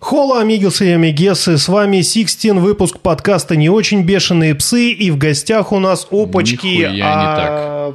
Холла, амигусы и амигесы, с вами Сикстин, выпуск подкаста «Не очень бешеные псы», и в гостях у нас опачки... Нихуя не а,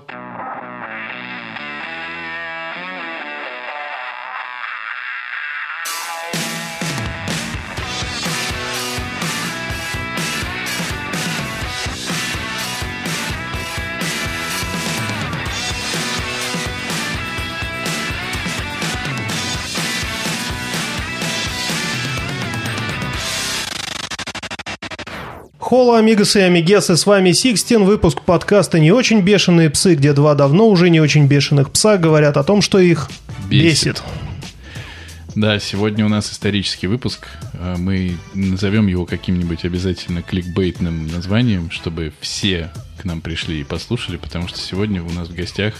Холла, амигусы и амигесы, с вами Сикстин, выпуск подкаста «Не очень бешеные псы», где два давно уже не очень бешеных пса говорят о том, что их бесит. Бесит. Да, сегодня у нас исторический выпуск. Э, Мы назовем его каким-нибудь обязательно кликбейтным названием, чтобы все к нам пришли и послушали, потому что сегодня у нас в гостях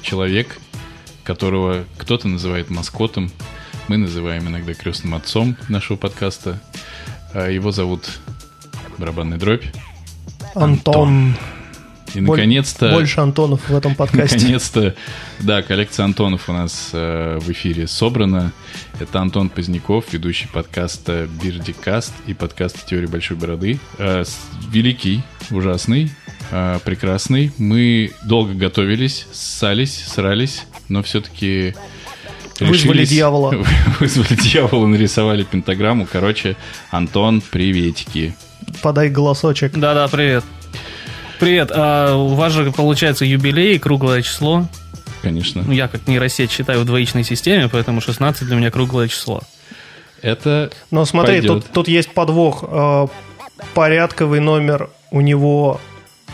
человек, которого кто-то называет маскотом, мы называем иногда крестным отцом нашего подкаста. Э, Его зовут Барабанный дробь. Антон. И Боль- наконец-то... Больше Антонов в этом подкасте. Наконец-то, да, коллекция Антонов у нас э, в эфире собрана. Это Антон Поздняков, ведущий подкаста «Бирдикаст» и подкаста «Теория Большой Бороды». Э, с- великий, ужасный, э, прекрасный. Мы долго готовились, ссались, срались, но все-таки... Вызвали дьявола. Вызвали дьявола, нарисовали пентаграмму. Короче, Антон, приветики. Подай голосочек. Да-да, привет. Привет, а у вас же получается юбилей, круглое число. Конечно. Ну, я как нейросеть считаю в двоичной системе, поэтому 16 для меня круглое число. Это Но смотри, Пойдет. тут, тут есть подвох. Э, Порядковый номер у него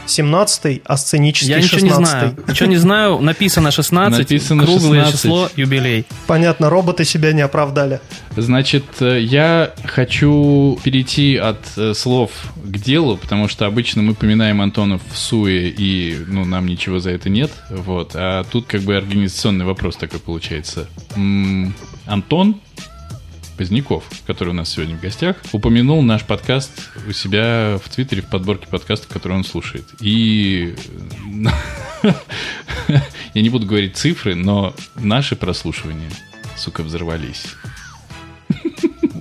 17 а сценический я ничего 16 не знаю. Ничего не знаю, написано 16, Написано круглое 16. число, юбилей. Понятно, роботы себя не оправдали. Значит, э, я хочу перейти от э, слов к делу, потому что обычно мы поминаем Антонов в суе, и ну, нам ничего за это нет. Вот. А тут как бы организационный вопрос такой получается. М, Антон Поздняков, который у нас сегодня в гостях, упомянул наш подкаст у себя в Твиттере в подборке подкастов, которые он слушает. И э, я не буду говорить цифры, но наши прослушивания, сука, взорвались.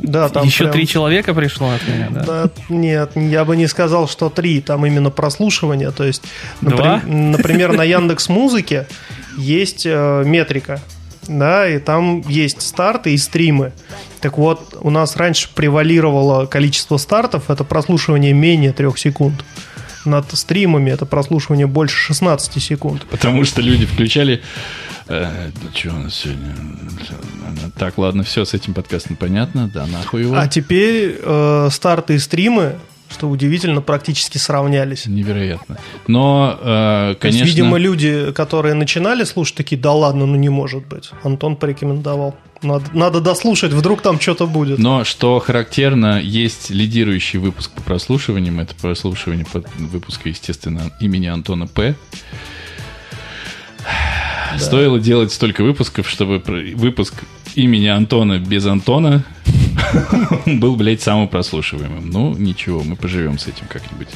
Да, там Еще прям- три человека пришло от меня, да? Да, нет, я бы не сказал, что три, там именно прослушивание. То есть, напри- Два? например, на Яндекс Музыке есть э, метрика, да, и там есть старты и стримы. Так вот, у нас раньше превалировало количество стартов, это прослушивание менее трех секунд. Над стримами это прослушивание больше 16 секунд. Потому что люди включали... э, ну, что у нас сегодня? Так, ладно, все, с этим подкастом понятно. Да, нахуй его. А теперь э, старты и стримы, что удивительно, практически сравнялись. Невероятно. Но, э, То есть, конечно... видимо, люди, которые начинали слушать, такие, да ладно, ну не может быть. Антон порекомендовал. Надо, надо дослушать, вдруг там что-то Ну, будет. Но что характерно, есть лидирующий выпуск по прослушиваниям. Это прослушивание под выпуска, естественно, имени Антона П. Стоило делать столько выпусков, чтобы про- выпуск имени Антона без Антона был, блядь, самым прослушиваемым. Ну, ничего, мы поживем с этим как-нибудь.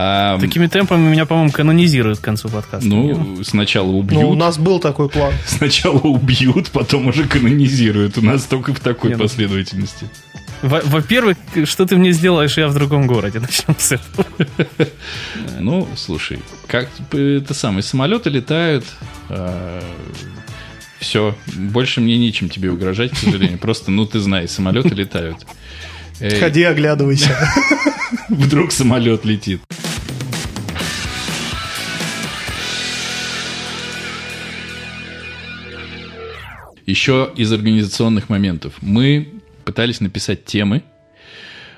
Ам, Такими темпами меня, по-моему, канонизируют к концу подкаста. Не? ну, сначала убьют. Ну, у нас был такой план. Сначала убьют, потом уже канонизируют. У нас только в такой Не, ну- последовательности. Во- Во-первых, что ты мне сделаешь, я в другом городе. Начнем с этого. Ну, слушай, как э, это самое, самолеты летают, все, больше мне нечем тебе угрожать, к сожалению. Просто, ну, ты знаешь, самолеты летают. Э, Эй, Ходи, оглядывайся. Вдруг самолет летит. Еще из организационных моментов. Мы пытались написать темы,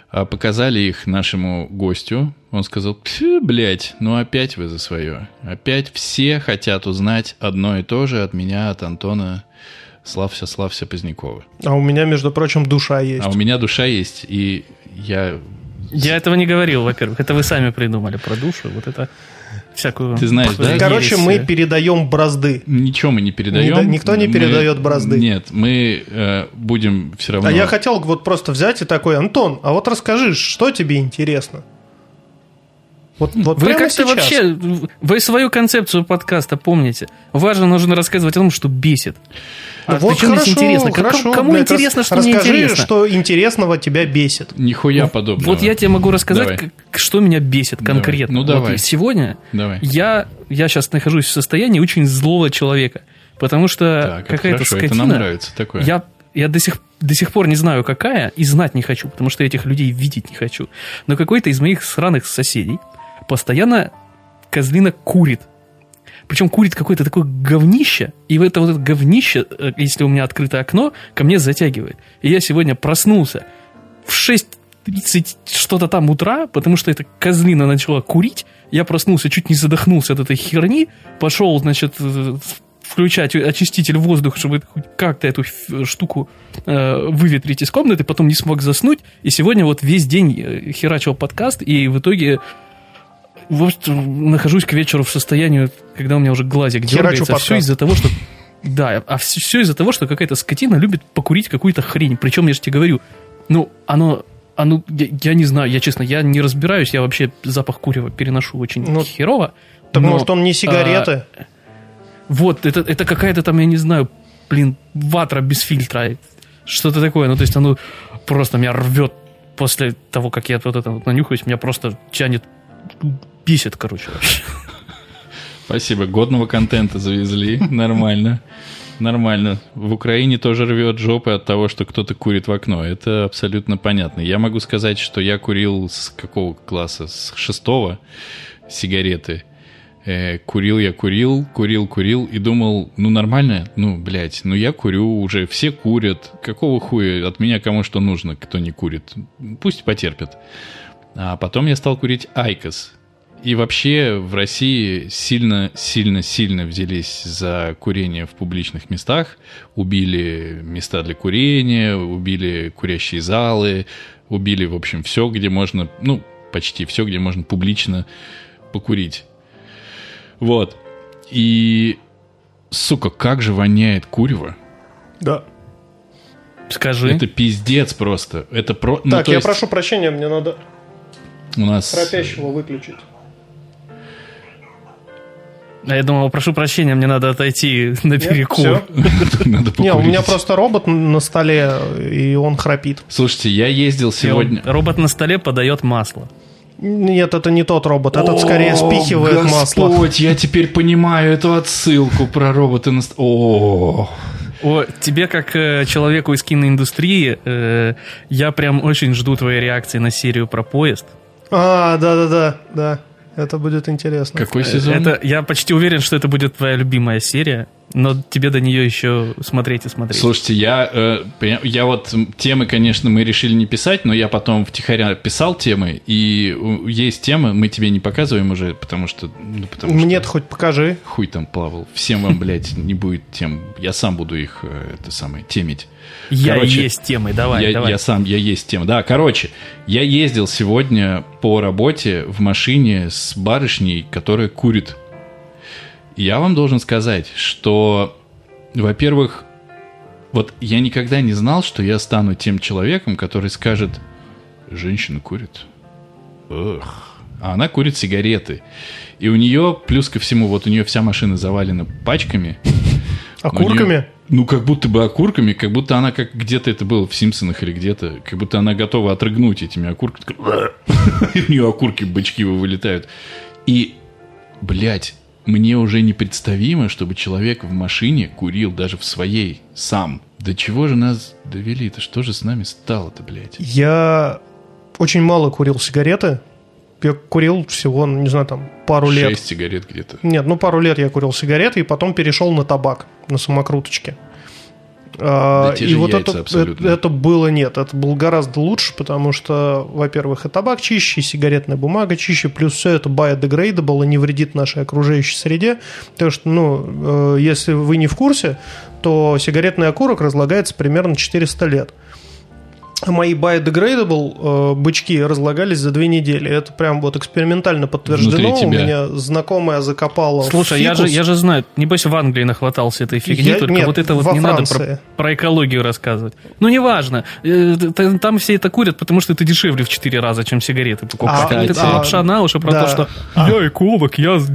а, показали их нашему гостю. Он сказал, «Пф, блядь, ну опять вы за свое. Опять все хотят узнать одно и то же от меня, от Антона Слався, Слався Позднякова. А у меня, между прочим, душа есть. А у меня душа есть, и я... Я этого не говорил, во-первых. Это вы сами придумали про душу. Вот это всякую... Ты знаешь, да? Короче, мы ересь. передаем бразды. Ничего мы не передаем. Не Ну да- никто не Мы- передает бразды. Нет, мы э, будем все равно... А я хотел вот просто взять и такой, Антон, а вот расскажи, что тебе интересно? Вот, вот Вы прямо как-то сейчас. вообще, вы свою концепцию подкаста помните. Важно нужно рассказывать о том, что бесит. Ну, А причем здесь интересно? Как- хорошо, кому блядь, интересно, рас- что расскажи, мне интересно? что интересного тебя бесит. Нихуя подобного. Вот я тебе могу рассказать, Давай. как- что меня бесит Давай. конкретно. Ну, Вот давай. сегодня Давай. я, я сейчас нахожусь в состоянии очень злого человека. Потому что Так, это какая-то хорошо, это нам скотина... нравится такое. Я, я до, сих, до сих пор не знаю, какая, и знать не хочу, потому что я этих людей видеть не хочу. Но какой-то из моих сраных соседей постоянно козлина курит. Причем курит какое-то такое говнище, и в это вот это говнище, э, если у меня открыто окно, ко мне затягивает. И я сегодня проснулся в 6.30 что-то там утра, потому что эта козлина начала курить. Я проснулся, чуть не задохнулся от этой херни. Пошел, значит, э, включать очиститель воздуха, чтобы хоть как-то эту ф- штуку э, выветрить из комнаты, потом не смог заснуть. И сегодня вот весь день э, херачил подкаст, и в итоге вот э, нахожусь к вечеру в состоянии, когда у меня уже глазик Херачу дергается. подкаст. Все из-за того, что... Да, а все, из-за того, что какая-то скотина любит покурить какую-то хрень. Причем, я же тебе говорю, ну, оно... оно я, я не знаю, я честно, я не разбираюсь, я вообще запах курева переношу очень Ну, херово. Так но- а, может он не сигареты? вот, это, это какая-то там, я не знаю, блин, ватра без фильтра. Что-то такое. Ну, то есть оно просто меня рвет после того, как я вот это вот нанюхаюсь, меня просто тянет, бесит, короче. вообще. Спасибо, годного контента завезли, нормально. Нормально. В Украине тоже рвет жопы от того, что кто-то курит в окно. Это абсолютно понятно. Я могу сказать, что я курил с какого класса? С шестого сигареты. Э, курил я, курил, курил, курил и думал, ну нормально, ну, блядь, ну я курю уже, все курят. Какого хуя от меня кому что нужно, кто не курит? Пусть потерпят. А потом я стал курить Айкос. И вообще в России сильно-сильно-сильно взялись за курение в публичных местах. Убили места для курения, убили курящие залы, убили, в общем, все, где можно, ну, почти все, где можно публично покурить. Вот. И, сука, как же воняет курево. Да. Скажи. Это пиздец просто. Это про... ну, так, то я есть прошу прощения, мне надо У нас... храпящего выключить. А я думал, прошу прощения, мне надо отойти на Нет, перекур. всё? Надо Не, у меня покурить. просто робот на столе, и он храпит. Слушайте, я ездил И он- сегодня... Робот на столе подает масло. Нет, это не тот робот, этот скорее спихивает масло. Господь, я теперь понимаю эту отсылку про робота на... ст- О, О, тебе, как э, человеку из киноиндустрии, э, я прям очень жду твоей реакции на серию про поезд. А, да-да-да, да. Это будет интересно. какой Э, сезон? Это, я почти уверен, что это будет твоя любимая серия, но тебе до нее еще смотреть и смотреть. Слушайте, я, э, поня- я вот м, темы, конечно, мы решили не писать, но я потом втихаря писал темы, и у, есть темы, мы тебе не показываем уже, потому что... Ну, потому что Мне-то хоть покажи. хуй там плавал. Всем вам, блядь, не будет тем. Я сам буду их, э, это самое, темить. я и короче, есть темой, давай, я, давай. я сам, я есть тема. Да, короче, я ездил сегодня по работе в машине с барышней, которая курит. Я вам должен сказать, что, во-первых, вот я никогда не знал, что я стану тем человеком, который скажет, женщина курит. Эх. А она курит сигареты. И у нее, плюс ко всему, вот у нее вся машина завалена пачками. А Ну, не- Окурками? Ну, как будто бы окурками, как будто она как где-то это было в Симпсонах или где-то, как будто она готова отрыгнуть этими окурками. Такая, И у нее окурки бычки вылетают. И, блядь, мне уже непредставимо, чтобы человек в машине курил даже в своей сам. До чего же нас довели-то? Что же с нами стало-то, блядь? Я очень мало курил сигареты. Я курил всего, ну, не знаю, там, пару лет. Шесть сигарет где-то. Нет, ну пару лет я курил сигареты и потом перешел на табак, на самокруточке. А, Да те же яйца абсолютно. это, э, это было нет, это было гораздо лучше, потому что, во-первых, и табак чище, и сигаретная бумага чище, плюс все это biodegradable и не вредит нашей окружающей среде. Так что, ну, э, если вы не в курсе, то сигаретный окурок разлагается примерно 400 лет. А мои biodegradable э, бычки разлагались за две недели. Это прям вот экспериментально подтверждено. Внутри У тебя. меня знакомая закопала. Слушай, я же, фикус. я же знаю, небось в Англии нахватался этой фигни, Я- только нет, вот это вот во не надо Франции. про, про экологию рассказывать. Ну, неважно, Э, т- там все это курят, потому что это дешевле в 4 раза, чем сигареты покупать. А, Там кстати. такая лапша на уши про Да. то, что А. я эколог, я с-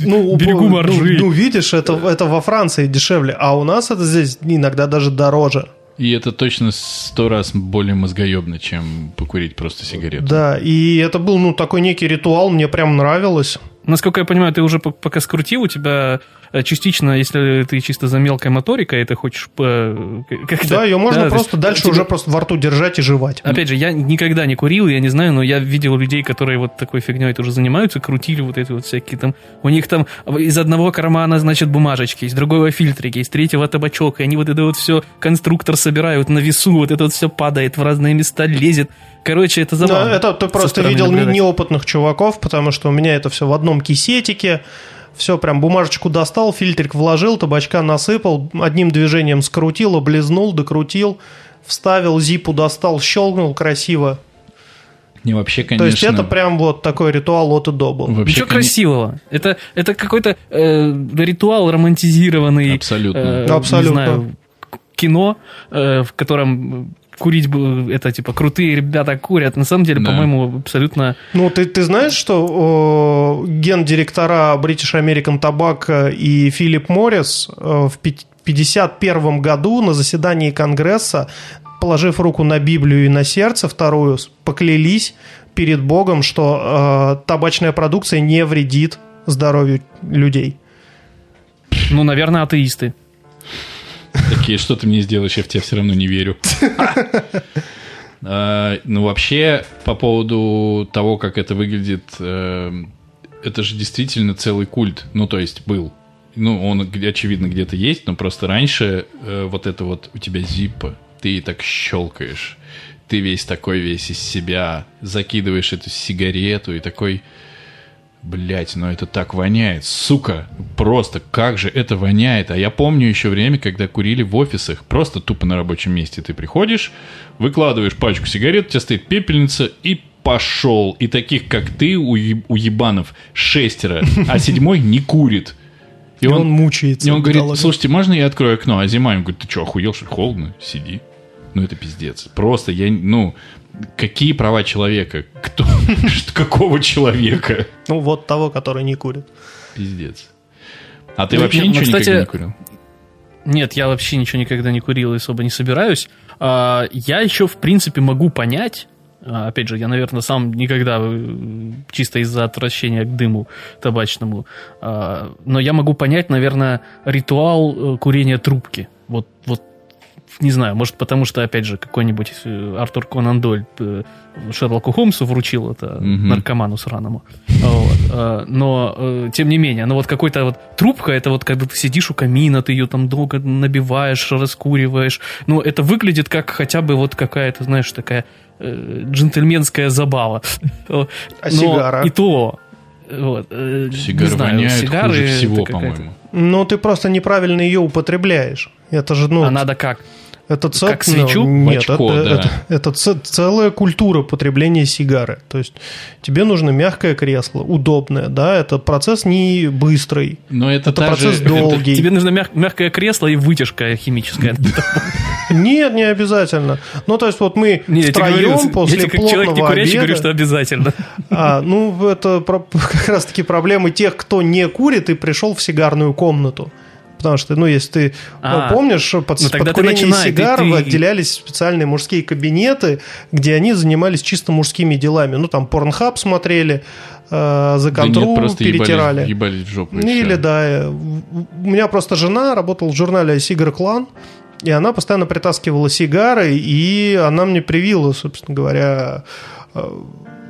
Ну, берегу ну, моржи. Ну, видишь, это, это во Франции дешевле, а у нас это здесь иногда даже дороже. И это точно сто раз более мозгоебно, чем покурить просто сигарету. Да, и это был, ну, такой некий ритуал, мне прям нравилось. Насколько я понимаю, ты уже по- пока скрутил, у тебя э, частично, если ты чисто за мелкой моторикой, это хочешь... э, как- Да, ее можно то есть просто дальше тебе- уже просто во рту держать и жевать. Опять же, я никогда не курил, я не знаю, но я видел людей, которые вот такой фигней тоже занимаются, крутили вот эти вот всякие там. У них там из одного кармана, значит, бумажечки, из другого фильтрики, из третьего табачок, и они вот это вот все конструктор собирают на весу, вот это вот все падает в разные места, лезет. Короче, это Да, забавно. это ты со просто стороны видел не- наблюдать. неопытных чуваков, потому что у меня это все в одном кисетике. Все, прям бумажечку достал, фильтрик вложил, табачка насыпал, одним движением скрутил, облизнул, докрутил, вставил, зипу достал, щелкнул красиво. Не вообще, конечно. То есть это прям вот такой ритуал от и до был. вообще, Ничего коне- красивого. Это, это какой-то э, ритуал романтизированный. Абсолютно. э, Абсолютно. Не знаю, к- кино, э, в котором курить бы- это типа крутые ребята курят. На самом деле, Да. по-моему, абсолютно. Ну, ты, ты знаешь, что э, гендиректора British American Tobacco и Филипп Моррис э, в 1951 году на заседании Конгресса, положив руку на Библию и на сердце вторую, с- поклялись перед Богом, что э, табачная продукция не вредит здоровью людей. Ну, наверное, атеисты. Такие, что ты мне сделаешь, я в тебя все равно не верю. А, Ну, вообще, по поводу того, как это выглядит, эм, это же действительно целый культ. Ну, то есть, был. Ну, он, г- очевидно, где-то есть, но просто раньше э, вот это вот у тебя зиппа, ты так щелкаешь, ты весь такой весь из себя, закидываешь эту сигарету и такой... Блять, но это так воняет, сука. Просто как же это воняет. А я помню еще время, когда курили в офисах. Просто тупо на рабочем месте ты приходишь, выкладываешь пачку сигарет, у тебя стоит пепельница и пошел. И таких, как ты, у, еб- у ебанов шестеро, а седьмой не курит. И он, мучается. И он говорит, бедолага. слушайте, можно я открою окно? А зима, он говорит, ты что, охуел, что ли? холодно? Сиди. Ну, это пиздец. Просто я, ну, какие права человека? Кто, что- какого человека? Ну, вот того, который не курит. Пиздец. А ты Ну, вообще ну, ничего кстати, никогда не курил? Нет, я вообще ничего никогда не курил и особо не собираюсь. А, я еще, в принципе, могу понять. а, Опять же, я, наверное, сам никогда э, чисто из-за отвращения к дыму табачному. а, Но я могу понять, наверное, ритуал э, курения трубки. Вот, вот не знаю, может, потому что, опять же, какой-нибудь э, Артур Конан Дойль э, Шерлоку Холмсу вручил это Мгм. наркоману сраному. Вот, э, Но, э, тем не менее, ну вот какой-то вот трубка, это вот когда ты сидишь у камина, ты ее там долго набиваешь, раскуриваешь. Ну, это выглядит как хотя бы вот какая-то, знаешь, такая э, джентльменская забава. Э, Но А сигара? И то... Вот, э, не Сигары знаю, воняют сигары хуже это всего, какая-то- по-моему. Ну, ты просто неправильно ее употребляешь. Это же, ну, А надо как? Это цел- Как свечу? ну, Нет, Бачко, это, да. это- это ц- целая культура потребления сигары. То есть тебе нужно мягкое кресло, удобное, да, это процесс не быстрый. Но это, Это та процесс же- это- долгий. Тебе нужно мяг- мягкое кресло и вытяжка химическая. Нет, не обязательно. Ну, то есть вот мы Не, я тебе втроем говорю, после я тебе как плотного человек не курящий обеда... говорю, что обязательно. А, ну, это про- как раз-таки проблемы тех, кто не курит и пришел в сигарную комнату. Потому что, ну, если ты А, э, помнишь, под, ну, под тогда ты курение начинай, ты- сигар ты- отделялись специальные мужские кабинеты, где они занимались чисто мужскими делами. Ну, там порнхаб смотрели, э, за Да нет, контру просто ебались- перетирали. Ебались, в жопу. и Ну, Или всё. да. э, У меня просто жена работала в журнале Сигар Клан, и она постоянно притаскивала сигары, и она мне привила, собственно говоря, э,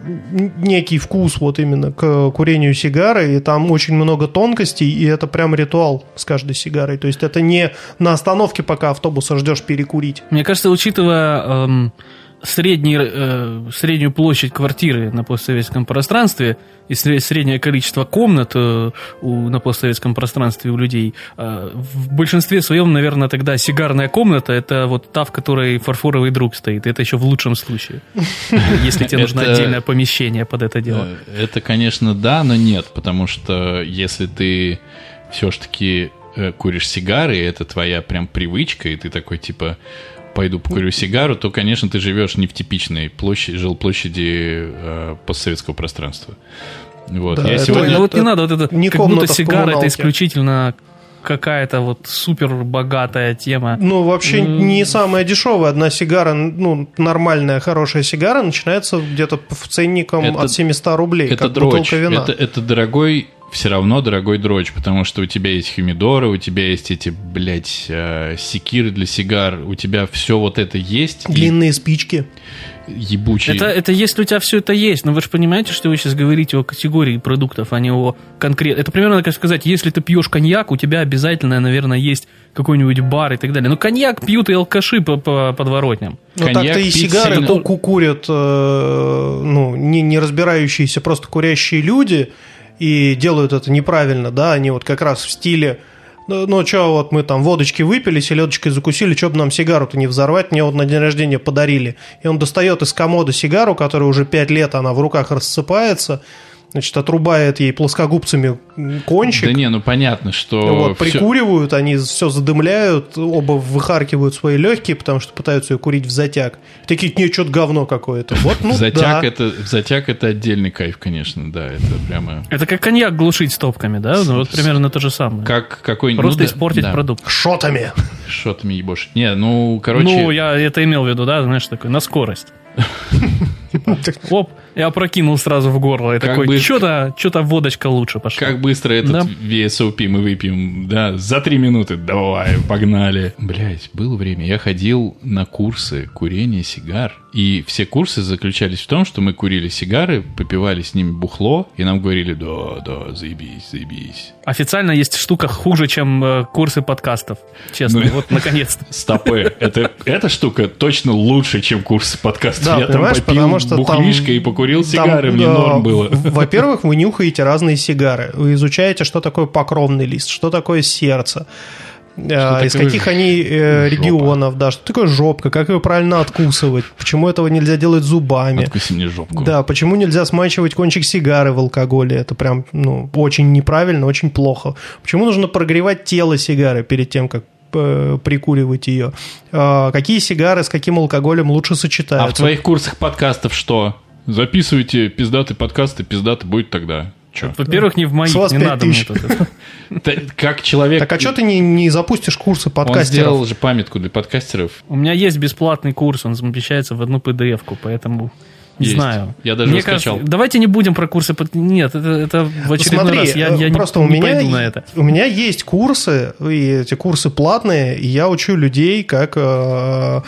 н- некий вкус вот именно к курению сигары, и там очень много тонкостей, и это прям ритуал с каждой сигарой. То есть это не на остановке, пока автобуса ждешь перекурить. Мне кажется, учитывая эм, средний, э, среднюю площадь квартиры на постсоветском пространстве и сре- среднее количество комнат э, у, на постсоветском пространстве у людей, э, в большинстве своем, наверное, тогда сигарная комната это вот та, в которой фарфоровый друг стоит. Это еще в лучшем случае. Если тебе нужно Это- отдельное помещение под это дело. Э, Это, конечно, да, но нет, потому что если ты все-таки куришь сигары, и это твоя прям привычка, и ты такой типа пойду покурю сигару, то, конечно, ты живешь не в типичной площади, жилплощади э, постсоветского пространства. Вот. Да, Я это- Ой, сегодня... ну вот не это надо вот это, не как будто комната в сигара это коммуналке. исключительно какая-то вот супер богатая тема. Ну, вообще М. не самая дешевая. Одна сигара, ну, нормальная, хорошая сигара, начинается где-то по- в ценником Это- от 700 рублей, Это как дрочь. бутылка вина. Это, это дорогой, все равно дорогой дрочь, потому что у тебя есть хумидоры, у тебя есть эти, блядь, э, секиры для сигар, у тебя все вот это есть. и Длинные спички. Ебучий. Это, это если у тебя все это есть, но вы же понимаете, что вы сейчас говорите о категории продуктов, а не о конкретно. Это примерно как сказать, если ты пьешь коньяк, у тебя обязательно, наверное, есть какой-нибудь бар и так далее. Но коньяк пьют и алкаши по, по подворотням. Ну, Коньяк так-то и пить сигары сильно- то кукурят, э, ну, не, не разбирающиеся, просто курящие люди, и делают это неправильно, да, они вот как раз в стиле ну, ну что, вот мы там водочки выпили, селедочкой закусили, что бы нам сигару-то не взорвать, мне вот на день рождения подарили. И он достает из комода сигару, которая уже 5 лет, она в руках рассыпается, значит, отрубает ей плоскогубцами кончик, Да не, ну понятно, что вот, всё- прикуривают, они все задымляют, оба выхаркивают свои легкие, потому что пытаются ее курить в затяг. Такие, не, что-то говно какое-то. Вот, ну, затяг, да. это, затяг это отдельный кайф, конечно, да, это прямо Это как коньяк глушить стопками, да? Ну, Вот примерно то же самое. как какой-нибудь... ну Просто испортить продукт. Шотами. Шотами ебошь. Не, ну, короче... Ну, я это имел в виду, да, знаешь, такой, на скорость. Типа, Оп, я прокинул сразу в горло. И Как такой, бы- что-то что-то водочка лучше пошла. Как быстро этот Да. VSOP мы выпьем? Да, за три минуты. Давай, погнали. Блять, было время. Я ходил на курсы курения сигар. И все курсы заключались в том, что мы курили сигары, попивали с ними бухло, и нам говорили, да, да, заебись, заебись. Официально есть штука хуже, чем э, курсы подкастов. Честно, Ну, вот наконец-то. Стопы. Это, эта штука точно лучше, чем курсы подкастов. Да, Я там понимаешь, потому попил что там- бухлишко и покурил Там, сигары, мне да, норм было. в- Во-первых, вы нюхаете разные сигары. Вы изучаете, что такое покровный лист, что такое сердце. а, из такое каких ж- они э, жопа. регионов, да, что такое жопка, как ее правильно откусывать, почему этого нельзя делать зубами. Откуси мне жопку. Да, почему нельзя смачивать кончик сигары в алкоголе? Это прям, ну, очень неправильно, очень плохо. Почему нужно прогревать тело сигары перед тем, как э, прикуривать ее? Э, какие сигары с каким алкоголем лучше А сочетаются? в твоих курсах подкастов что? Записывайте пиздаты подкасты, пиздаты будет тогда. Че? Во-первых, не в моих, С вас не пять надо мне тысяч. тут это. Как человек... Так а что ты не, не запустишь курсы Он подкастеров? сделал же памятку для подкастеров. У меня есть бесплатный курс, он помещается в одну PDF-ку, поэтому не Есть. знаю. Я даже Мне его скачал. кажется, давайте не будем про курсы... под- Нет, это, это в очередной Смотри, раз. Я, э, я не- просто не, у меня, пойду на это. У меня есть курсы, и эти курсы платные, и я учу людей, как э,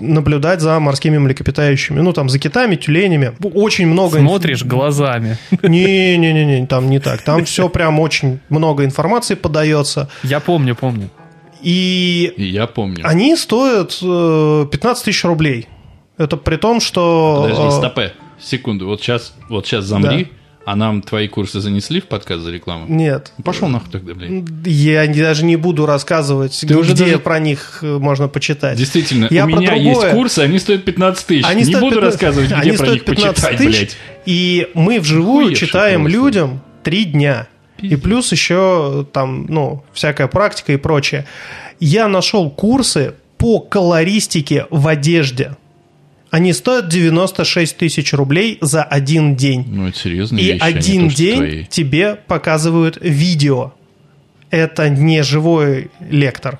наблюдать за морскими млекопитающими. Ну, там, за китами, тюленями. Очень много... инф- Смотришь глазами. Не-не-не, там не так. Там все прям очень много информации подается. Я помню, помню. И И я помню. они стоят э, 15 тысяч рублей. Это при том, что... Подожди, э, стопе. Секунду. Вот сейчас, вот сейчас замри, а нам твои курсы занесли в подкаст за рекламу? Нет. Пошел нахуй тогда, блин. Я не- даже не буду рассказывать, где уже даже- про них э, можно почитать. Действительно, Я у про меня другое. есть курсы, они стоят 15 тысяч. Они Не стоят буду 15 рассказывать, где они про стоят них 15 почитать, тысяч, блять. И мы вживую Хуешь, читаем просто. людям три дня. И Пиздец. плюс еще там, ну, всякая практика и прочее. Я нашел курсы по колористике в одежде. Они стоят 96 тысяч рублей за один день. Ну, это серьезные И вещи, а не один то, что день твои. тебе показывают видео. Это не живой лектор.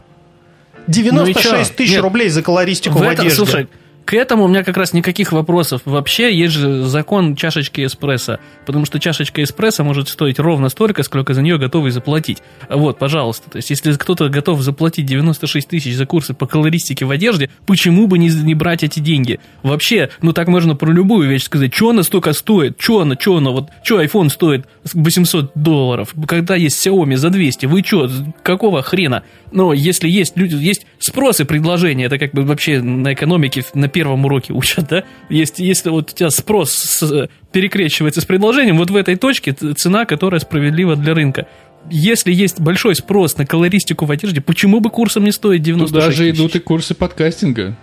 96 Ну и чё? тысяч Нет. рублей за колористику в, В этом- одежде. слушай, к этому у меня как раз никаких вопросов. Вообще есть же закон чашечки эспрессо, потому что чашечка эспрессо может стоить ровно столько, сколько за нее готовы заплатить. Вот, пожалуйста. То есть, если кто-то готов заплатить 96 тысяч за курсы по колористике в одежде, почему бы не, не брать эти деньги? Вообще, ну так можно про любую вещь сказать. Че она столько стоит? Че она, че она? Вот, че iPhone стоит 800 долларов? Когда есть Xiaomi за 200? Вы че, какого хрена? Но если есть люди, есть спрос и предложение, это как бы вообще на экономике, на первом уроке учат, да? Если, если вот у тебя спрос с- перекрещивается с предложением, вот в этой точке ц- цена, которая справедлива для рынка. Если есть большой спрос на колористику в одежде, почему бы курсом не стоит Тут 96 Ну, даже тысяч? идут и курсы подкастинга.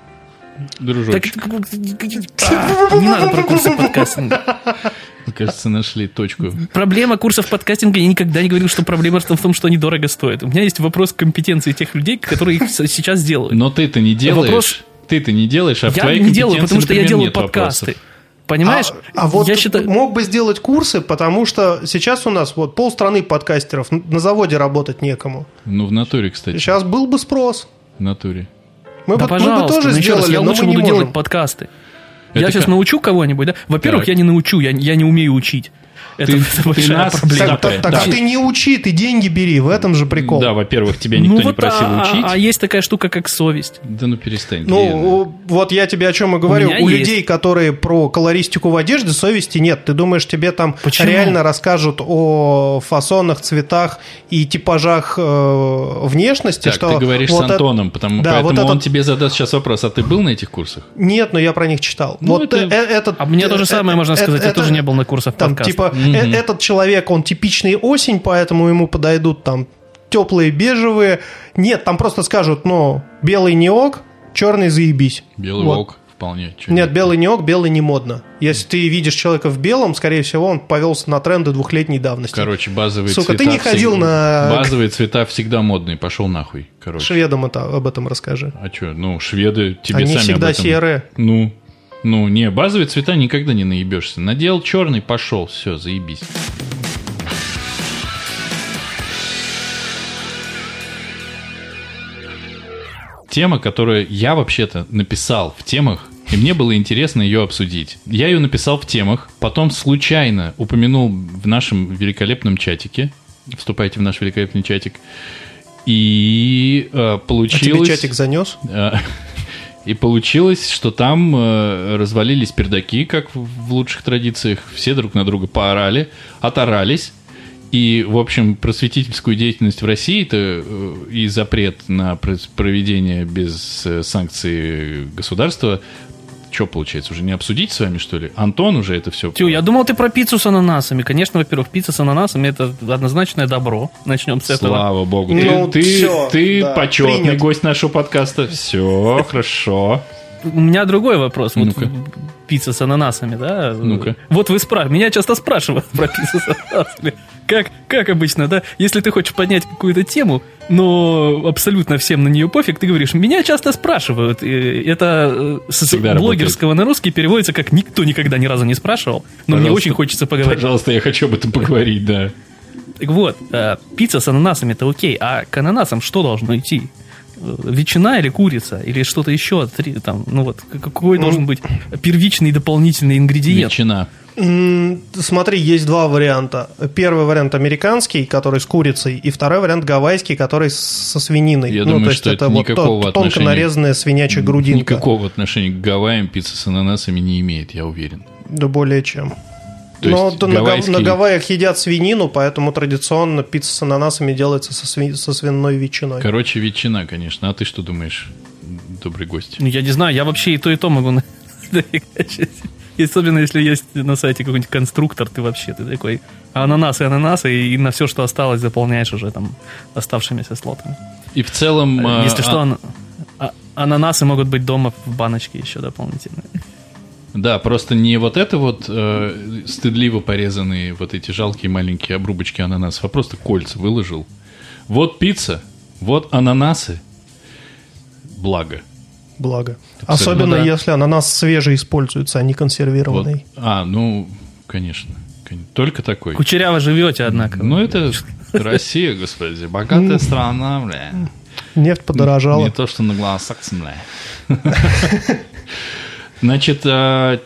Так, Дружочек. А, не надо про курсы подкастинга. Мне Кажется, нашли точку. Проблема курсов подкастинга, я никогда не говорил, что проблема в том, что они дорого стоят. У меня есть вопрос компетенции тех людей, которые их с- сейчас делают. Но ты-то не делаешь. Вопрос- Ты-то не делаешь, а в я твоей не делаю, компетенции, потому что я например, делаю нет подкасты. вопросов. Понимаешь? А, а вот я считаю... мог бы сделать курсы, потому что сейчас у нас вот полстраны подкастеров, н- на заводе работать некому. Ну, в натуре, кстати. Сейчас был бы спрос. В натуре. Мы, Да, бы, мы бы пожалуйста, тоже ну еще раз, сделали, я но лучше мы не буду можем. делать подкасты. я Это сейчас как? научу кого-нибудь, да? Во-первых, Так. я не научу, я, я не умею учить. Это, Ты- это ты большая нас проблема. за- Так, так- так Да. а ты не учи, ты деньги бери, в этом же прикол. Да, во-первых, тебя никто ну, не вот, просил а, учить. а- а есть такая штука, как совесть. Да ну перестань. Лена. Ну, у- вот я тебе о чем и говорю. меня У, есть. людей, которые про колористику в одежде, совести нет. Ты думаешь, тебе там Почему? реально расскажут о фасонах, цветах и типажах э, внешности, так, что ты говоришь вот с это- Антоном, потому, да, поэтому вот это- он тебе задаст сейчас вопрос, а ты был на этих курсах? Нет, но я про них читал. Ну, вот это- э, э, этот, А мне то же э, самое э, можно э, сказать. я это- тоже не был на курсах Там, подкаста. типа, Мгм. э, этот человек, он типичный осень, поэтому ему подойдут там теплые бежевые. Нет, там просто скажут, ну, белый не ок, черный заебись. Белый Вот. волк вполне. чё Нет, белый не ок, белый не модно. Если ты видишь человека в белом, скорее всего, он повелся на тренды двухлетней давности. Короче, базовые Сука, цвета... ты не ходил всегда- на- Базовые цвета всегда модные, пошел нахуй, короче. Шведам это, об этом расскажи. А что, ну, шведы тебе Они сами всегда об этом- серые. Ну, ну, не, базовые цвета никогда не наебешься. Надел черный, пошел, все, заебись. Тема, которую я вообще-то написал в темах, и мне было интересно ее обсудить. Я ее написал в темах, потом случайно упомянул в нашем великолепном чатике. Вступайте в наш великолепный чатик. И э, А тебе получилось... чатик занес? А, И получилось, что там э, развалились пердаки, как в- в лучших традициях. Все друг на друга поорали, оторались. И, в общем, просветительскую деятельность в России-то э, и запрет на прос- проведение без э, санкций государства. Что получается, уже не обсудить с вами, что ли? Антон уже это все... Тю, я думал, ты про пиццу с ананасами. Конечно, во-первых, пицца с ананасами это однозначное добро. Начнем с этого. Слава богу. Ну, ты ты, всё, ты да, почетный принят. гость нашего подкаста. Все, хорошо. У меня другой вопрос. Вот Ну-ка. пицца с ананасами, да? Ну-ка. Вот вы спрашиваете. Меня часто спрашивают про пиццу с ананасами. Как, как обычно, да? Если ты хочешь поднять какую-то тему, но абсолютно всем на нее пофиг, ты говоришь, меня часто спрашивают. И Это э, с Всегда блогерского на русский переводится как «никто никогда ни разу не спрашивал», но мне Пожалуйста. очень хочется поговорить. Пожалуйста, я хочу об этом поговорить, да. Так вот, э, пицца с ананасами это окей, а к ананасам что должно идти? Э, Ветчина или курица, или что-то еще, Три- там, ну вот, к- какой Ну. должен быть первичный дополнительный ингредиент? Ветчина. М, Смотри, есть два варианта. Первый вариант американский, который с курицей, и второй вариант гавайский, который с- со свининой. Я ну, думаю, то есть что это это вот никакого тот- тонко отношения- нарезанная свинячья грудинка. Никакого отношения к Гавайям пицца с ананасами не имеет, я уверен. Да более чем. То Но есть вот на, Гав- гавайский- на Гавайях едят свинину, поэтому традиционно пицца с ананасами делается со, сви- со свиной ветчиной. Короче, ветчина, конечно. А ты что думаешь, добрый гость? Ну, я не знаю, я вообще и то, и то могу на- нафигачить. И Особенно если есть на сайте какой-нибудь конструктор, ты вообще ты такой ананасы, ананасы, и и на все, что осталось, заполняешь уже там оставшимися слотами. И в целом... э, Если что, а- ан- а- ананасы могут быть дома в баночке еще дополнительно. Да, просто не вот это вот э, стыдливо порезанные вот эти жалкие маленькие обрубочки ананасов, а просто кольца выложил. Вот пицца, вот ананасы. Благо. Благо. Абсолютно, Особенно да. если ананас свежий используется, а не Вот. консервированный. А, ну, конечно. кон- Только такой. Кучеряво живете, однако. Ну, это Россия, господи, богатая страна, бля. Нефть подорожала. Не то, что на глазах, бля. Значит, а,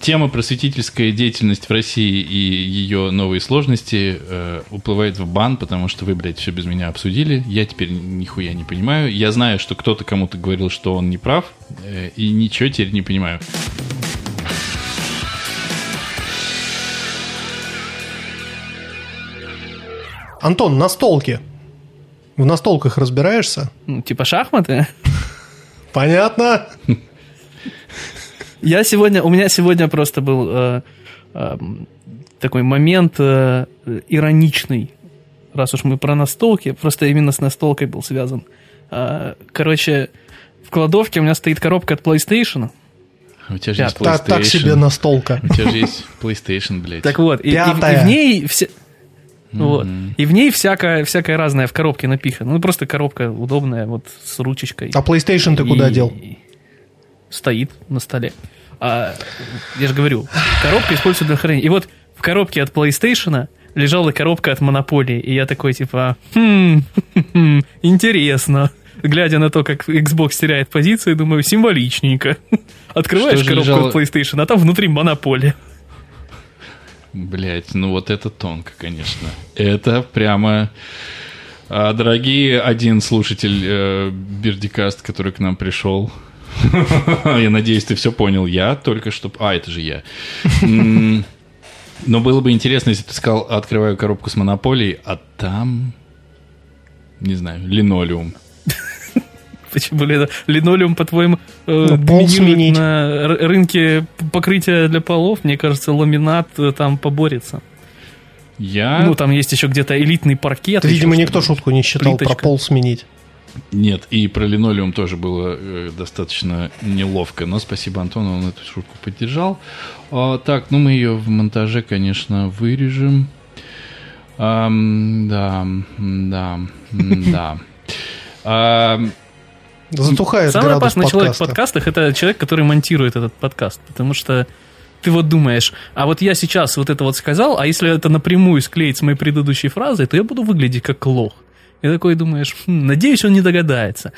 тема просветительская деятельность в России и ее новые сложности э, уплывает в бан, потому что вы, блядь, все без меня обсудили. Я теперь нихуя не понимаю. Я знаю, что кто-то кому-то говорил, что он не прав, э, и ничего теперь не понимаю. Антон, настолки. В настолках разбираешься? Ну, Типа шахматы? Понятно. Я сегодня, у меня сегодня просто был э, э, такой момент э, ироничный, раз уж мы про настолки, просто именно с настолкой был связан. Э, короче, в кладовке у меня стоит коробка от PlayStation. А У тебя же есть Та- PlayStation. так себе настолка. У тебя же есть PlayStation, блядь. Так вот, и, и- и Пятая. в ней все... Вот. Мгм. И в ней всякое, всякое разное в коробке напихано. Ну, просто коробка удобная, вот с ручечкой. А PlayStation ты И- куда дел? Стоит на столе. А, я же говорю, коробка используется для хранения. И вот в коробке от PlayStation лежала коробка от Монополии. И я такой, типа, «Хм, интересно. Глядя на то, как Xbox теряет позиции, думаю, символичненько. Открываешь Что же коробку лежало? от PlayStation, а там внутри Монополия. Блять, ну вот это тонко, конечно. Это прямо... А, дорогие, один слушатель э, Бердикаст, который к нам пришел, я надеюсь, ты все понял. Я только что... А, это же я. М, Но было бы интересно, если бы ты сказал, открываю коробку с монополией, а там... Не знаю, линолеум. Почему ли- линолеум, по-твоему, э, Ну, пол доминирует сменить. на ры- рынке п- покрытия для полов? Мне кажется, ламинат э, там поборется. Я... Ну, там есть еще где-то элитный паркет. Это, А? видимо, еще никто что-то. шутку не считал про Плиточка. пол сменить. Нет, и про линолеум тоже было э, достаточно неловко, но спасибо Антону, он эту шутку поддержал. А, так, ну мы ее в монтаже, конечно, вырежем. Ам, да, м, да, м, да. А, Ам, Затухает Самый градус опасный человек в подкаста. подкастах это человек, который монтирует этот подкаст. Потому что ты вот думаешь, а вот я сейчас вот это вот сказал, а если это напрямую склеить с моей предыдущей фразой, то я буду выглядеть как лох. И такой думаешь, «Хм, надеюсь, он не догадается.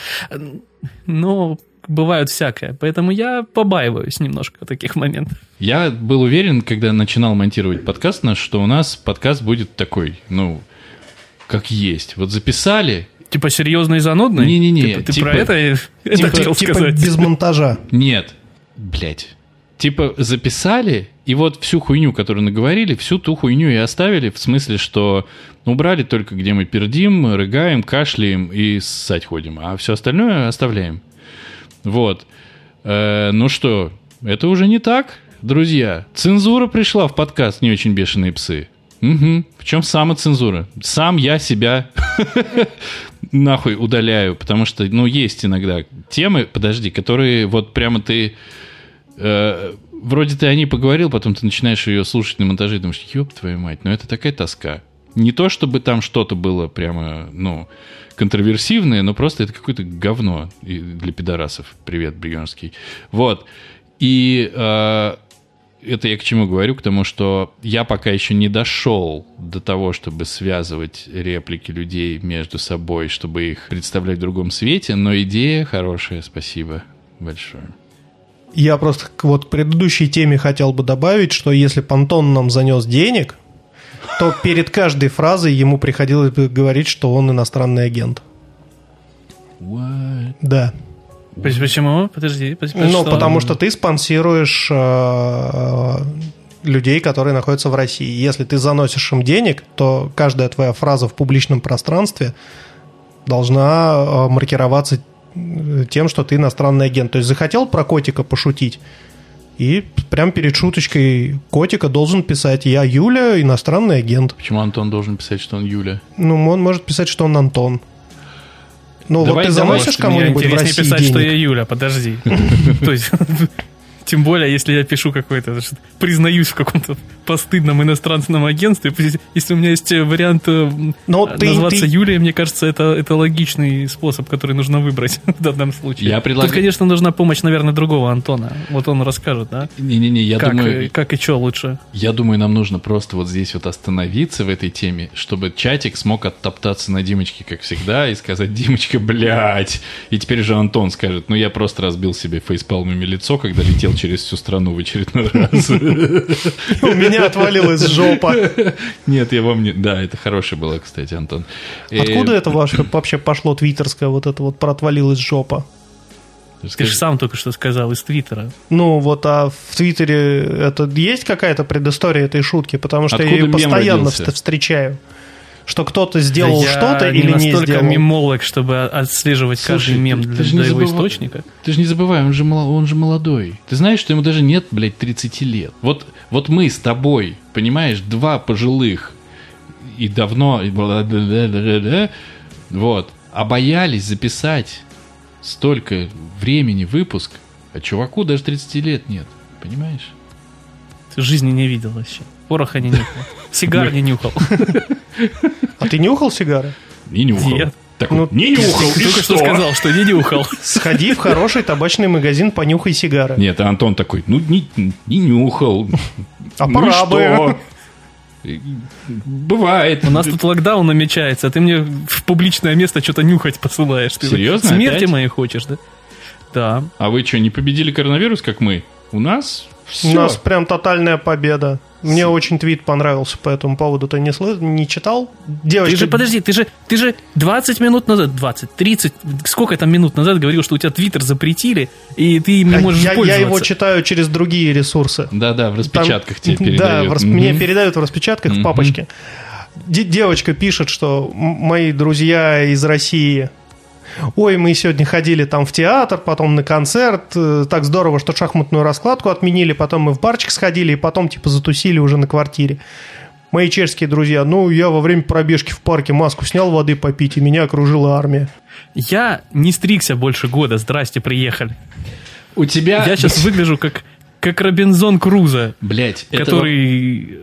Но бывают всякое. Поэтому я побаиваюсь немножко таких моментов. Я был уверен, когда начинал монтировать подкаст наш, что у нас подкаст будет такой, ну, как есть. Вот записали, Типа серьезный и занудный? Не-не-не, Ты, ты типа- про это, это Типа- хотел типа сказать? без монтажа. Нет. Блять. Типа записали, и вот всю хуйню, которую наговорили, всю ту хуйню и оставили, в смысле, что ну, убрали только, где мы пердим, рыгаем, кашляем и ссать ходим, а все остальное оставляем. Вот. Э, ну что, это уже не так, друзья. Цензура пришла в подкаст «Не очень бешеные псы». Угу. В чем самоцензура? Сам я себя нахуй удаляю, потому что, ну, есть иногда темы, подожди, которые вот прямо ты... э, вроде ты о ней поговорил, потом ты начинаешь ее слушать на монтаже и думаешь, ёб твою мать, ну это такая тоска. Не то, чтобы там что-то было прямо, ну, контроверсивное, но просто это какое-то говно и- для пидорасов. Привет, Брионский. Вот. И э, это я к чему говорю? К тому, что я пока еще не дошел до того, чтобы связывать реплики людей между собой, чтобы их представлять в другом свете, но идея хорошая, спасибо большое. Я просто к вот предыдущей теме хотел бы добавить, что если Пантон нам занес денег, то перед каждой фразой ему приходилось бы говорить, что он иностранный агент. What? Да. Пос- Почему? Подожди. пос- Ну, что? потому что ты спонсируешь э, людей, которые находятся в России. Если ты заносишь им денег, то каждая твоя фраза в публичном пространстве должна э, маркироваться э, тем, что ты иностранный агент. То есть захотел про котика пошутить, и прям перед шуточкой котика должен писать «Я Юля, иностранный агент». Почему Антон должен писать, что он Юля? Ну, он может писать, что он Антон. Ну, вот Давай, ты давай, заносишь что мне кому-нибудь в интереснее России писать, денег? что я Юля, подожди. То есть, тем более, если я пишу какой-то, что признаюсь в каком-то постыдном иностранном агентстве, пусть- если у меня есть э, вариант э, м, Но ты- назваться ты- Юлей, мне кажется, это, это логичный способ, который нужно выбрать в данном случае. Я предлагаю- Тут, конечно, нужна помощь, наверное, другого Антона. Вот он расскажет, да? Не-не-не, я как, думаю... э, как и что лучше. Я думаю, нам нужно просто вот здесь вот остановиться в этой теме, чтобы чатик смог оттоптаться на Димочке, как всегда, и сказать, Димочка, блядь. И теперь же Антон скажет, ну я просто разбил себе фейспалмами лицо, когда летел через всю страну в очередной раз. У меня отвалилась жопа. Нет, я вам не... Да, это хорошее было, кстати, Антон. Э, Откуда это ваше вообще пошло твиттерское, вот это вот протвалилась жопа? Ты расскажи. же сам только что сказал из Твиттера. Ну вот, а в Твиттере это есть какая-то предыстория этой шутки, потому что Откуда я ее мем постоянно родился? вст- встречаю. что кто-то сделал Я что-то не или не настолько сделал. мимолог, чтобы отслеживать Слушай, каждый мем ты- для, ты же не для его забывай- источника. Ты же не забывай, он же, мало- он же молодой. Ты знаешь, что ему даже нет, блядь, 30 лет. Вот, вот мы с тобой, понимаешь, два пожилых и давно... и бла-бла-бла-бла-бла, Вот. А боялись записать столько времени выпуск, а чуваку даже 30 лет нет. Понимаешь? Ты жизни не видел вообще. Пороха не нюхал. Сигар не нюхал. Ну, А ты нюхал сигары? И нюхал. Нет. Такой, Ну, не нюхал, Ты и только что сказал, что не нюхал. Сходи в хороший табачный магазин, понюхай сигары. Нет, а Антон такой, ну не, не нюхал. А Ну и пора бы. что? И- Бывает. У нас тут локдаун намечается, а ты мне в публичное место что-то нюхать посылаешь. Ты Серьезно, Смерти опять? моей хочешь, да? Да. А вы что, не победили коронавирус, как мы? У нас все. У нас прям тотальная победа. Мне очень твит понравился по этому поводу. Ты не, слы- не читал? Девочка, Ты же, подожди, ты же, ты же 20 минут назад, 20, 30, сколько там минут назад говорил, что у тебя твиттер запретили, и ты им не а можешь я, я пользоваться. его читаю через другие ресурсы. Да-да, в Там- распечатках тебе Да, передают. в рас- Мгм. мне передают в распечатках в Мгм. папочке. Де- девочка пишет, что м- мои друзья из России. Ой, мы сегодня ходили там в театр, потом на концерт. э, Так здорово, что шахматную раскладку отменили, потом мы в барчик сходили, и потом типа затусили уже на квартире. Мои чешские друзья, ну, я во время пробежки в парке маску снял воды попить, и меня окружила армия. Я не стригся больше года, здрасте, приехали. У тебя... А, Я сейчас выгляжу как, как Робинзон Крузо, Блять, который...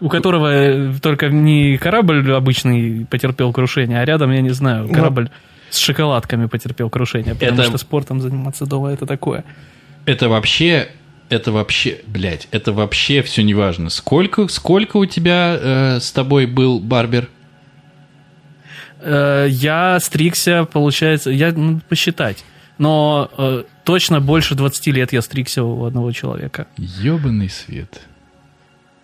У которого э, только не корабль обычный потерпел крушение, а рядом, я не знаю, Ну. корабль с шоколадками потерпел крушение, потому Это- что спортом заниматься дома это такое. Это вообще, это вообще, блядь, это вообще все неважно. Сколько, сколько у тебя э, с тобой был барбер? Э, Я стригся, получается, я ну, посчитать, но э, точно больше 20 лет я стригся у одного человека. Ёбаный свет.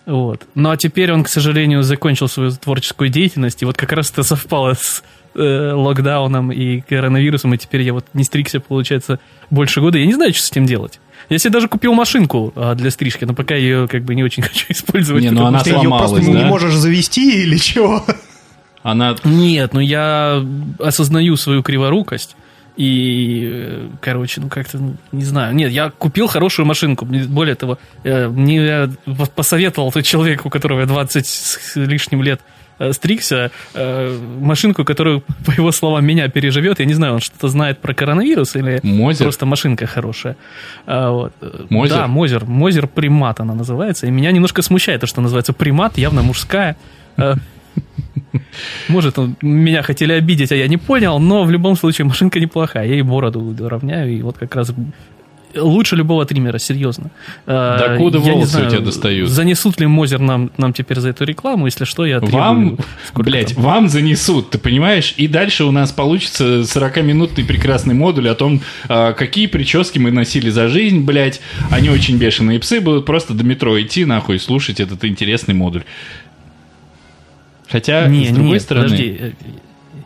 Вот. Ну а теперь он, к сожалению, закончил свою творческую деятельность, и вот как раз это совпало с э, локдауном и коронавирусом, и теперь я вот не стригся, получается, больше года. Я не знаю, что с этим делать. Я себе даже купил машинку а, для стрижки, но пока я ее как бы не очень хочу использовать. Не, ну потому она Ты ее просто сломалась, не да? можешь завести или чего? Она... Нет, ну я осознаю свою криворукость. И, э, короче, ну как-то, ну, не знаю. Нет, я купил хорошую машинку. Мне- Более того, э, мне э, вот посоветовал тот человек, у которого я 20 с лишним лет э, стригся, э, машинку, которую, по его словам, меня переживет. Я не знаю, он что-то знает про коронавирус или Мозер? просто машинка хорошая. А, вот. Мозер? Да, Мозер. Мозер примат она называется. И меня немножко смущает то, что называется примат, явно мужская. Э, Может, он- меня хотели обидеть, а я не понял, но в любом случае машинка неплохая. Я и бороду равняю, и вот как раз лучше любого триммера, серьезно. Э, Докуда я не волосы знаю, у тебя достают? Занесут ли Мозер нам, нам теперь за эту рекламу, если что, я требую... Вам, сколько блядь, там? вам занесут, ты понимаешь? И дальше у нас получится 40-минутный прекрасный модуль о том, а, какие прически мы носили за жизнь, блядь. Они очень бешеные псы, будут просто до метро идти, нахуй, слушать этот интересный модуль. Хотя, Не, А, с другой нет, стороны... подожди, э,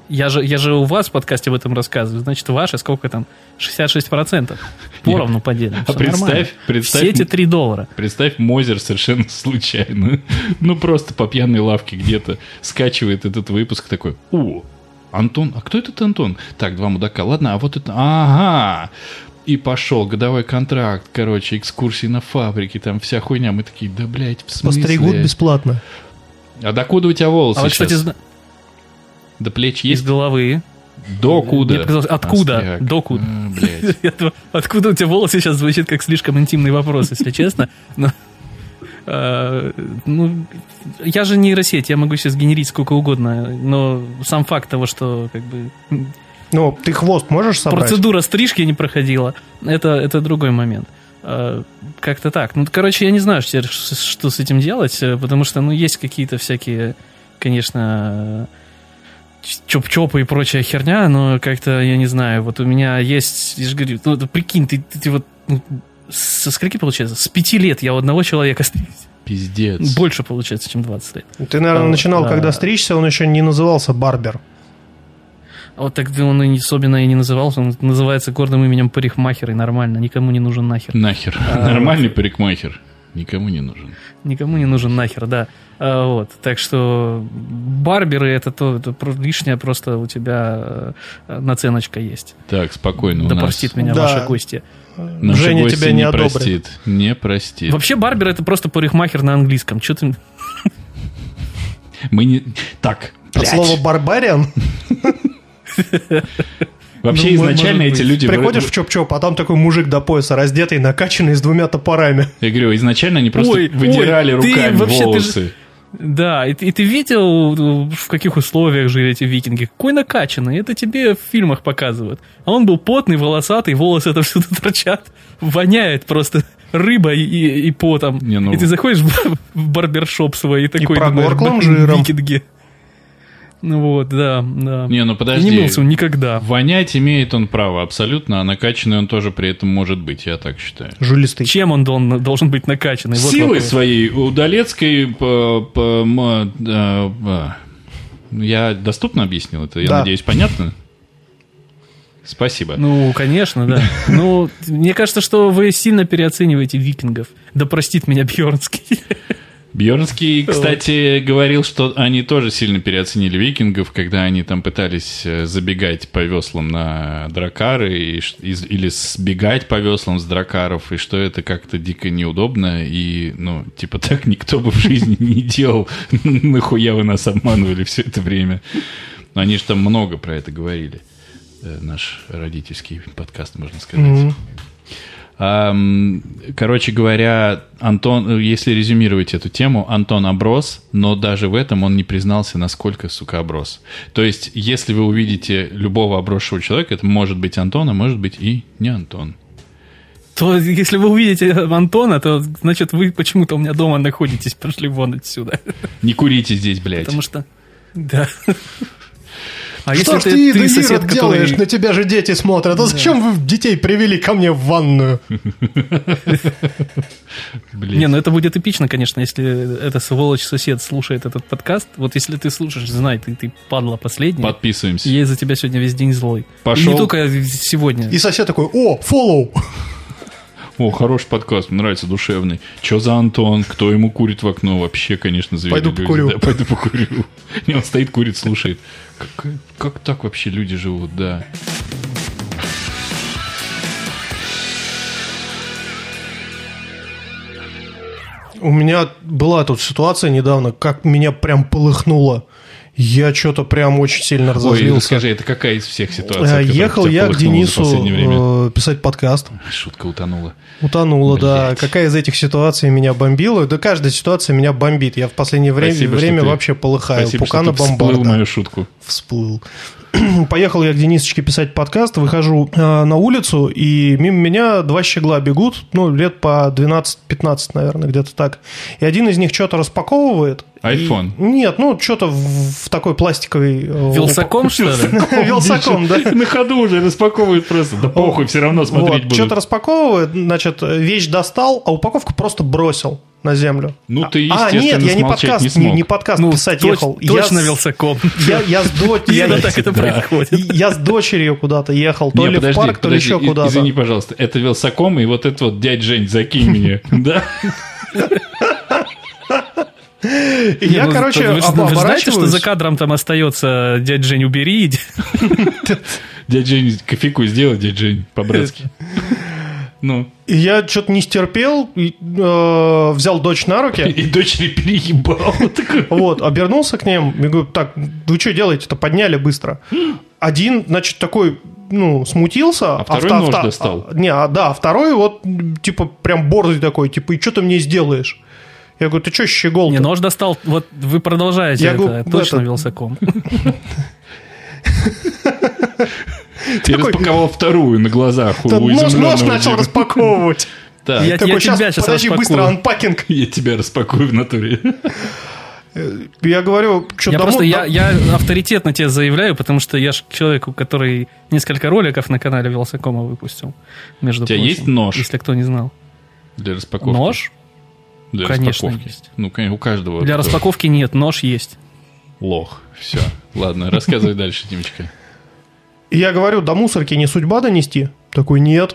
я же, я же у вас в подкасте об этом рассказываю, значит, ваше сколько там? 66%. Поровну поделим. А всё представь, нормально. представь- Все эти 3 доллара. А Представь, Мозер совершенно случайно, ну просто по пьяной лавке где-то скачивает этот выпуск такой, о, Антон, а кто этот Антон? Так, два мудака, ладно, а вот это, ага, и пошел годовой контракт, короче, экскурсии на фабрике, там вся хуйня, мы такие, да, блядь, в смысле? Постригут бесплатно. А докуда у тебя волосы А вы, кстати, щас? зна- До плеч из есть? головы. Докуда? Мне показалось, откуда? Остряк. Докуда? А, блядь. Я думаю, Откуда у тебя волосы сейчас звучит как слишком интимный вопрос, если честно. Но, э, ну, я же нейросеть, я могу сейчас генерить сколько угодно, но сам факт того, что как бы Ну, ты хвост можешь собрать? процедура стрижки не проходила, это, это другой момент. Э, Как-то так. Ну, короче, я не знаю, что, что с этим делать, э, потому что, ну, есть какие-то всякие, конечно, э, чоп-чопы и прочая херня, но как-то, я не знаю, вот у меня есть, я же говорю, ну, вот прикинь, ты, ты- ты вот ну, со скольки получается? С пяти лет я у одного человека стригся. Пиздец. Больше получается, чем 20 лет. Ты, наверное, Вот, начинал, да. когда стричься, он еще не назывался барбер. А вот тогда он и не- особенно и не назывался, он называется гордым именем парикмахер, и нормально, никому не нужен нахер. Нахер. А, Нормальный парикмахер. Никому не нужен. Никому не нужен нахер, да. А, вот. Так что барберы это то, это про- лишняя просто у тебя э, наценочка есть. Так, спокойно. да у нас простит меня Да. ваши гости. наши Женя гости тебя не, одобрит. простит. Не простит. Вообще барбер это просто парикмахер на английском. Че ты... Мы не... Так, От блядь. слова «барбариан» Вообще Ну, мо- изначально может эти быть. люди... приходишь в чоп-чоп, а там такой мужик до пояса раздетый, накачанный с двумя топорами. Я говорю, изначально они просто Ой, выдирали ой, ты руками вообще- ты же- волосы. Да, и, ты- и ты видел, э, в каких условиях жили эти викинги? Какой накачанный, это тебе в фильмах показывают. А он был потный, волосатый, волосы это всюду торчат, воняет просто рыбой и, и потом. Не, ну- И ты заходишь в, в барбершоп свой и такой, прогорклым «Блин, жиром». викинги. Ну вот, да, да. Не, ну И не подожди. мылся он никогда. Вонять имеет он право абсолютно, а накачанный он тоже при этом может быть, я так считаю. Жилистый. Чем он должен, должен быть накачанный? Вот Силой вопрос. своей удалецкой... по- по- м, э, да, а. Я доступно объяснил это? Я Да. надеюсь, понятно? Спасибо. Ну, конечно, да. Ну, мне кажется, что вы сильно переоцениваете викингов. Да простит меня Бьернский. Бьернский, кстати, говорил, что они тоже сильно переоценили викингов, когда они там пытались э, забегать по веслам на дракары и ш- из- или сбегать по веслам с дракаров, и что это как-то дико неудобно, и, ну, типа так никто бы в жизни не делал. Нахуя вы нас обманывали все это время? Но они же там много про это говорили. Э, Наш родительский подкаст, можно сказать. Мгм. Ам, Короче говоря, Антон, э, если резюмировать эту тему, Антон оброс, но даже в этом он не признался, насколько, сука, оброс. То есть, если вы увидите любого обросшего человека, это может быть Антон, а может быть и не Антон. То если вы увидите Антона, то значит вы почему-то у меня дома находитесь, пошли вон отсюда. Не курите здесь, блядь. Потому что. Да. А Что ж ты- ты, ты Эдуирод, сосед, который- делаешь? На тебя же дети смотрят. А зачем вы детей привели ко мне в ванную? Блядь. Не, ну это будет эпично, конечно, если эта сволочь сосед слушает этот подкаст. Вот если ты слушаешь, знай, ты, ты падла последняя. Подписываемся. Я из-за тебя сегодня весь день злой. Пошел. И не только сегодня. И сосед такой, о, фоллоу. О, хороший подкаст, мне нравится, душевный. Че за Антон? Кто ему курит в окно? Вообще, конечно, звери Пойду люди. покурю. Да, пойду покурю. Не, он стоит, курит, слушает. Как, как так вообще люди живут, да. У меня была тут ситуация недавно, как меня прям полыхнуло. Я что-то прям очень сильно Ой, разозлился. расскажи, это какая из всех Э, ситуаций? в которых Ехал тебя я к полыхнуло за Денису последнее время? э, писать подкаст. Шутка утонула. Утонула, да. Блядь. Какая из этих ситуаций меня бомбила? Да каждая ситуация меня бомбит. Я в последнее время, Спасибо, что время ты- вообще полыхаю. Спасибо, Пукана что ты бомбарда. всплыл мою шутку. всплыл. Поехал я к Денисочке писать подкаст, выхожу э, на улицу, и мимо меня два щегла бегут, ну, лет по 12-15, наверное, где-то так. И один из них что-то распаковывает. и- Айфон. Нет, ну, что-то в, в такой пластиковой... э, Вилсаком, что ли? Вилсаком, да. На ходу уже распаковывают просто. Да похуй, все равно смотреть Вот, что-то будут. распаковывает, значит, вещь достал, а упаковку просто бросил на землю. Ну, ты, а, нет, естественно, я не смолчать подкаст, не не, смог. не подкаст Ну, писать точ- ехал. Я Точно с- вилсаком. Я, я с дочь- я- Именно так это Да. происходит. И Я с дочерью куда-то ехал, то Не, ли в парк, то ли еще и- куда-то. Извини, пожалуйста, это Вилсаком, и вот это вот дядь Жень, закинь мне. Да? И Не, я, ну, короче, вы, ж- об- вы ж знаете, что оборачиваюсь. за кадром там остается дядь Жень, убери, иди». Дядь Жень, кофейку сделай, дядь Жень, по-братски. Ну, И я что-то не стерпел, и, э, взял дочь на руки, и дочери переебал. Такой, вот, обернулся к ним, и говорю, так, вы что делаете-то, подняли быстро. Один, значит, такой, ну, смутился. А второй нож достал. а, не, а, да, а второй вот, м, типа, прям борзый такой, типа, и что ты мне сделаешь? Я говорю, ты что, щегол Не, нож достал, вот вы продолжаете Я это, говорю, точно это- вилсаком. И распаковал вторую на глазах. у нож, нож изумленного начал деда. распаковывать. Так, Я- Такой, «Щас, тебя щас подожди, быстро, распакую». анпакинг. я тебя распакую в натуре. Я говорю, что Я домой... просто, я, да- я авторитетно тебе заявляю, потому что я же человеку, который несколько роликов на канале Вилсакома выпустил, между У тебя прочим. есть нож? Если кто не знал. Для распаковки. Нож? Для Конечно, распаковки. есть. Ну, конечно, у каждого. Для тоже. распаковки нет, нож есть. Лох. Все. Ладно, рассказывай дальше, Димочка. И Я говорю, до мусорки не судьба донести? Такой, нет.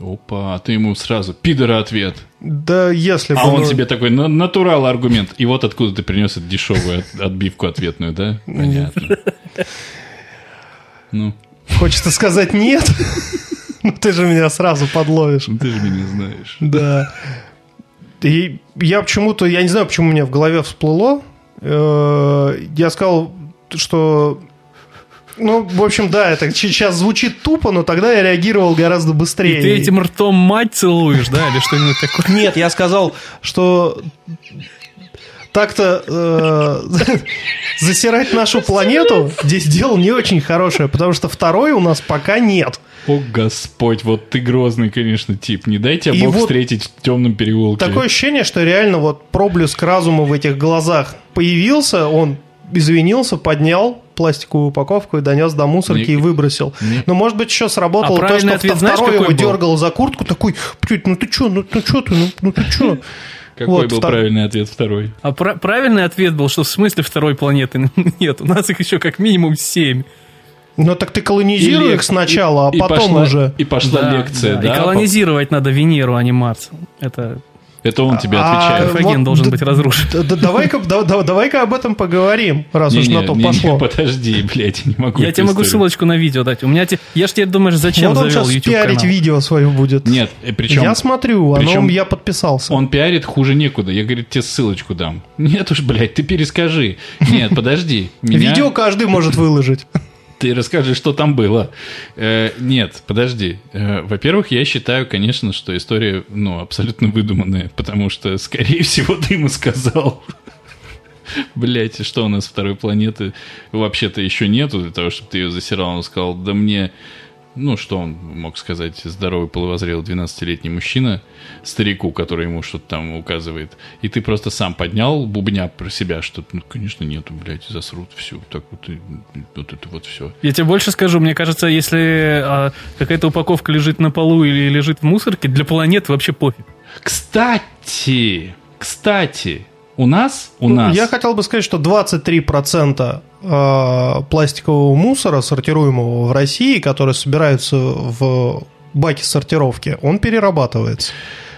Опа, а ты ему сразу пидора ответ. Да, если бы... А он ну, тебе такой, «На- натурал аргумент. И вот откуда ты принес эту дешевую от- отбивку ответную, да? Понятно. Ну, Хочется сказать нет. Ну ты же меня сразу подловишь. ты же меня знаешь. Да. И я почему-то, я не знаю, почему у меня в голове всплыло. Э, Я сказал, что... Ну, в общем, да, это сейчас звучит тупо, но тогда я реагировал гораздо быстрее. И ты этим ртом мать целуешь, да, или что-нибудь такое. Нет, я сказал, что так-то э, засирать нашу планету здесь дело не очень хорошее, потому что второй у нас пока нет. О, Господь, вот ты грозный, конечно, тип. Не дай тебя И Бог вот встретить в темном переулке. Такое ощущение, что реально вот проблеск разума в этих глазах появился, он извинился, поднял пластиковую упаковку и донес до мусорки Мне- и выбросил. мне- Но, может быть, еще сработало А то, правильный что ответ вто- знаешь, второй какой его был? дергал за куртку, такой, блядь, ну ты че, ну, ну че ты, ну, ну ты че? Какой Вот, был втор- правильный ответ второй? А пра- правильный ответ был, что в смысле второй планеты нет, у нас их еще как минимум семь. Ну так ты И колонизируй лек- их сначала, и а потом пошла- уже. И пошла Да, лекция, да, да? И колонизировать надо Венеру, а не Марс. Это Это он тебе А, отвечает. Карфаген вот должен д- быть разрушен. Да- да- Давай-ка да- да- давай-ка об этом поговорим, раз уж Не-не, на то не-не, пошло. подожди, блядь, не могу. Я эту тебе могу историю. ссылочку на видео дать. У меня те... Я ж тебе думаешь, зачем Вот он завел сейчас YouTube пиарить канал? видео свое будет. Нет, э, причем я смотрю, оно- причем- я подписался. он пиарит хуже некуда. Я, говорит, тебе ссылочку дам. Нет уж, блядь, ты перескажи. Нет, подожди. меня- Видео каждый может выложить. Ты расскажи, что там было. Э, нет, подожди. Э, во-первых, я считаю, конечно, что история, ну, абсолютно выдуманная, потому что, скорее всего, ты ему сказал. Блять, что у нас второй планеты вообще-то еще нету для того, чтобы ты ее засирал. Он сказал, да мне... Ну, что он мог сказать? Здоровый, половозрелый 12-летний мужчина, старику, который ему что-то там указывает. И ты просто сам поднял бубня про себя, что, ну, конечно, нету, блядь, засрут все. Так вот, и, вот это вот все. Я тебе больше скажу, мне кажется, если а, какая-то упаковка лежит на полу или лежит в мусорке, для планет вообще пофиг. Кстати, кстати, у нас, у нас... Ну, Я хотел бы сказать, что 23% э, пластикового мусора, сортируемого в России, который собирается в баке сортировки, он перерабатывается.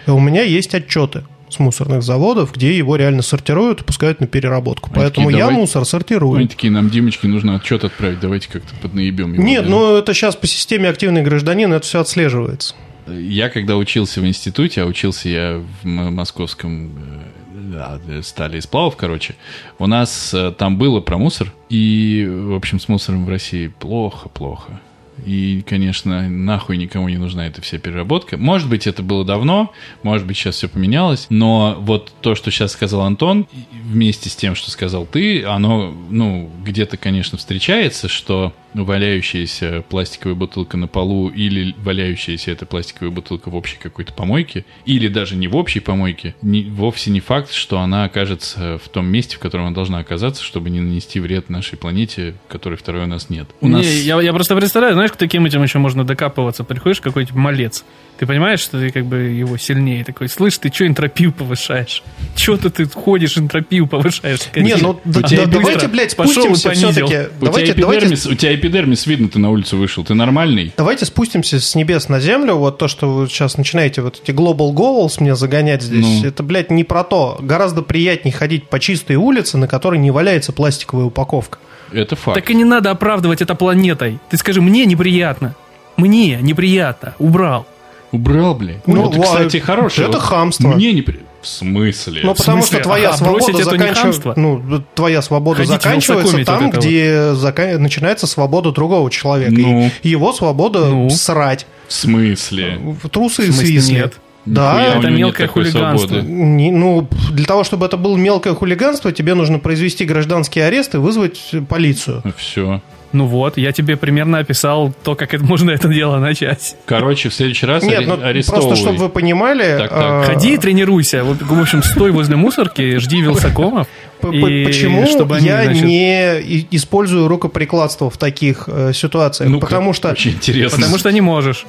И у меня есть отчеты с мусорных заводов, где его реально сортируют и пускают на переработку. Они Поэтому такие, я «Давай». мусор сортирую. Они такие, нам, Димочке, нужно отчет отправить, давайте как-то поднаебем его. Нет, да? ну это сейчас по системе активный гражданин, это все отслеживается. Я когда учился в институте, а учился я в м- московском э, да, стали из плавов, короче, у нас э, там было про мусор, и, в общем, с мусором в России плохо-плохо. И, конечно, нахуй никому не нужна эта вся переработка. Может быть, это было давно, может быть, сейчас все поменялось, но вот то, что сейчас сказал Антон, и- и вместе с тем, что сказал ты, оно, ну, где-то, конечно, встречается, что валяющаяся пластиковая бутылка на полу или валяющаяся эта пластиковая бутылка в общей какой-то помойке, или даже не в общей помойке, не- вовсе не факт, что она окажется в том месте, в котором она должна оказаться, чтобы не нанести вред нашей планете, которой второй у нас нет. У Не, нас... я, я просто представляю, знаешь, к таким этим еще можно докапываться. Приходишь какой-то малец, ты понимаешь, что ты как бы его сильнее такой. Слышь, ты что энтропию повышаешь? Че ты, ты ходишь, энтропию повышаешь? Не, ну да- тебя да- и давайте, быстро блядь, пошел и спустимся понизил. все-таки. У, Давайте, тебя давайте, эпидермис, у тебя эпидермис видно, ты на улицу вышел, ты нормальный. давайте спустимся с небес на землю. Вот то, что вы сейчас начинаете вот эти global goals мне загонять здесь, Ну. это, блядь, не про то. Гораздо приятнее ходить по чистой улице, на которой не валяется пластиковая упаковка. Это факт. Так и не надо оправдывать это планетой. Ты скажи, мне неприятно. Мне неприятно. Убрал. Убрал, блядь. Ну, это, а ва- кстати, хорошее. это Вот хамство. Мне не... при- В смысле? Ну, потому смысле? что твоя А бросить свобода это не заканчивается. хамство? Ну, твоя свобода Ходить заканчивается вилсакомить вот там, это где зака- начинается свобода другого человека. Ну. И его свобода Ну. срать. В смысле? В Трусы В смысле свисли. нет? Да, Нихуя у это него нет мелкое такой хулиганство. свободы. Не- ну, для того, чтобы это было мелкое хулиганство, тебе нужно произвести гражданский арест и вызвать полицию. Все. Ну вот, я тебе примерно описал то, как это можно это дело начать. Короче, в следующий раз Нет, аре- ну, арестовывай. просто чтобы вы понимали, Так, так. э, Ходи и тренируйся. Вот, В общем, стой возле мусорки, жди велсакомов. И Почему чтобы они, я значит- не и- использую рукоприкладство в таких э, ситуациях? Ну-ка, потому что Очень интересно. Потому что не можешь.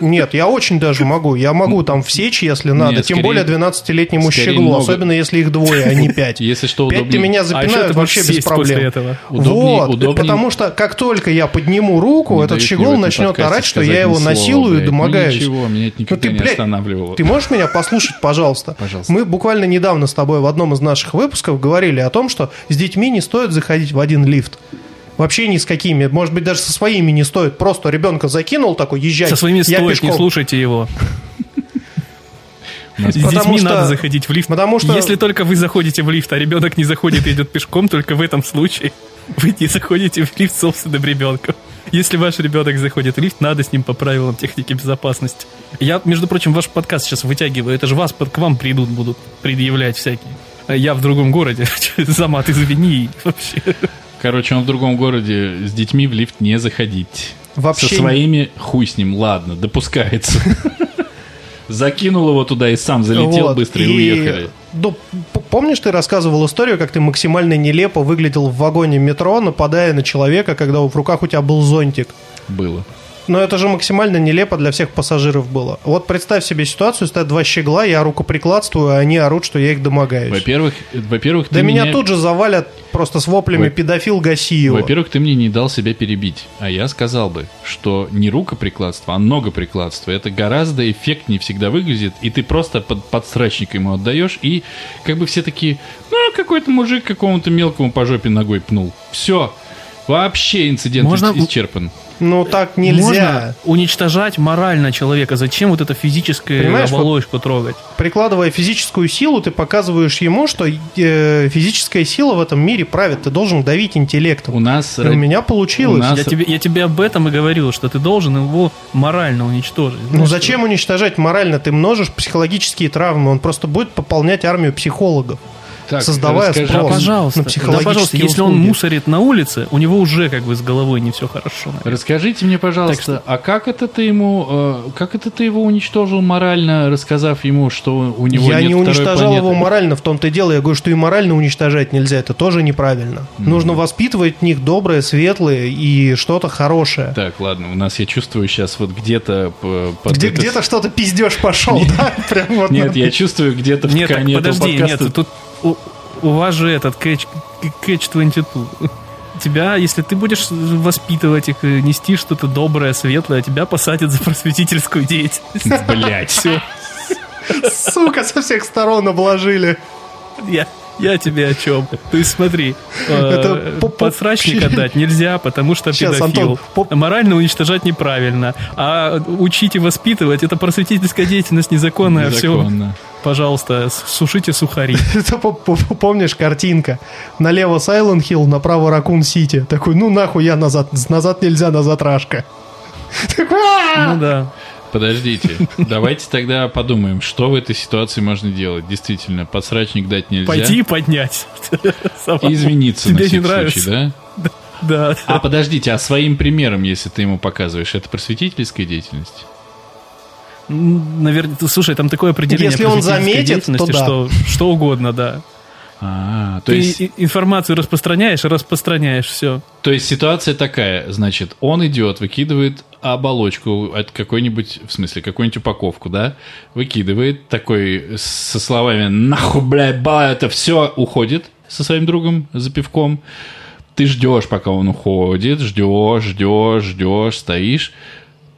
нет, я очень даже могу. Я могу там всечь, если надо. Тем скорее- более 12-летнему скорее щеглу, много. особенно если их двое, а не пять. Если что, Пять ты удобнее. меня а еще запинают ты можешь вообще без сесть после проблем. этого. Удобней- вот, удобней- потому что как только я подниму руку, Не этот дают мне в щегол этом начнет подкасте орать, что сказать я ни его слова, насилую блядь. и Ну домогаюсь. Ну, Ничего, меня это никогда ты, не блядь, останавливало. Ты можешь меня послушать, пожалуйста? Пожалуйста. Мы буквально недавно с тобой в одном из наших выпусков говорили о том, что с детьми не стоит заходить в один лифт. Вообще ни с какими. Может быть, даже со своими не стоит. Просто ребенка закинул такой, езжай. Со своими я стоит, не пешком». слушайте его. У нас- С Потому детьми что- надо заходить в лифт. Потому что... Если только вы заходите в лифт, а ребенок не заходит и идет пешком, только в этом случае вы не заходите в лифт с собственным ребенком. Если ваш ребенок заходит в лифт, надо с ним по правилам техники безопасности. Я, между прочим, ваш подкаст сейчас вытягиваю. Это же вас под к вам придут, будут предъявлять всякие. А Я в другом городе. Замат, извини. Вообще. Короче, он в другом городе с детьми в лифт не заходить. Вообще Со своими хуй с ним, ладно, допускается. Закинул его туда и сам залетел Вот. быстро и И, уехали. ну, п- помнишь, ты рассказывал историю, как ты максимально нелепо выглядел в вагоне метро, нападая на человека, когда в руках у тебя был зонтик? Было. Но это же максимально нелепо для всех пассажиров было. Вот представь себе ситуацию, стоят два щегла, я рукоприкладствую, а они орут, что я их домогаюсь. Во-первых, во-первых, да ты меня, тут же завалят просто с воплями Во- «педофил, гаси его». Во-первых, ты мне не дал себя перебить. А я сказал бы, что не рукоприкладство, а многоприкладство. Это гораздо эффектнее всегда выглядит. И ты просто под подсрачник ему отдаешь. И как бы все такие, ну, какой-то мужик какому-то мелкому по жопе ногой пнул. Все. Вообще инцидент Можно- ис- исчерпан. Ну так нельзя. Можно уничтожать морально человека. Зачем вот это физическое Понимаешь, вот- оболочку трогать? Прикладывая физическую силу, ты показываешь ему, что э, физическая сила в этом мире правит. Ты должен давить У интеллектом. нас... И у род- меня получилось. у нас- Я тебе, я тебе об этом и говорил, что ты должен его морально уничтожить. Ну Знаешь, зачем уничтожать морально? Ты множишь психологические травмы. Он просто будет пополнять армию психологов. Так, создавая расскажи- спрос. Да, Просто пожалуйста. на Да, пожалуйста, психологические если он услуги. мусорит на улице, у него уже как бы с головой не все хорошо. наверное. Расскажите мне, пожалуйста, а как это ты ему, э, как это ты его уничтожил морально, рассказав ему, что у него я нет не второй уничтожал планеты? его морально, в том-то и дело. Я говорю, что и морально уничтожать нельзя, это тоже неправильно. Нужно воспитывать в них доброе, светлое и что-то хорошее. Так, ладно, у нас я чувствую сейчас вот где-то п- под Где, этот- где-то что-то пиздеж пошел, да? Прям вот Нет, я чувствую где-то в Нет, так, ткани этого подожди, подкаста. нет, тут у, у вас же этот кэч, кэч 22. Тебя, если ты будешь воспитывать их, и нести что-то доброе, светлое, тебя посадят за просветительскую деятельность. Блять. Все, сука, со всех сторон обложили. я, я тебе о чем. То есть смотри, Это э, по- по- подсрачник отдать нельзя, потому что Щас, педофил. Антон, по- Морально уничтожать неправильно, а учить и воспитывать, это просветительская деятельность незаконная. Все, Незаконно. Пожалуйста, с- сушите сухари. Это по- по- помнишь картинка? Налево Сайлент Хилл, направо Ракун Сити. Такой, ну нахуй я назад, назад нельзя, назад Рашка. Такой, «А!» Ну да. Подождите, давайте тогда подумаем, что в этой ситуации можно делать. Действительно, подсрачник дать нельзя. Пойти и поднять. И извиниться на Тебе не всякий нравится? случай, да? Да. А подождите, а своим примером, если ты ему показываешь, это просветительская деятельность? Наверное, слушай, там такое определение. Если он просветительской заметит, то деятельности, да. что, что угодно, да. А, то Ты есть... и- информацию распространяешь, и распространяешь все. То есть ситуация такая, значит, он идет, выкидывает оболочку от какой-нибудь, в смысле, какую-нибудь упаковку, да, выкидывает, такой со словами «нахуй, бля, ба, это все», уходит со своим другом за пивком. Ты ждешь, пока он уходит, ждешь, ждешь, ждешь, стоишь,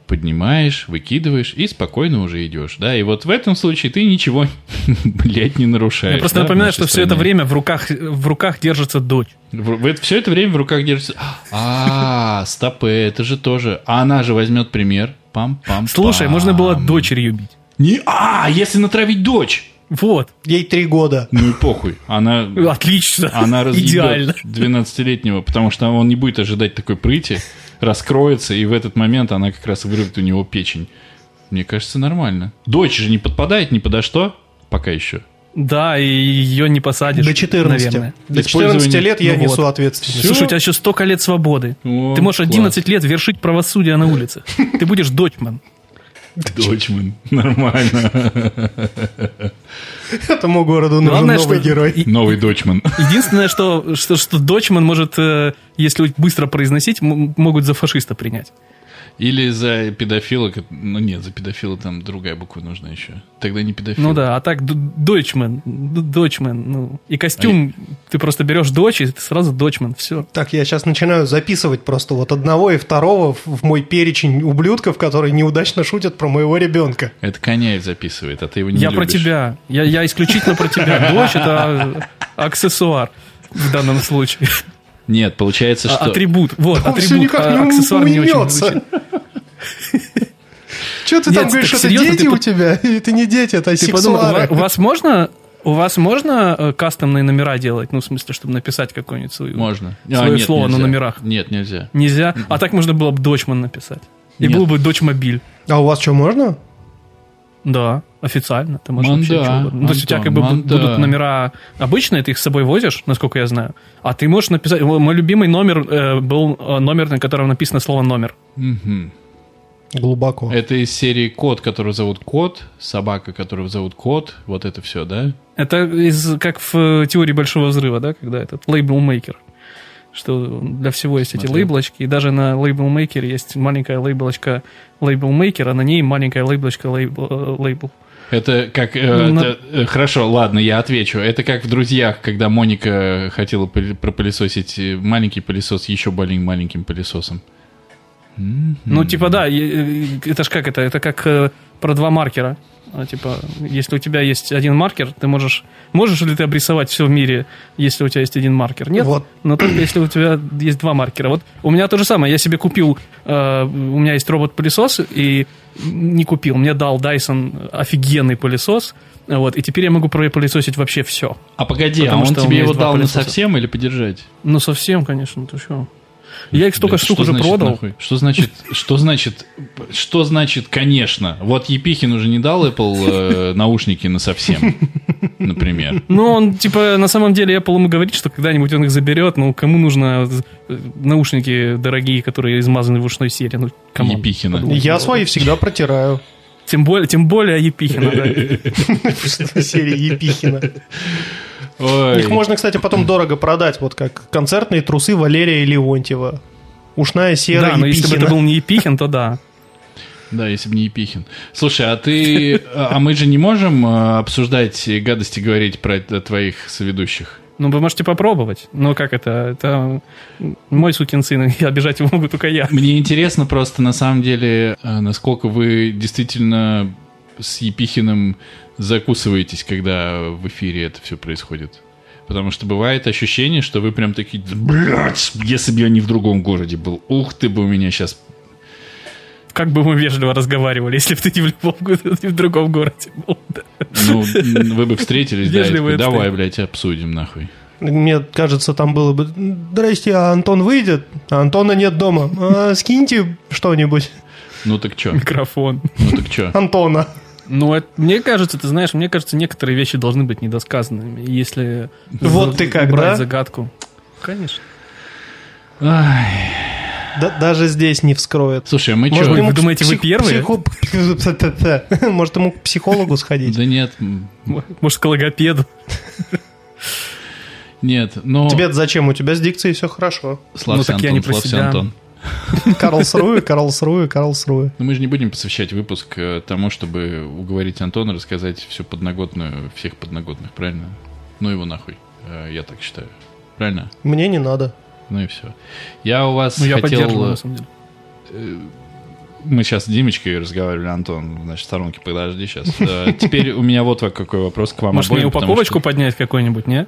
поднимаешь, выкидываешь и спокойно уже идешь, да, и вот в этом случае ты ничего, блядь, не нарушаешь. Я Ну, просто да, в напоминаю, нашей что все это стране. время в руках, в руках держится дочь. Все это время в руках держится. А, стопы, это же тоже. А она же возьмет пример. Пам, пам. Слушай, пам. можно было дочерью бить. Не, а, если натравить дочь. Вот. Ей три года. Ну и похуй. Она, Отлично. она Идеально. разъебет 12-летнего, потому что он не будет ожидать такой прыти, раскроется, и в этот момент она как раз вырвет у него печень. Мне кажется, нормально. Дочь же не подпадает ни подо что. Пока еще. Да, и ее не посадишь. До 14. наверное. До Использование- 14 лет я Ну несу вот. ответственность. Всё. Слушай, у тебя еще столько лет свободы. О, Ты можешь класс. 11 лет вершить правосудие на улице. Ты будешь дочман. Дочман. Нормально. Этому городу нужен Главное, новый что- герой. и- Новый Дочман. Единственное, что, что, что Дочман может, э, если быстро произносить, м- могут за фашиста принять. Или за педофила. как- Ну нет, за педофила там другая буква нужна еще. Тогда не педофил. Ну да, а так Д- Дойчмен, Д- Дойчмен, ну и костюм А ты просто берешь дочь и ты сразу Дойчмен, все. Так, я сейчас начинаю записывать просто вот одного и второго в- в мой перечень ублюдков, которые неудачно шутят про моего ребенка. Это коняев записывает, а ты его не Я любишь. про тебя, я, я исключительно про тебя. Дочь это аксессуар в данном случае, Нет, получается, А- что... атрибут, вот Он все атрибут, никак а не аксессуар не очень звучит. уймется. Че ты там Нет, так говоришь, это серьезно, дети ты у под- тебя? Это не дети, это Ты подумал, у ва- у сексуары. вас можно, у вас можно э, кастомные номера делать, ну в смысле, чтобы написать какую-нибудь свою. Можно. А, Свое слово на нельзя. номерах. Нет, нельзя. Нельзя. А так можно было бы Дочман написать. И Нет. был бы Дочмобиль. А у вас что, можно? Да, официально. Ты можешь Манда, вообще чего угодно. Ну, То есть у тебя как бы Антон, бу- будут манда. номера обычные, ты их с собой возишь, насколько я знаю. А ты можешь написать... М- Мой любимый номер э, был э, номер, на котором написано слово «номер». Мгм. Глубоко. Э, Это из серии Кот, которого зовут Кот, собака, которого зовут Кот, вот это все, да? Это из, как в э, теории Большого Взрыва, да, когда этот лейбл-мейкер. Что для всего есть эти Смотрел. лейблочки. И даже на лейбл-мейкере есть маленькая лейблочка лейбл-мейкера, на ней маленькая лейблочка лейбл. э, лейбл. Это как... э, Ну, на- это- э, Хорошо, ладно, я отвечу. Это как в «Друзьях», когда Моника э, хотела пыль- пропылесосить э, маленький пылесос еще более маленьким пылесосом. Ну, типа, да, э, э, это ж как это? Это как э, про два маркера. А, типа, если у тебя есть один маркер, ты можешь... Можешь ли ты обрисовать все в мире, если у тебя есть один маркер? Нет. Вот. Но только если у тебя есть два маркера. Вот у меня то же самое. Я себе купил... э, у меня есть робот-пылесос, и не купил. Мне дал Dyson офигенный пылесос. Вот, и теперь я могу пропылесосить вообще все. А погоди, а Потому он что у меня тебе есть его два дал на пылесоса. совсем или подержать? Ну, совсем, конечно, ты что? Я их столько Блядь, штук что уже значит продал. нахуй? Что значит, что значит, что значит, конечно? Вот Епихин уже не дал Apple э, наушники на совсем, например. Ну, он, типа, на самом деле Apple ему говорит, что когда-нибудь он их заберет, ну, кому нужно э, наушники дорогие, которые измазаны в ушной серии, ну, кому? Епихина. Я свои всегда протираю. Тем более, тем более Епихина, да. В серии Епихина. Ой. Их можно, кстати, потом дорого продать, вот как концертные трусы Валерия Леонтьева. Ушная сера Да, но если бы это Епихина. был не Епихин, то да. Да, если бы не Епихин. Слушай, а ты... А мы же не можем э, обсуждать и гадости говорить про это- твоих соведущих? Ну, вы можете попробовать. Но как это? Это мой сукин сын, и обижать его могу только я. Мне интересно просто, на самом деле, э, насколько вы действительно с Епихиным закусываетесь, когда в эфире это все происходит. Потому что бывает ощущение, что вы прям такие, блядь, если бы я не в другом городе был, ух ты бы у меня сейчас... Как бы мы вежливо разговаривали, если бы ты не в, любом городе, не в другом городе был. да. Ну, вы бы встретились, да, и Вежливые такой, давай, обстоятельства. блядь, обсудим нахуй. Мне кажется, там было бы «Здрасте, а Антон выйдет? А Антона нет дома. А, скиньте что-нибудь Ну так чё? Микрофон. Ну так чё? Антона». Ну, это- мне кажется, ты знаешь, мне кажется, некоторые вещи должны быть недосказанными, если Вот за- ты как, брать да? загадку. Конечно. Ай. Да- даже здесь не вскроет. Слушай, а мы Может, чё? быть, ему вы к думаете, вы первые? психо- Может, ему к психологу сходить? Да нет, м, М- Может, к логопеду. нет, но... Тебе зачем? У тебя с дикцией все хорошо. Славься, Ну так Антон, я не про славься, себя. Антон. Карлсруэ, Карлсруэ, Карлсруэ. Но Ну, мы же не будем посвящать выпуск э, тому, чтобы уговорить Антона рассказать всю подноготную, всех подноготных, правильно? Ну его нахуй, Э, я так считаю. Правильно? Мне не надо. Ну и все. Я у вас Ну, я поддерживаю, хотел... на э, самом деле. Мы сейчас с Димочкой разговаривали, Антон, значит, в сторонке, подожди сейчас. Э, Теперь у меня вот какой вопрос к вам Может, обоим, мне потому упаковочку поднять какой-нибудь, не?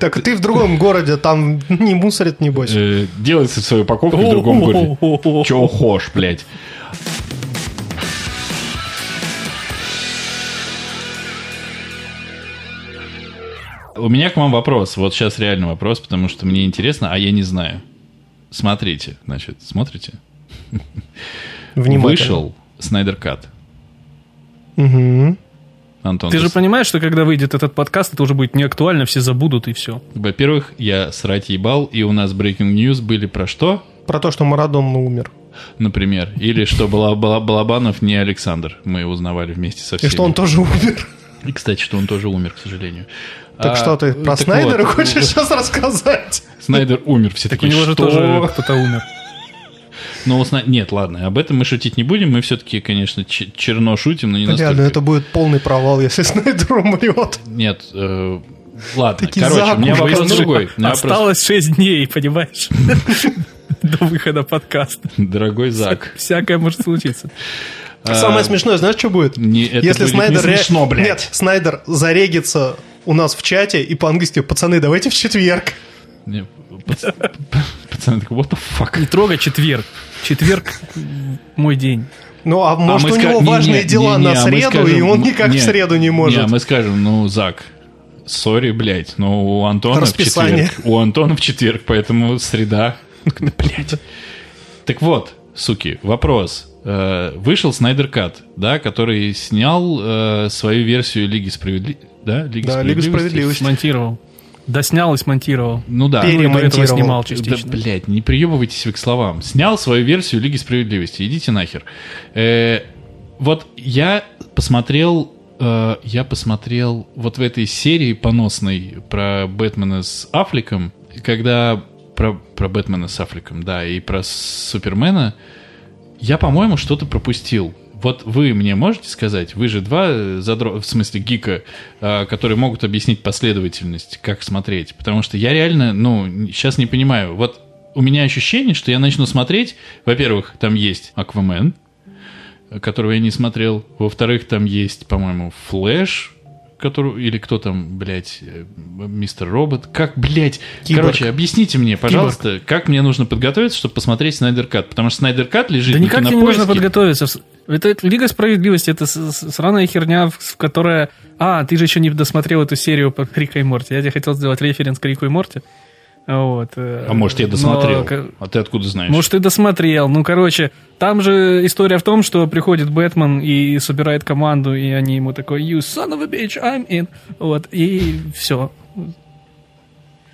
Так ты в другом городе, там не мусорят, что, небось. э, Делается свою упаковку в другом городе. О-о-о-о-о. Чего хошь, блядь. У меня к вам вопрос. Вот сейчас реально вопрос, потому что мне интересно, а я не знаю. Смотрите, значит, смотрите. Внимательно. Э, Вышел Снайдер Кат. Мгм. Антон, Ты же с- понимаешь, что когда выйдет этот подкаст, это уже будет не актуально, все забудут и все. во-первых, я срать ебал, и у нас Breaking News были про что, Про то, что Марадон умер. например, или что Бала- Бала- Балабанов не Александр. Мы узнавали вместе со И всеми. что он тоже умер. И, кстати, что он тоже умер, к сожалению. Так А, что ты про так Снайдера вот, хочешь сейчас рассказать? Снайдер умер, все Так у такие, него же «Что?» тоже кто-то умер. Но у Сна- Нет, ладно, об этом мы шутить не будем. Мы все-таки, конечно, ч- черно шутим, но не Бля, настолько. ну это будет полный провал, если Снайдер умрет. Нет, э, ладно. Такие Короче, у меня закуски. вопрос другой. У меня вопрос- Осталось 6 дней, понимаешь? До выхода подкаста. Дорогой Зак. Всякое может случиться. а, Самое смешное, знаешь, что будет? не- это Если будет не Снайдер... ре- смешно, блядь. Нет, Снайдер зарегится у нас в чате и по-английски «Пацаны, давайте в четверг». Не, пац- Пацаны, так, what the fuck? Не трогай четверг. Четверг м, мой день. Ну, а А может, мы у ска- него не, не, важные не, дела не, на а мы среду, и скажем, он ну, никак не, в среду не может. а мы скажем, ну, Зак, сори, блядь, но у Антона в Расписание. четверг. У Антона в четверг, поэтому среда. Так, да, Блядь. Так вот, суки, вопрос. Э, Вышел Снайдер Кат, да, который снял э, свою версию Лиги Справедливости. Да, Лиги Да, Лига Справедливости. Смонтировал. Доснял и смонтировал. Ну да. Пере- Ну, и до этого Ремонтировал. снимал Да, частично. блядь, не приебывайтесь вы к словам. Снял свою версию Лиги Справедливости. Идите нахер. Э, вот я посмотрел... э, я посмотрел вот в этой серии поносной про Бэтмена с Аффлеком, когда... Про, про Бэтмена с Аффлеком, да, и про Супермена. Я, по-моему, что-то пропустил. Вот вы мне можете сказать, вы же два э, задро... в смысле гика, э, которые могут объяснить последовательность, как смотреть. Потому что я реально, ну, сейчас не понимаю. Вот у меня ощущение, что я начну смотреть. Во-первых, там есть Аквамен, э, которого я не смотрел. Во-вторых, там есть, по-моему, Флэш, который... Или кто там, блядь, э, мистер робот. Как, блядь... Киборг. Короче, объясните мне, пожалуйста, как мне нужно подготовиться, чтобы посмотреть Снайдер Кат. Потому что Снайдер Кат лежит Да на никак тебе не Кинопоиске. можно подготовиться. Это Лига Справедливости, это с- с- сраная херня, в в которая... А, ты же еще не досмотрел эту серию по Рико и Морти. Я тебе хотел сделать референс к Рику и Морти. Вот. э, А может, я досмотрел. А ты откуда знаешь? Может, ты досмотрел. Ну, короче, там же история в том, что приходит Бэтмен и собирает команду, и они ему такой «You son of a bitch, I'm in». Вот, и все.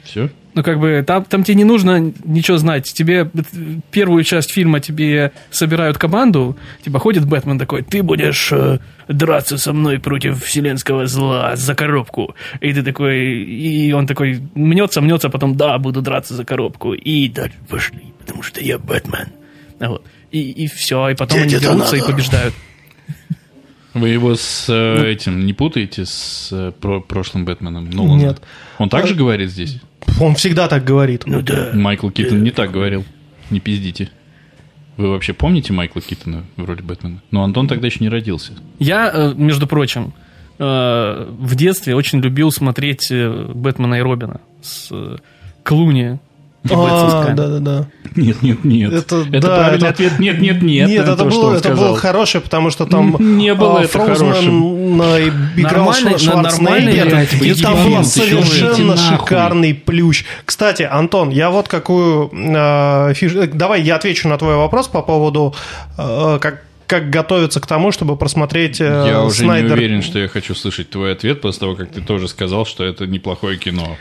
Все? Ну, как бы, там, там тебе не нужно ничего знать. Тебе э, первую часть фильма тебе собирают команду, типа ходит Бэтмен такой, ты будешь э, драться со мной против вселенского зла за коробку. И ты такой, и он такой мнется, мнется, а потом, да, буду драться за коробку. И дальше пошли, потому что я Бэтмен. А Вот. И, и все, и потом Дети они дерутся и Донатора. побеждают. Вы его с э, Ну- этим не путаете с э, про- прошлым Бэтменом? Ноланом? Нет. Он так А- же говорит здесь? Он всегда так говорит. Ну да. Майкл Китон не так говорил. Не пиздите. Вы вообще помните Майкла Китона в роли Бэтмена? Но Антон тогда еще не родился. Я, э, между прочим, э, в детстве очень любил смотреть э, Бэтмена и Робина с э, Клуни. и А, Бэтсовская. да-да-да. Нет, нет, нет. Это- Это, да, правильный это- ответ. Нет, нет, нет. Нет, это, то, что было, он это сказал. было хорошее, потому что там Не было а, это Фроузман хорошим. на- играл Нормальный- Швар- на- нормальный, Шварценеггер, блядь, и детский там фильм, был ты чё, совершенно идите нахуй. шикарный плющ. Кстати, Антон, я вот какую э, фиш- э, Давай я отвечу на твой вопрос по поводу э, как как готовиться к тому, чтобы просмотреть э, Я уже Снайдер. не уверен, что я хочу слышать твой ответ после того, как ты тоже сказал, что это неплохое кино.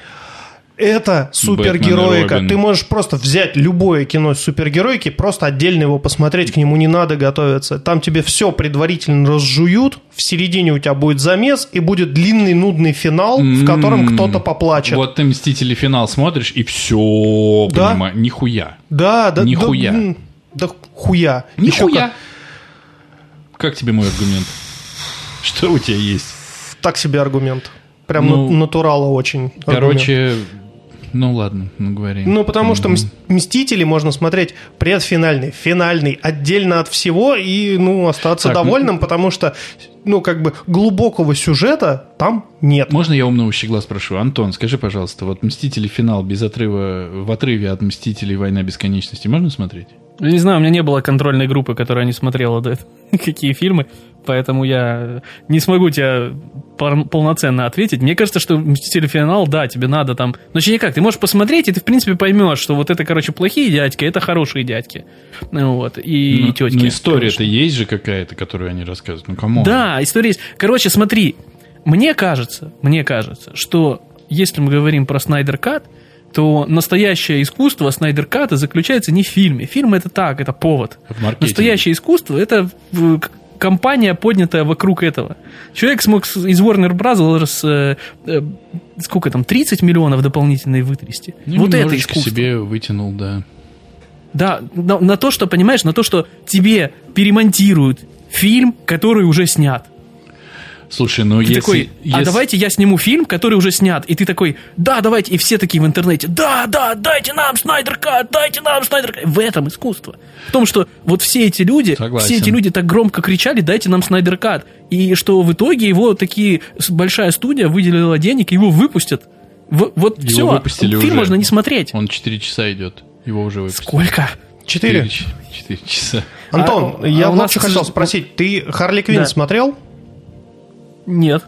Это супергероика. Бэтмен и Робин. Ты можешь просто взять любое кино с супергероики, просто отдельно его посмотреть, к нему не надо готовиться. Там тебе все предварительно разжуют, в середине у тебя будет замес и будет длинный нудный финал, в котором М, кто-то поплачет. М-м-м. Вот ты «Мстители. Финал» смотришь, и все, Да? понимаешь, нихуя. Да, да, Нихуя. Да, м, да хуя. Ещё Нихуя. Как тебе мой аргумент? Что у тебя есть? как- так себе аргумент. Прям Ну, на- натурала очень. аргумент. Короче, ну ладно, ну говори. Ну, потому что «Мс- «Мстители» можно смотреть предфинальный, финальный, отдельно от всего и, ну, остаться Так, ну- довольным, потому что, ну, как бы глубокого сюжета там нет. Можно я умного щегла спрошу? Антон, скажи, пожалуйста, вот «Мстители. Финал» без отрыва, в отрыве от «Мстителей. Война бесконечности» можно смотреть? Я не знаю, у меня не было контрольной группы, которая не смотрела до этого какие фильмы, поэтому я э, не смогу тебе пор- полноценно ответить. Мне кажется, что «Мстители. Финал», да, тебе надо там... Ну, точнее, как, ты можешь посмотреть, и ты, в принципе, поймешь, что вот это, короче, плохие дядьки, это хорошие дядьки. Ну, вот, и, Ну, тетки. Ну, история-то есть же какая-то, которую они рассказывают. Ну, кому? Да, история есть. Короче, смотри, мне кажется, мне кажется, что если мы говорим про Снайдер Кат, то настоящее искусство Снайдер Ката заключается не в фильме. Фильм это так, это повод. В маркетинге. Настоящее искусство это в- к- компания, поднятая вокруг этого. Человек смог с- из Warner Bros. э, э, сколько там, 30 миллионов дополнительной вытрясти. Ну, вот это немножечко искусство. себе вытянул, да. Да, на, на то, что, понимаешь, на то, что тебе перемонтируют фильм, который уже снят. Слушай, ну Ты если... такой, а если- давайте я сниму фильм, который уже снят. И ты такой, да, давайте. И все такие в интернете, да, да, дайте нам Снайдер Кат, дайте нам Снайдер Кат». В этом искусство. В том, что вот все эти люди, Согласен. все эти люди так громко кричали, дайте нам Снайдер Кат. И что в итоге его такие, с- большая студия выделила денег, и его выпустят. В- вот Его все, выпустили фильм уже. можно не смотреть. Он 4 часа идет. Его уже выпустили. Сколько? Четыре. 4 часа. Антон, А- я а у вот нас, что к хотел сож- спросить. Ты Харли Квинн Да. смотрел? Нет.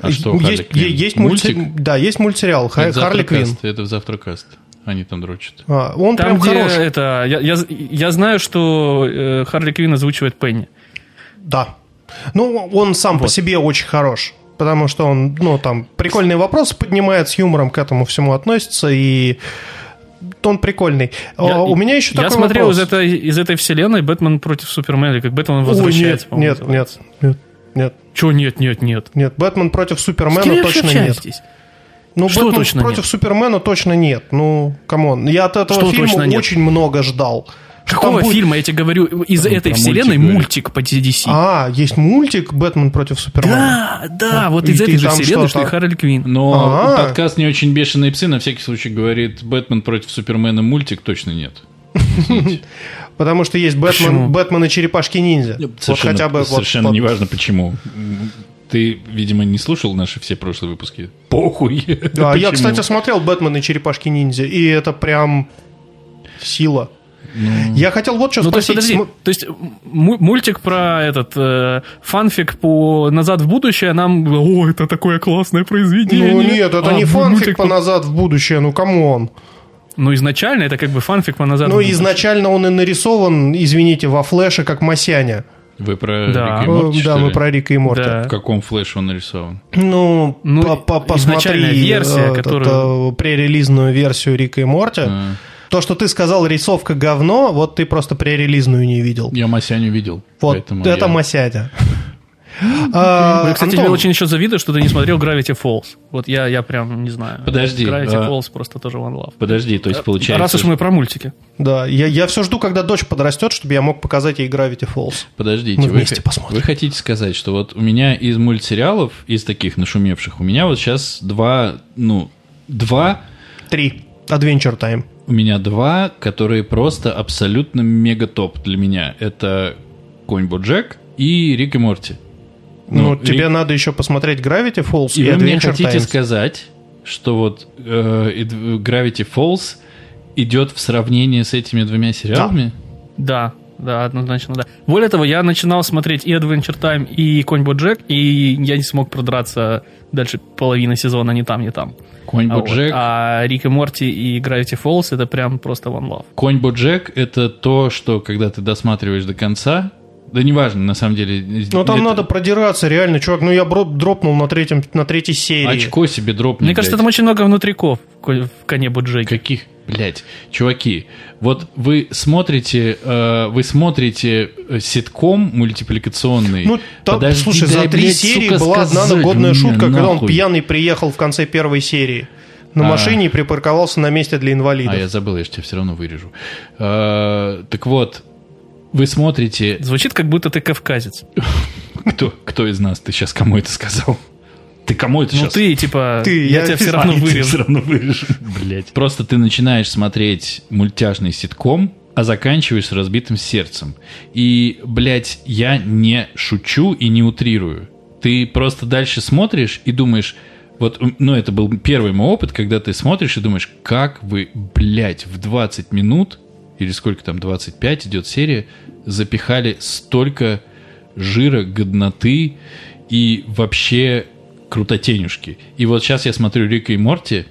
А что, есть, Харли Квинн? е- есть мульти- Да, есть мультсериал Ха- Это Харли Квинн. завтракаст, Это в завтракаст. Они там дрочат. А, он Там, прям где хороший. это, я, я, я знаю, что э, Харли Квинн озвучивает Пенни. Да. Ну, он сам по Вот. себе очень хорош. Потому что он, ну, там, прикольные вопросы поднимает, с юмором к этому всему относится, и он прикольный. Я- А, у меня еще я такой смотрел вопрос. из этой, из этой вселенной Бэтмен против Супермена, или как Бэтмен Ой, возвращается, нет, нет, нет, нет, нет, Че нет, нет, нет. нет. Бэтмен против С Супермена кем вы точно нет. общаетесь? Ну, Что Бэтмен точно против нет? Супермена точно нет. Ну, камон. Я от этого Что точно фильма нет? очень много ждал. Что там Какого будет- фильма, я тебе говорю, из Про этой мультик вселенной говорит. мультик по DC. А, есть мультик Бэтмен против Супермена. да, да, Ну, вот и из ты этой же там что вселенной, что там? и Ну, Харли Квинн. Но А-а. подкаст «Не очень бешеные псы» на всякий случай говорит «Бэтмен против Супермена» мультик точно нет. Потому что есть Бэтмен, Почему? Бэтмен и черепашки-ниндзя. Вот Совершенно, хотя бы вот- совершенно вот- неважно почему. Ты, видимо, не слушал наши все прошлые выпуски. Похуй. Да, я, Почему? кстати, смотрел «Бэтмен и черепашки-ниндзя», и это прям сила. Ну, Я хотел вот что Ну, то есть, спросить. подожди, См- то есть м- мультик про этот э, фанфик по «Назад в будущее» нам... О, это такое классное произведение. Ну нет, это А, не м- фанфик мультик по по- «Назад в будущее», ну камон. Ну, изначально это как бы фанфик по «Назад в Ну будущее». изначально он и нарисован, извините, во флеше, как Масяня. Вы про Да. Рика и Э, Морти, Да, что мы ли? про Рика и Морти. Да. В каком флеше он нарисован? Ну, Ну, по- по- посмотри изначальная версия, э, этот, которую- э, пререлизную версию Рика и Морти. А, То, что ты сказал, рисовка говно, вот ты просто пререлизную не видел. Я Масяню видел. Вот, поэтому это я- Масяня. А, Ну, я, кстати, Антон, тебе очень еще завидую, что ты не смотрел Gravity Falls. Вот я, я прям не знаю. Подожди, Gravity а- Falls просто тоже one love. Подожди, то есть получается... Раз уж мы про мультики. Да, я, я все жду, когда дочь подрастет, чтобы я мог показать ей Gravity Falls. Подождите, Мы вы, вместе хо- посмотрим. вы хотите сказать, что вот у меня из мультсериалов, из таких нашумевших, у меня вот сейчас два, ну, два, Три. Adventure Time. у меня два, которые просто абсолютно мега топ для меня. Это Конь Боджек и Рик и Морти. Ну, Ну, тебе и- надо еще посмотреть Gravity Falls и, И вы мне Adventure хотите Time. сказать, что вот э, и д- Gravity Falls идет в сравнении с этими двумя сериалами? Да, да, однозначно, да. Более того, я начинал смотреть и Adventure Time, и Конь Боджек, и я не смог продраться дальше половины сезона ни там, ни там. Конь А, вот. Боджек. А Рик и Морти и Gravity Falls это прям просто one love. Конь Боджек это то, что когда ты досматриваешь до конца, да неважно, на самом деле. Ну, там это- надо продираться, реально, чувак. Ну, я бро- дропнул на, третьем, на третьей серии. Очко себе дропни, Мне кажется, блядь. там очень много внутриков в ко- в Коне Боджеке. Каких, блядь, чуваки, вот вы смотрите, э, вы смотрите э, ситком мультипликационный. Ну, там, Подожди, слушай, дай, за три блядь, серии сука, была одна сказать годная мне, шутка, когда он нахуй. пьяный приехал в конце первой серии на А. машине и припарковался на месте для инвалидов. А, я забыл, я же тебя все равно вырежу. Э, так вот, вы смотрите, Звучит, как будто ты кавказец. кто, кто из нас, ты сейчас кому это сказал? Ты кому это Ну сейчас? ты, типа, Ты, я, я тебя все физик. равно А, и ты вырежу. Блять. Просто ты начинаешь смотреть мультяшный ситком, а заканчиваешь с разбитым сердцем. И, блядь, я не шучу и не утрирую. Ты просто дальше смотришь и думаешь, вот, ну, это был первый мой опыт, когда ты смотришь и думаешь, как вы, блядь, в 20 минут, или сколько там, 25 идет серия, запихали столько жира, годноты и вообще крутотенюшки. И вот сейчас я смотрю Рика и Морти,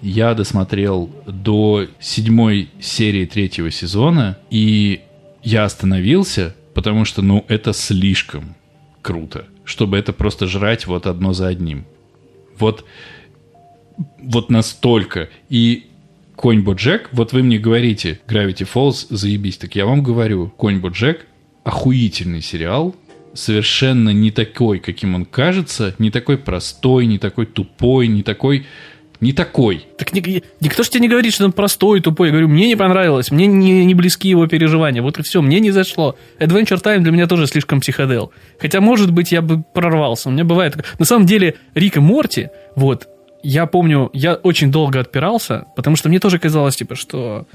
я досмотрел до седьмой серии третьего сезона, и я остановился, потому что, ну, это слишком круто, чтобы это просто жрать вот одно за одним. Вот, вот настолько. И Конь Боджек, вот вы мне говорите, Gravity Falls, заебись, так я вам говорю, Конь Боджек охуительный сериал, совершенно не такой, каким он кажется, не такой простой, не такой тупой, не такой... Не такой. Так ни- никто же тебе не говорит, что он простой, тупой. Я говорю, мне не понравилось, мне не, не близки его переживания. Вот и все, мне не зашло. Adventure Time для меня тоже слишком психодел. Хотя, может быть, я бы прорвался. У меня бывает... так- На самом деле, Рик и Морти, вот, я помню, я очень долго отпирался, потому что мне тоже казалось, типа, что...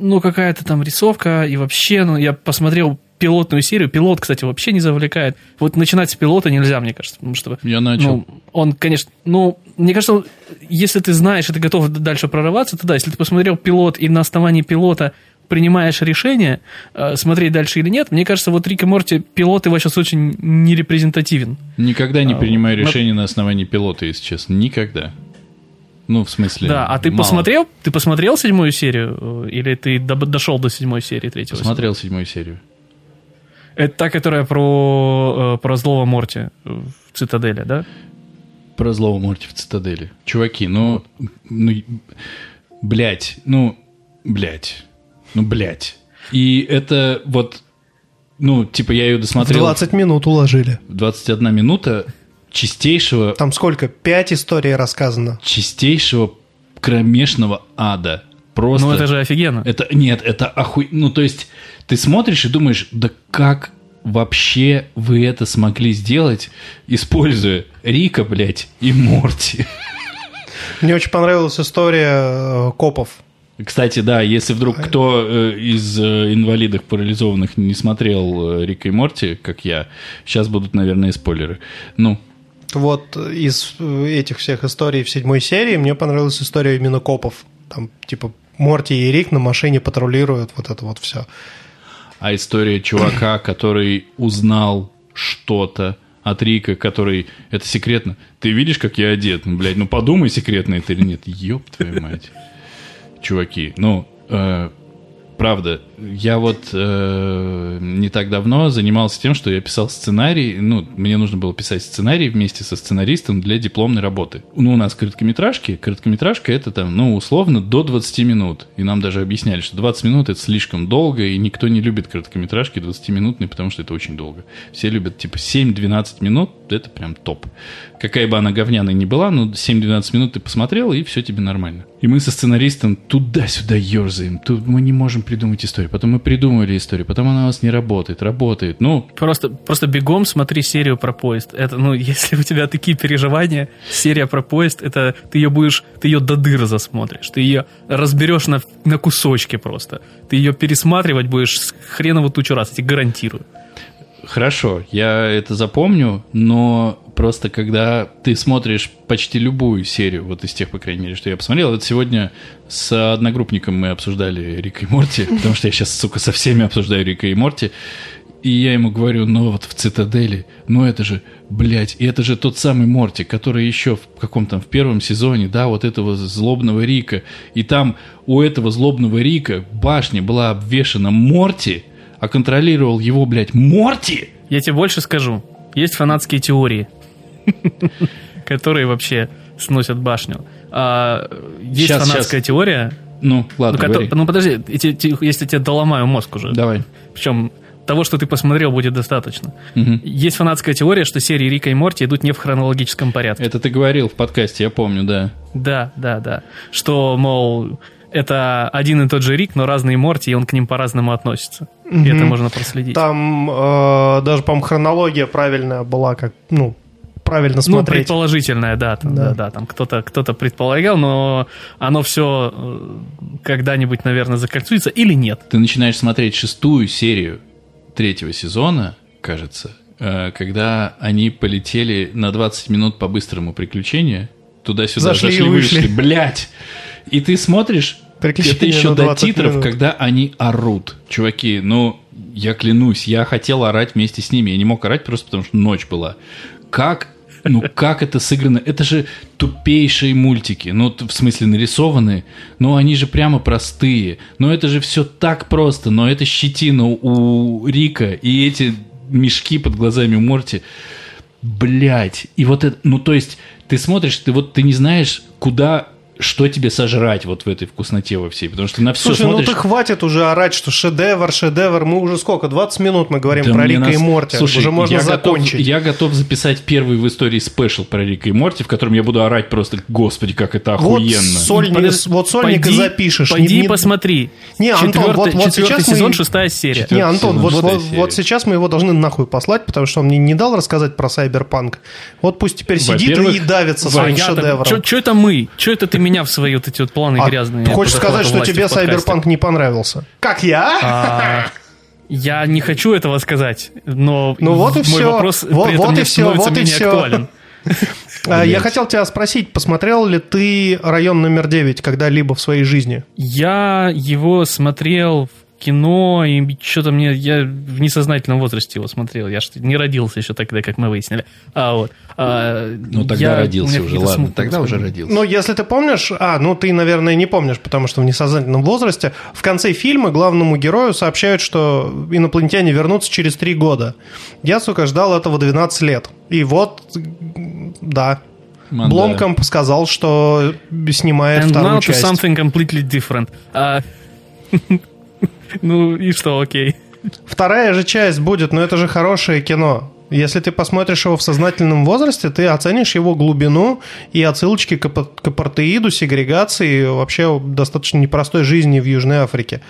Ну, какая-то там рисовка, и вообще, ну, я посмотрел пилотную серию. Пилот, кстати, вообще не завлекает. Вот начинать с пилота нельзя, мне кажется, потому что... Я начал. Ну, он, конечно, ну, мне кажется, он- если ты знаешь и ты готов дальше прорываться, то да, если ты посмотрел пилот и на основании пилота принимаешь решение, э, смотреть дальше или нет, мне кажется, вот Рик и Морти, пилот его сейчас очень нерепрезентативен. Никогда не а, принимаю ну- решения на основании пилота, если честно. Никогда. Ну, в смысле... Да, а ты мало. посмотрел? Ты посмотрел седьмую серию? э, Или ты доб- дошел до седьмой серии третьего? сезона? Посмотрел седьмую серию. Это та, которая про, э, про злого Морти э, в Цитадели, да? Про злого Морти в Цитадели. Чуваки, ну... ну блять, ну... Блять. Ну, блять. И это вот... Ну, типа, я ее В досмотрел... 20 минут уложили. 21 минута чистейшего, Там сколько? Пять историй рассказано. чистейшего кромешного ада. Просто... Ну, это же офигенно. Это нет, это оху... Ну, то есть, ты смотришь и думаешь, да как вообще вы это смогли сделать, используя Рика, блядь, и Морти. Мне очень понравилась история э, копов. Кстати, да, если вдруг кто э, из э, инвалидов парализованных не смотрел э, Рика и Морти, как я, сейчас будут, наверное, спойлеры. Ну, Вот из э, этих всех историй в седьмой серии мне понравилась история именно копов. Там типа Морти и Рик на машине патрулируют вот это вот все. а история чувака, который узнал что-то от Рика, который... Это секретно. Ты видишь, как я одет? Ну, блядь, ну подумай, секретно это или нет. Ёб твою мать. Чуваки, ну, э, правда, я вот э, не так давно занимался тем, что я писал сценарий, ну, мне нужно было писать сценарий вместе со сценаристом для дипломной работы. Ну, у нас короткометражки, короткометражка это там, ну, условно, до 20 минут. И нам даже объясняли, что 20 минут это слишком долго, и никто не любит короткометражки 20-минутные, потому что это очень долго. Все любят, типа, 7-12 минут, это прям топ. Какая бы она говняная ни была, но 7-12 минут ты посмотрел, и все тебе нормально. И мы со сценаристом туда-сюда ерзаем. Тут мы не можем придумать историю. Потом мы придумали историю, потом она у нас не работает, работает. Ну, Просто, просто бегом смотри серию про поезд. Это, ну, если у тебя такие переживания, серия про поезд, это ты ее будешь, ты ее до дыр засмотришь, ты ее разберешь на, на кусочки просто. Ты ее пересматривать будешь с хренову тучу раз, я тебе гарантирую. хорошо, я это запомню, но просто когда ты смотришь почти любую серию, вот из тех, по крайней мере, что я посмотрел, вот сегодня с одногруппником мы обсуждали Рика и Морти, потому что я сейчас, сука, со всеми обсуждаю Рика и Морти, И я ему говорю, ну вот в Цитадели, ну это же, блядь, и это же тот самый Морти, который еще в каком-то в первом сезоне, да, вот этого злобного Рика. И там у этого злобного Рика башня была обвешена Морти, а контролировал его, блядь, Морти! Я тебе больше скажу. Есть фанатские теории, которые вообще сносят башню. А, Есть Щас, фанатская теория. Ну, ну, ладно, кото- говори. Ну, подожди, я тебе- тебе- если тебе доломаю мозг ну, уже. Давай. Причем того, что ты посмотрел, будет достаточно. Мгм. Есть фанатская теория, что серии Рика и Морти идут не в хронологическом порядке. Это ты говорил в подкасте, я помню, да. Да, да, да. Что, мол, это один и тот же Рик, но разные Морти, и он к ним по-разному относится. И это Мгм. можно проследить. Там э, даже, по-моему, хронология правильная была, как, ну, правильно Ну, смотреть. предположительная, да, там, да. Да. да, там кто-то кто предполагал, но оно все когда-нибудь, наверное, закольцуется или нет. Ты начинаешь смотреть шестую серию третьего сезона, кажется, э, когда они полетели на 20 минут по быстрому приключению, туда-сюда Зашли зашли, и вышли, вышли. блядь. И ты смотришь, это Приключения еще на до 20 титров, минут. когда они орут. Чуваки, ну, я клянусь, я хотел орать вместе с ними. Я не мог орать просто потому, что ночь была. Как, ну, как это сыграно? Это же тупейшие мультики. Ну, т- в смысле, нарисованные. Но они же прямо простые. Но это же все так просто. Но это щетина у Рика и эти мешки под глазами у Морти. Блять. И вот это, ну то есть ты смотришь, ты вот ты не знаешь, куда что тебе сожрать вот в этой вкусноте во всей, потому что на все Слушай, смотришь... ну ты хватит уже орать, что шедевр, шедевр. Мы уже сколько? 20 минут мы говорим Да про мне Рика нас- и Морти. Слушай, уже можно я готов- закончить. я готов записать первый в истории спешл про Рика и Морти, в котором я буду орать просто, господи, как это Вот охуенно. сольник, Подожди, вот сольник и пойди- запишешь. Не- Пойди и не- посмотри. Не, Антон, четвертый, вот- вот четвертый сейчас мы- сезон, шестая серия. Четвертый Не, Антон, сезон, вот, шестая вот- серия. вот сейчас мы его должны нахуй послать, потому что он мне не дал рассказать про Сайберпанк. Вот пусть теперь сидит Во-первых, и давится своим Ну, шедевром. Че это мы? Че это ты меня в свои вот эти вот планы А грязные? ты хочешь по сказать, захвату что власти тебе в подкасте? Сайберпанк не понравился? Как я? А, Я не хочу этого сказать, но Ну вот и мой всё. вопрос Во- при этом вот и мне всё, становится вот и менее всё. актуален. А, я блядь. хотел тебя спросить, посмотрел ли ты район номер 9 когда-либо в своей жизни? Я его смотрел в кино, и что-то мне... Я в несознательном возрасте его смотрел. Я ж не родился еще тогда, как мы выяснили. А вот... а, Ну тогда я- у родился меня уже, какие-то ладно, смутные тогда уже воспоминания. родился. Ну, если ты помнишь, а, ну ты, наверное, не помнишь, потому что в несознательном возрасте, в конце фильма главному герою сообщают, что инопланетяне вернутся через три года. Я, сука, ждал этого 12 лет. И вот, м, да, Манда. Бломком сказал, что снимает And вторую now to часть. something completely different. А, Ну и что, окей. Вторая же часть будет, но это же хорошее кино. Если ты посмотришь его в сознательном возрасте, ты оценишь его глубину и отсылочки к апо- к апартеиду, сегрегации, вообще достаточно непростой жизни в Южной Африке.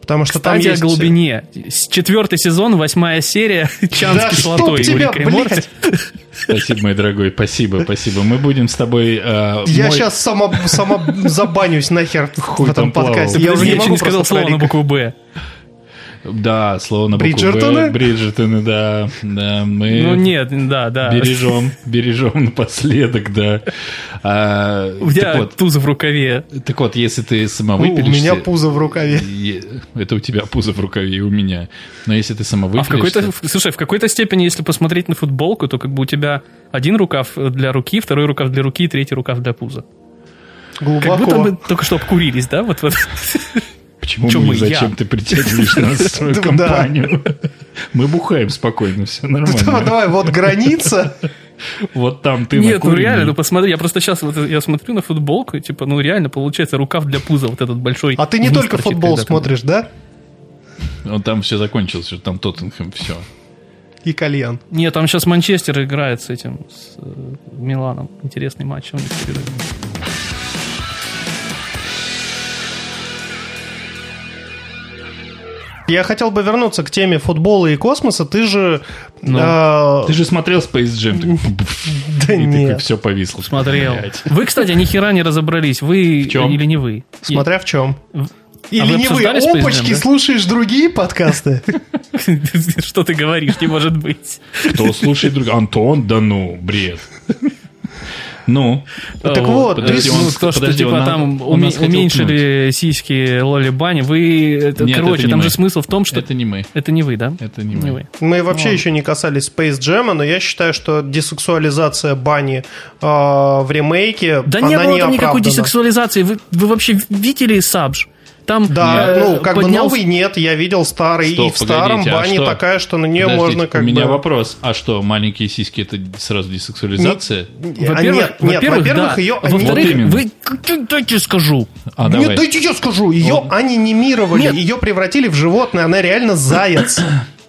Потому что Кстати, там о есть... глубине. С- Четвертый сезон, восьмая серия, Чан Да с чтоб кислотой. у тебя, Рика и Морти. блядь! Спасибо, мой дорогой, спасибо, спасибо. Мы будем с тобой... э, Я мой- сейчас сама, сама забанюсь нахер Хуй в этом там плавал. подкасте. Ты Я Подожди, уже не я еще могу не сказал просто про слово на Рика. букву «Б». Да, слово на букву Бриджертоны? «Б». Бриджертоны, да. Да, Э, мы... Ну нет, да, да. Бережем, бережем напоследок, да. А, У меня так, вот, туз в рукаве. так вот, если ты У у самовыпилишься... меня пузо в рукаве. Е- Это у тебя пузо в рукаве, и у меня. Но если ты сама А в какой-то, выпилишься... в- слушай, в какой-то степени, если посмотреть на футболку, то как бы у тебя один рукав для руки, второй рукав для руки, третий рукав для пуза. Как будто Глубоко. мы только что обкурились, да? Вот, вот. Почему Чё мы, мы, зачем я? ты притягиваешь нас в свою Да. компанию? Мы бухаем спокойно, все Давай, нормально. давай, вот граница. Вот там ты Нет, ну накуренный. реально, ну посмотри, я просто сейчас вот я смотрю на футболку, и типа, ну реально, получается, рукав для пуза вот этот большой. А ты не вниз только торчит, футбол когда ты- смотришь, да? ну. Вот там все закончилось, что там Тоттенхэм, все. И кальян. Нет, там сейчас Манчестер играет с этим, с э, Миланом. Интересный матч у них перед этим. Я хотел бы вернуться к теме футбола и космоса. Ты же... Ну, э, Ты же смотрел Space Jam, Да и такой нет. все повисло. Смотрел. Блядь. Вы, кстати, ни хера не разобрались, вы чем? или не вы. Смотря в чем. Или а вы не вы, обсуждали Space Jam, опачки, да? слушаешь другие подкасты? Что ты говоришь, не может быть. Кто слушает друг Антон, да ну, бред. Ну, Так вот, Э, подожди, ты- он- ну, то, что подожди, он типа на- там он нас уме- хотел уменьшили сиськи Лоли Бани, вы... это, Нет, Короче, это не там мы. же смысл в том, что... это не мы. Это не вы, да? Это не мы. Мы Ну. вообще еще не касались Space Jam, но я считаю, что десексуализация бани э, в ремейке, Да она не не было там никакой оправдана. десексуализации. Вы, вы вообще видели Сабж? Там Да, э, ну, как бы поднялся- новый нет, я видел старый, и Стоп, в старом погодите, а бане что? такая, что на нее Подождите, можно как У меня бы... вопрос. А что, маленькие сиськи это сразу десексуализация? Э, А Во-первых, нет, нет, во-первых, во-первых, да. ее... Во-вторых, Вот именно. вы... Дайте скажу. А Нет, давай. Ну, Ну. дайте я скажу. Ее анимировали, Нет. ее превратили в животное, она реально заяц.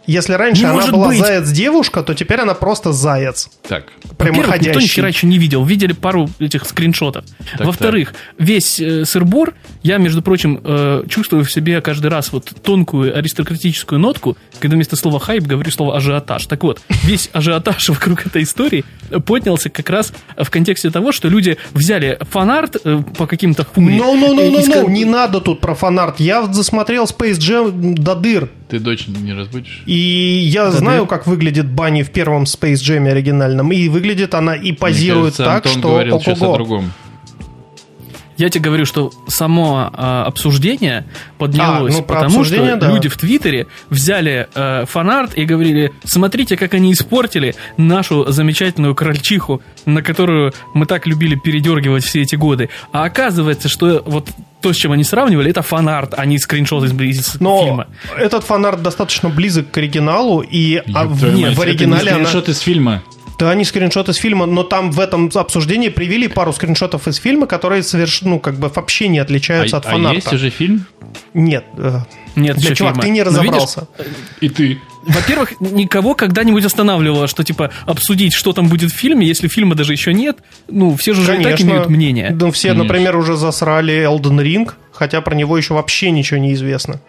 Если раньше Не она может была быть. заяц-девушка, то теперь она просто заяц. Так. Во-первых, никто ни хера Прямоходящий. еще не видел. Видели пару этих скриншотов. Так, Во-вторых, весь э, сырбор, я, между прочим, э, чувствую в себе каждый раз вот тонкую аристократическую нотку, когда вместо слова «хайп» говорю слово «ажиотаж». Так вот, весь ажиотаж вокруг этой истории поднялся как раз в контексте того, что люди взяли фанарт э, по каким-то хури. Ну, ну, ну, э, и ну, ска- ну, не надо тут про фанарт. Я засмотрел Space Jam до дыр. Ты дочь не разбудишь? И я До знаю, дыр? как выглядит Банни в первом Space Jam оригинальном. И выглядит она и позирует Мне кажется, так, Антон что говорил сейчас о ого-го. другом. Я тебе говорю, что само э, обсуждение поднялось, А, ну, про потому обсуждение, что да. люди в Твиттере взяли э, фанарт и говорили, смотрите, как они испортили нашу замечательную крольчиху, на которую мы так любили передергивать все эти годы. А оказывается, что вот то, с чем они сравнивали, это фанарт, а не скриншот из, из Но фильма. этот фанарт достаточно близок к оригиналу, и а, в, Ёпта мать, в это не оригинале она... скриншот из фильма. Да, они скриншоты из фильма, но там в этом обсуждении привели пару скриншотов из фильма, которые совершенно, ну, как бы вообще не отличаются а, от а фанарта. есть уже фильм? Нет. э, Нет, Бля, еще чувак, фильма. ты не Ну, видишь, разобрался. И ты. Во-первых, никого когда-нибудь останавливало, что типа обсудить, что там будет в фильме, если фильма даже еще нет. Ну, все же уже и так имеют мнение. Ну, все, Конечно. например, уже засрали Elden Ring, хотя про него еще вообще ничего не известно.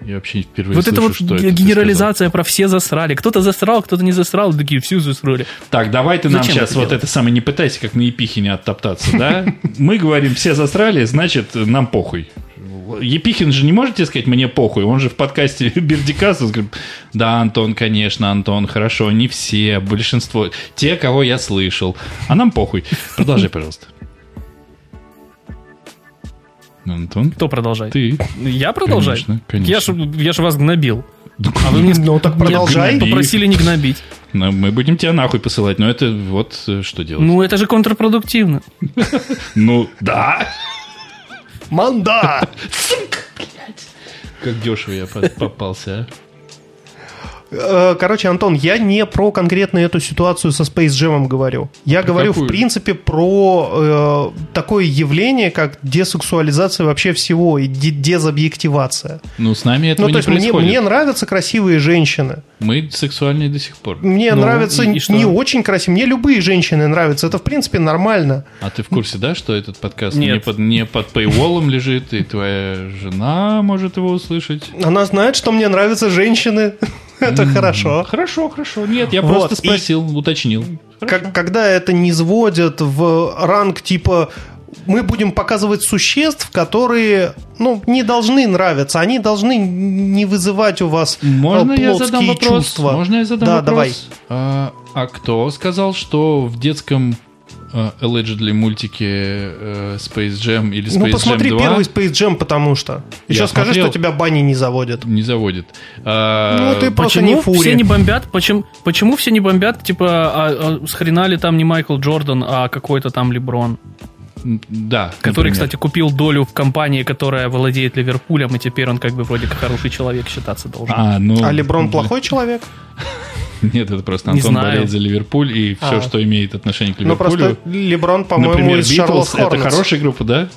Я вообще впервые вот это слышу, вот что г- это ты генерализация про все засрали. Кто-то засрал, кто-то не засрал, такие все засрали. сказал. Так, давай ты нам Зачем сейчас это вот делать? это самое, не пытайся как на епихе не оттоптаться, да? Мы говорим, все засрали, значит, нам похуй. Епихин же не может тебе сказать, мне похуй. Он же в подкасте Бердикаса говорит, да, Антон, конечно, Антон, хорошо, не все, большинство, те, кого я слышал. А нам похуй. Продолжай, пожалуйста. Антон, Кто продолжает? ты. Я продолжаю. Конечно, конечно. Я ж, я ж вас гнобил. А вы мне с- Ну, так продолжай. гноби. попросили не гнобить. Ну, мы будем тебя нахуй посылать, но это вот э, что делать. Ну, это же контрпродуктивно. Ну, да. Манда! Как дешево я по- попался, а. Э, Короче, Антон, я не про конкретно эту ситуацию со Space Jam говорю. Я говорю, какую? в принципе, про э, такое явление, как десексуализация вообще всего и де- дезобъективация. Ну, с нами ну, этого не то есть мне, происходит. мне нравятся красивые женщины. Мы сексуальные до сих пор. Мне Ну, нравятся и- и что? не очень красивые. Мне любые женщины нравятся. Это, в принципе, нормально. А ты в курсе, да, что этот подкаст не Нет. под, не под пейволом лежит, и твоя жена может его услышать? Она знает, что мне нравятся женщины. Это хорошо. Хорошо, хорошо. Нет, я Вот, просто и- спросил, уточнил. Хорошо. Как- когда это не сводят в ранг типа мы будем показывать существ, которые ну, не должны нравиться, они должны не вызывать у вас э, Можно я плотские задам вопрос? чувства. Можно я задам да, вопрос? давай. А, а кто сказал, что в детском э, allegedly мультике э, Space Jam или Space ну, посмотри Jam 2 первый Space Jam, потому что. Еще Я скажи, смотрел. что тебя бани не заводят. не заводит? А, Ну, ты Просто Почему не фури. все не бомбят? Почему, почему все не бомбят? Типа, а, а с хрена ли там не Майкл Джордан, а какой-то там Леброн? м, Да. Который, например. кстати, купил долю в компании, которая владеет Ливерпулем, и теперь он как бы вроде как хороший человек считаться должен. А, ну, А Леброн плохой человек? Нет, это просто Не Антон знаю. болеет за Ливерпуль и все, А. что имеет отношение к Ну, Ливерпулю. просто Леброн, по-моему, Например, из Шарлотт Битлз. Это Хорнетс. хорошая группа, да?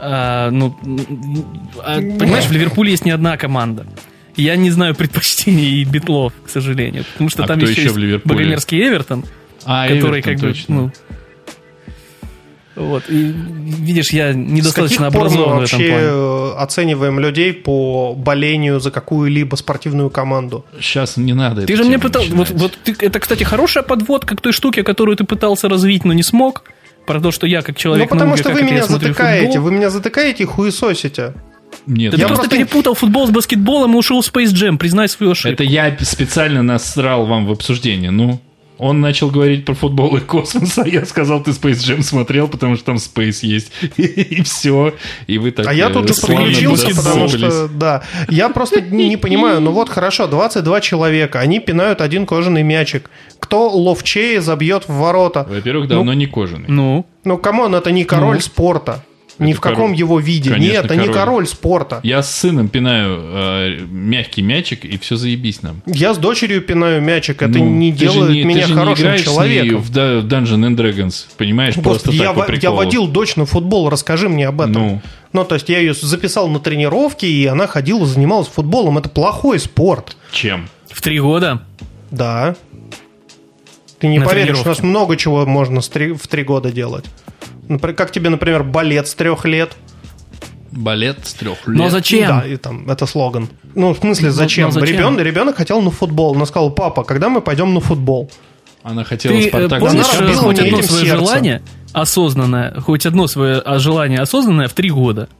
А, ну, м, а, понимаешь, в Ливерпуле есть не одна команда. Я не знаю предпочтений и битлов, к сожалению. Потому что А там кто еще, еще есть в Ливерпуле? богомерзкий Эвертон, А, который Эвертон, как бы, точно. ну... Вот, и видишь, С я каких недостаточно пор мы образован в этом вообще плане. э, оцениваем людей по болению за какую-либо спортивную команду? Сейчас не надо Ты эту же мне тему пытался... Вот, начинать. вот ты- это, кстати, хорошая подводка к той штуке, которую ты пытался развить, но не смог. Про то, что я как Ну, человек потому науки, что как вы это я меня смотрю затыкаете, футбол. вы меня затыкаете и хуесосите. Нет, Да я ты просто просто- перепутал футбол с баскетболом и ушел в Space Jam. Признай свою ошибку. Это я специально насрал вам в обсуждение. Ну, он начал говорить про футбол и космос, а я сказал, ты Space Jam смотрел, потому что там Space есть. И все. И вы так... А я э, тут же славно подключился, баскетбол потому были. что, да, я просто не не понимаю, ну вот хорошо, 22 человека, они пинают один кожаный мячик. Кто ловчее забьет в ворота? Во-первых, давно не кожаный. Ну, Ну, камон, это не король Ну. спорта. Ни Это в каком король. его виде. Конечно, Нет, это не король. король спорта. Я с сыном пинаю э, мягкий мячик, и все заебись нам. Я с дочерью пинаю мячик, это Ну, не ты же делает ты меня же не хорошим играешь с ней человеком. Ну, в да- в Dungeons and Dragons, понимаешь, просто, я, так по во- я приколу. водил дочь на футбол, расскажи мне об этом. Ну. Ну. то есть я ее записал на тренировки, и она ходила, занималась футболом. Это плохой спорт. Чем? в три года Да. Ты не На поверишь, у нас тренировке. много чего можно с три- в три года делать. Напр- Как тебе, например, балет с трех лет? Балет с трех лет. Но зачем? Да, и там это слоган. Ну, в смысле, Но- зачем? но зачем? Ребен- ребенок хотел на футбол. Она сказала, папа, когда мы пойдем на футбол? Она хотела Ты э, Спартак помнишь Она «Спартак» э, разбила хоть мне одно этим свое сердце. желание осознанное, хоть одно свое а, желание осознанное в три года?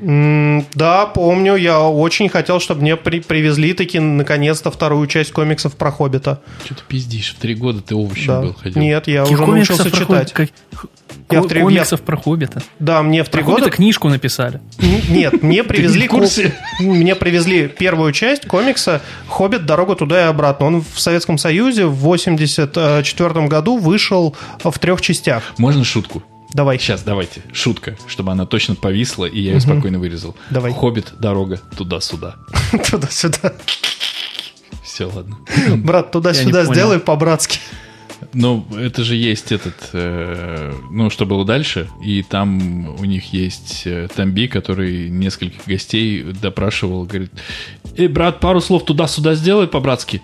М, Да, помню, я очень хотел, чтобы мне при- привезли таки наконец-то вторую часть комиксов про Хоббита. Что ты пиздишь? В три года ты овощем Да. был ходил. Нет, я Каких уже комиксов научился про читать. Хобби- как- Я ко- в три- я- комиксов про Хоббита. Да, мне в три Про года... Хоббита книжку написали. Н- Нет, мне привезли... в курсе? ку- Мне привезли первую часть комикса «Хоббит. Дорога туда и обратно». Он в Советском Союзе в 84 году вышел в трех частях. Можно шутку? Давай. Сейчас, давайте. Шутка, чтобы она точно повисла, и я ее спокойно вырезал. Давай. Хоббит, дорога, туда-сюда. Туда-сюда. Все. все, ладно. Брат, Я туда-сюда не понял. сделай по-братски. Но Ну, это же есть этот, э, ну, что было дальше, и там у них есть э, Тамби, который нескольких гостей допрашивал, говорит, «Эй, брат, пару слов туда-сюда сделай по-братски».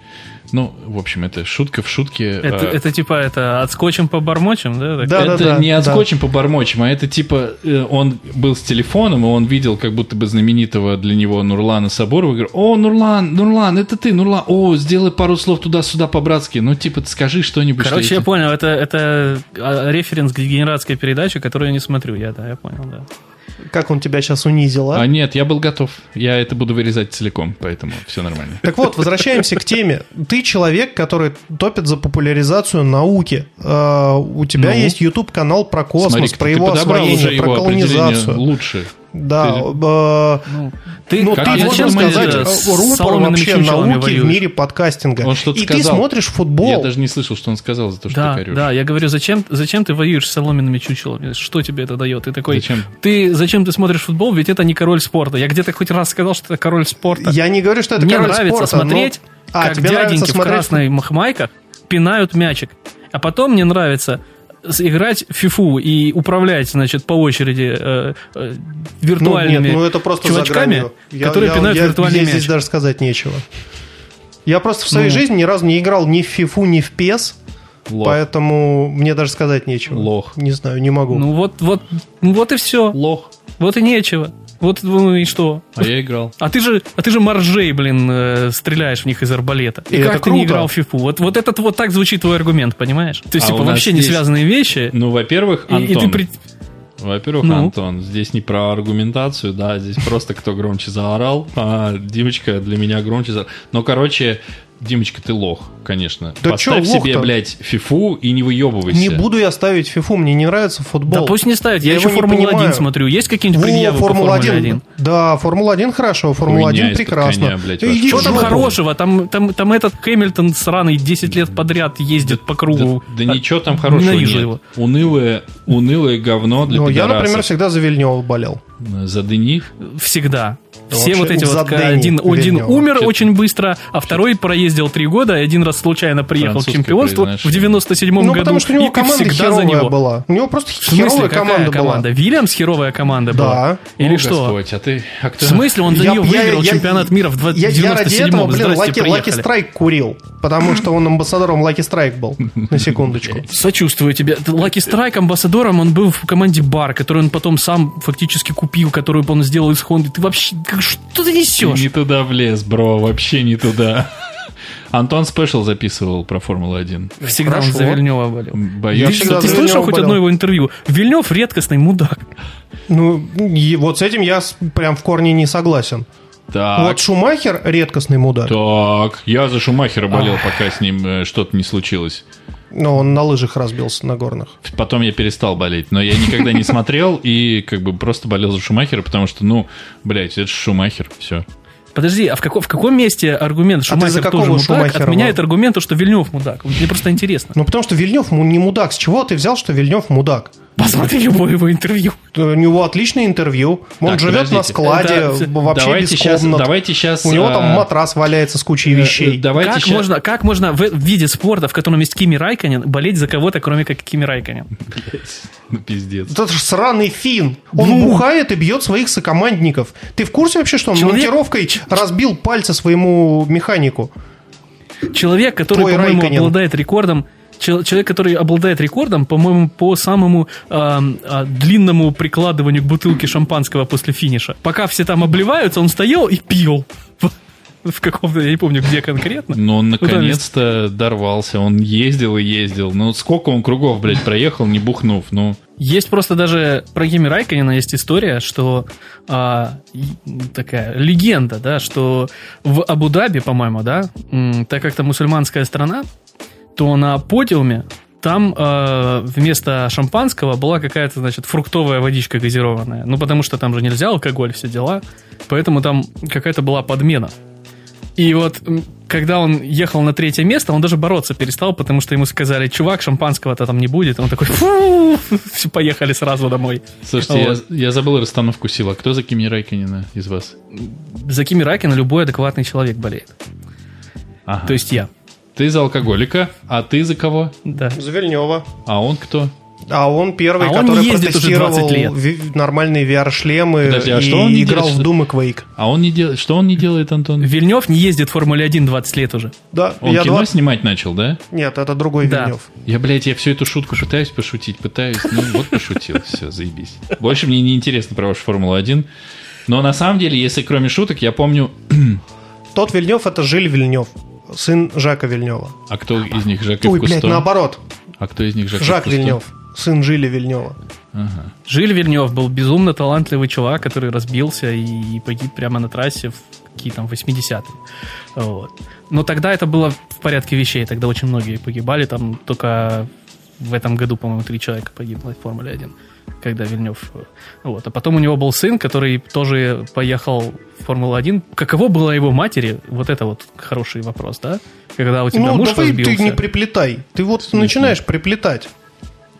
Ну, в общем, это шутка в шутке. Это, Э, это типа это отскочим побормочим, да? так? Да. это не да. отскочим побормочим, а это типа э, он был с телефоном, и он видел как будто бы знаменитого для него Нурлана Сабурова, и говорит, о, Нурлан, Нурлан, это ты, Нурлан, о, сделай пару слов туда-сюда по-братски, ну типа скажи что-нибудь. что Короче, я я тебе- понял, это, это а, референс к генератской передаче, которую я не смотрю. Я, да, я понял, да. Как он тебя сейчас унизил, а? А нет, я был готов. Я это буду вырезать целиком, поэтому все нормально. Так вот, возвращаемся к теме. Ты человек, который топит за популяризацию науки. Э, У тебя Ну? есть YouTube канал про космос, Смотри, про ты его подобрал уже освоение, про его определение колонизацию. лучше. Да. Ты- э, Ну, ты, ну, как ты я должен тебе могу сказать, сказать, э, рупор соломенными вообще чучелами науки в воюешь. мире подкастинга. Он что-то И ты сказал. смотришь футбол. Я даже не слышал, что он сказал за то, что Да, ты корешь. да, я говорю, зачем, зачем ты воюешь с соломенными чучелами? Что тебе это дает? Ты такой, Зачем? ты зачем ты смотришь футбол? Ведь это не король спорта. Я где-то хоть раз сказал, что это король спорта. Я не говорю, что это Мне король нравится спорта, но- смотреть, А, как тебе нравится дяденьки в смотреть красной махмайках пинают мячик. А потом мне нравится с- играть в фифу и управлять, значит, по очереди э, э, Ну, виртуальными. нет, ну это просто за чувачками, гранью. которые пинают виртуальный я- мяч. Здесь даже сказать нечего. Я просто в своей Ну. жизни ни разу не играл ни в фифу, ни в пес, Лох. поэтому мне даже сказать нечего. Лох. Не знаю, не могу. Ну вот, вот, ну вот и все. Лох. Вот и нечего. Вот ну и что? А я играл. А ты же, а ты же моржей, блин, э, стреляешь в них из арбалета. И И, это как ты не круто. играл в фифу? Вот, вот этот вот так звучит твой аргумент, понимаешь? То есть, А типа, у нас вообще есть- не связанные вещи. Ну, во-первых, и- Антон. и, ты при- Во-первых, Ну? Антон, здесь не про аргументацию, да, здесь просто кто громче заорал, а Димочка для меня громче заорал. Но, короче, Димочка, ты лох, конечно. Да Поставь чё себе, лох-то? блядь, фифу и не выебывайся. не буду я ставить фифу, мне не нравится футбол. Да пусть не ставят, я, Я еще его не Формулу-1 понимаю. Ну, смотрю. Есть какие-нибудь Во, предъявы по Формуле-1? Формула-1. Да, Формула-1 хорошо, Формула-1 из-под прекрасно. коня, блядь, Да ваша. иди в Что там жопу. хорошего? Там, там, там этот Хэмилтон сраный 10 лет подряд ездит по кругу. Да, А, да ничего там хорошего Ненавижу нет. его. Унылое, унылое говно для Ну, я, например, пидорасов. всегда за Вильнева болел. За Дени. Э, Всегда. Да Все вообще вот эти вот, задание один, один Вильнёва. умер Вообще- очень быстро, а второй проездил три года, и один раз случайно приехал к Французское чемпионству в произношение. 97-м Ну, году, потому что у и него ты команда всегда за херовая него. была. У него просто В смысле, херовая какая команда, команда? была. Вильямс херовая команда была? Да. Или О, что? Господь, а ты... А кто... В смысле, он за Я- нее я- выиграл я- чемпионат мира в два- Я, я ради этого, 97-м? блин, Здрасте, Лаки, Лаки приехали. Страйк курил, потому что он амбассадором Лаки Страйк был, на секундочку. Сочувствую тебе. Лаки Страйк амбассадором он был в команде Бар, которую он потом сам фактически купил, которую он сделал из Хонды. Ты вообще как- что ты Ты несешь? не туда влез, бро, вообще не туда. Антон спешл записывал про Формулу-1. Всегда он Хорошо. за Вильнева болел. Боюсь, ты, всегда ты за слышал Вильнёва хоть болел. одно его интервью? Вильнев редкостный мудак. Ну, и вот с этим я с- прям в корне не согласен. Так, А Вот Шумахер редкостный мудак, так, я за Шумахера болел, пока с ним э, что-то не случилось. но он на лыжах разбился на горных. Потом я перестал болеть, но я никогда не смотрел и как бы просто болел за Шумахера, потому что, ну, блядь, это ж Шумахер, все. Подожди, а в, како- в каком месте аргумент А ты за Шумахер тоже какого мудак Шумахера отменяет был? аргумент, то, что Вильнев мудак? Вот Мне просто интересно. Ну, потому что Вильнев му- не мудак. С чего ты взял, что Вильнев мудак? Посмотри любое его интервью. Т- У него отличное интервью. Он Так, живет на подождите. складе, Это- в- вообще давайте без сейчас, комнат. давайте а, э, сейчас... У него там матрас валяется с кучей вещей. Давайте Как ща- можно, как можно в, в виде спорта, в котором есть Кими Райконен, болеть за кого-то, кроме как Кими Райконен? Ну, пиздец. Это же сраный фин. Он Ну. бухает и бьет своих сокомандников. Ты в курсе вообще, что он Человек- монтировкой разбил пальцы своему механику? Человек, который, Твой по-моему, Райконен. обладает рекордом, чел- человек, который обладает рекордом, по-моему, по самому эм, а, длинному прикладыванию к бутылке шампанского после финиша. Пока все там обливаются, он стоял и пил. В каком-то, я не помню, где конкретно. Но он там Ну, наконец-то дорвался, он ездил и ездил. Ну, сколько он кругов, блядь, проехал, не бухнув, ну... Есть просто даже про Кими Райконена есть история, что а, и- такая легенда, да, что в Абу-Даби, по-моему, да, м, так как это мусульманская страна, то на подиуме там э, вместо шампанского была какая-то, значит, фруктовая водичка газированная. Ну, потому что там же нельзя алкоголь, все дела. Поэтому там какая-то была подмена. И вот, м, когда он ехал на третье место, он даже бороться перестал, потому что ему сказали, чувак, шампанского-то там не будет. Он такой, фу, все, поехали сразу домой. Слушайте, Вот. я, я забыл расстановку сил. А кто за Кими Райкинина из вас? За Кими Ракина любой адекватный человек болеет. Ага. То есть я. Ты за алкоголика, а ты за кого? Да. Завельнева. А он кто? А он первый, А он который не ездит уже 20 протестировал лет. ви- нормальные VR-шлемы Подожди, а и что он не играл делает, в что- Doom и Quake. А он не делает... Что он не делает, Антон? Вильнев не ездит в Формуле 1 20 лет уже. Да, Он я кино два- снимать начал, да? Нет, это другой Да. Вильнев. Я, блядь, я всю эту шутку пытаюсь пошутить, пытаюсь. Ну, вот пошутил, все, заебись. Больше мне не интересно про вашу Формулу-1. Но на самом деле, если кроме шуток, я помню... Тот Вильнев это Жиль Вильнев, сын Жака Вильнева. А кто из них Жак Ой, блядь, Кусто? наоборот. А кто из них Жак Жак Вильнев, сын Жиля Вильнева. Ага. Жиль Вильнев был безумно талантливый чувак, который разбился и погиб прямо на трассе в какие там 80-е. Вот. Но тогда это было в порядке вещей, тогда очень многие погибали, там только в этом году, по-моему, три человека погибло в Формуле 1, когда Вильнев... э, Вот. А потом у него был сын, который тоже поехал в Формулу-1. Каково было его матери? Вот это вот хороший вопрос, да? Когда у тебя Ну, муж давай разбился. ты не приплетай. Ты вот начинаешь приплетать.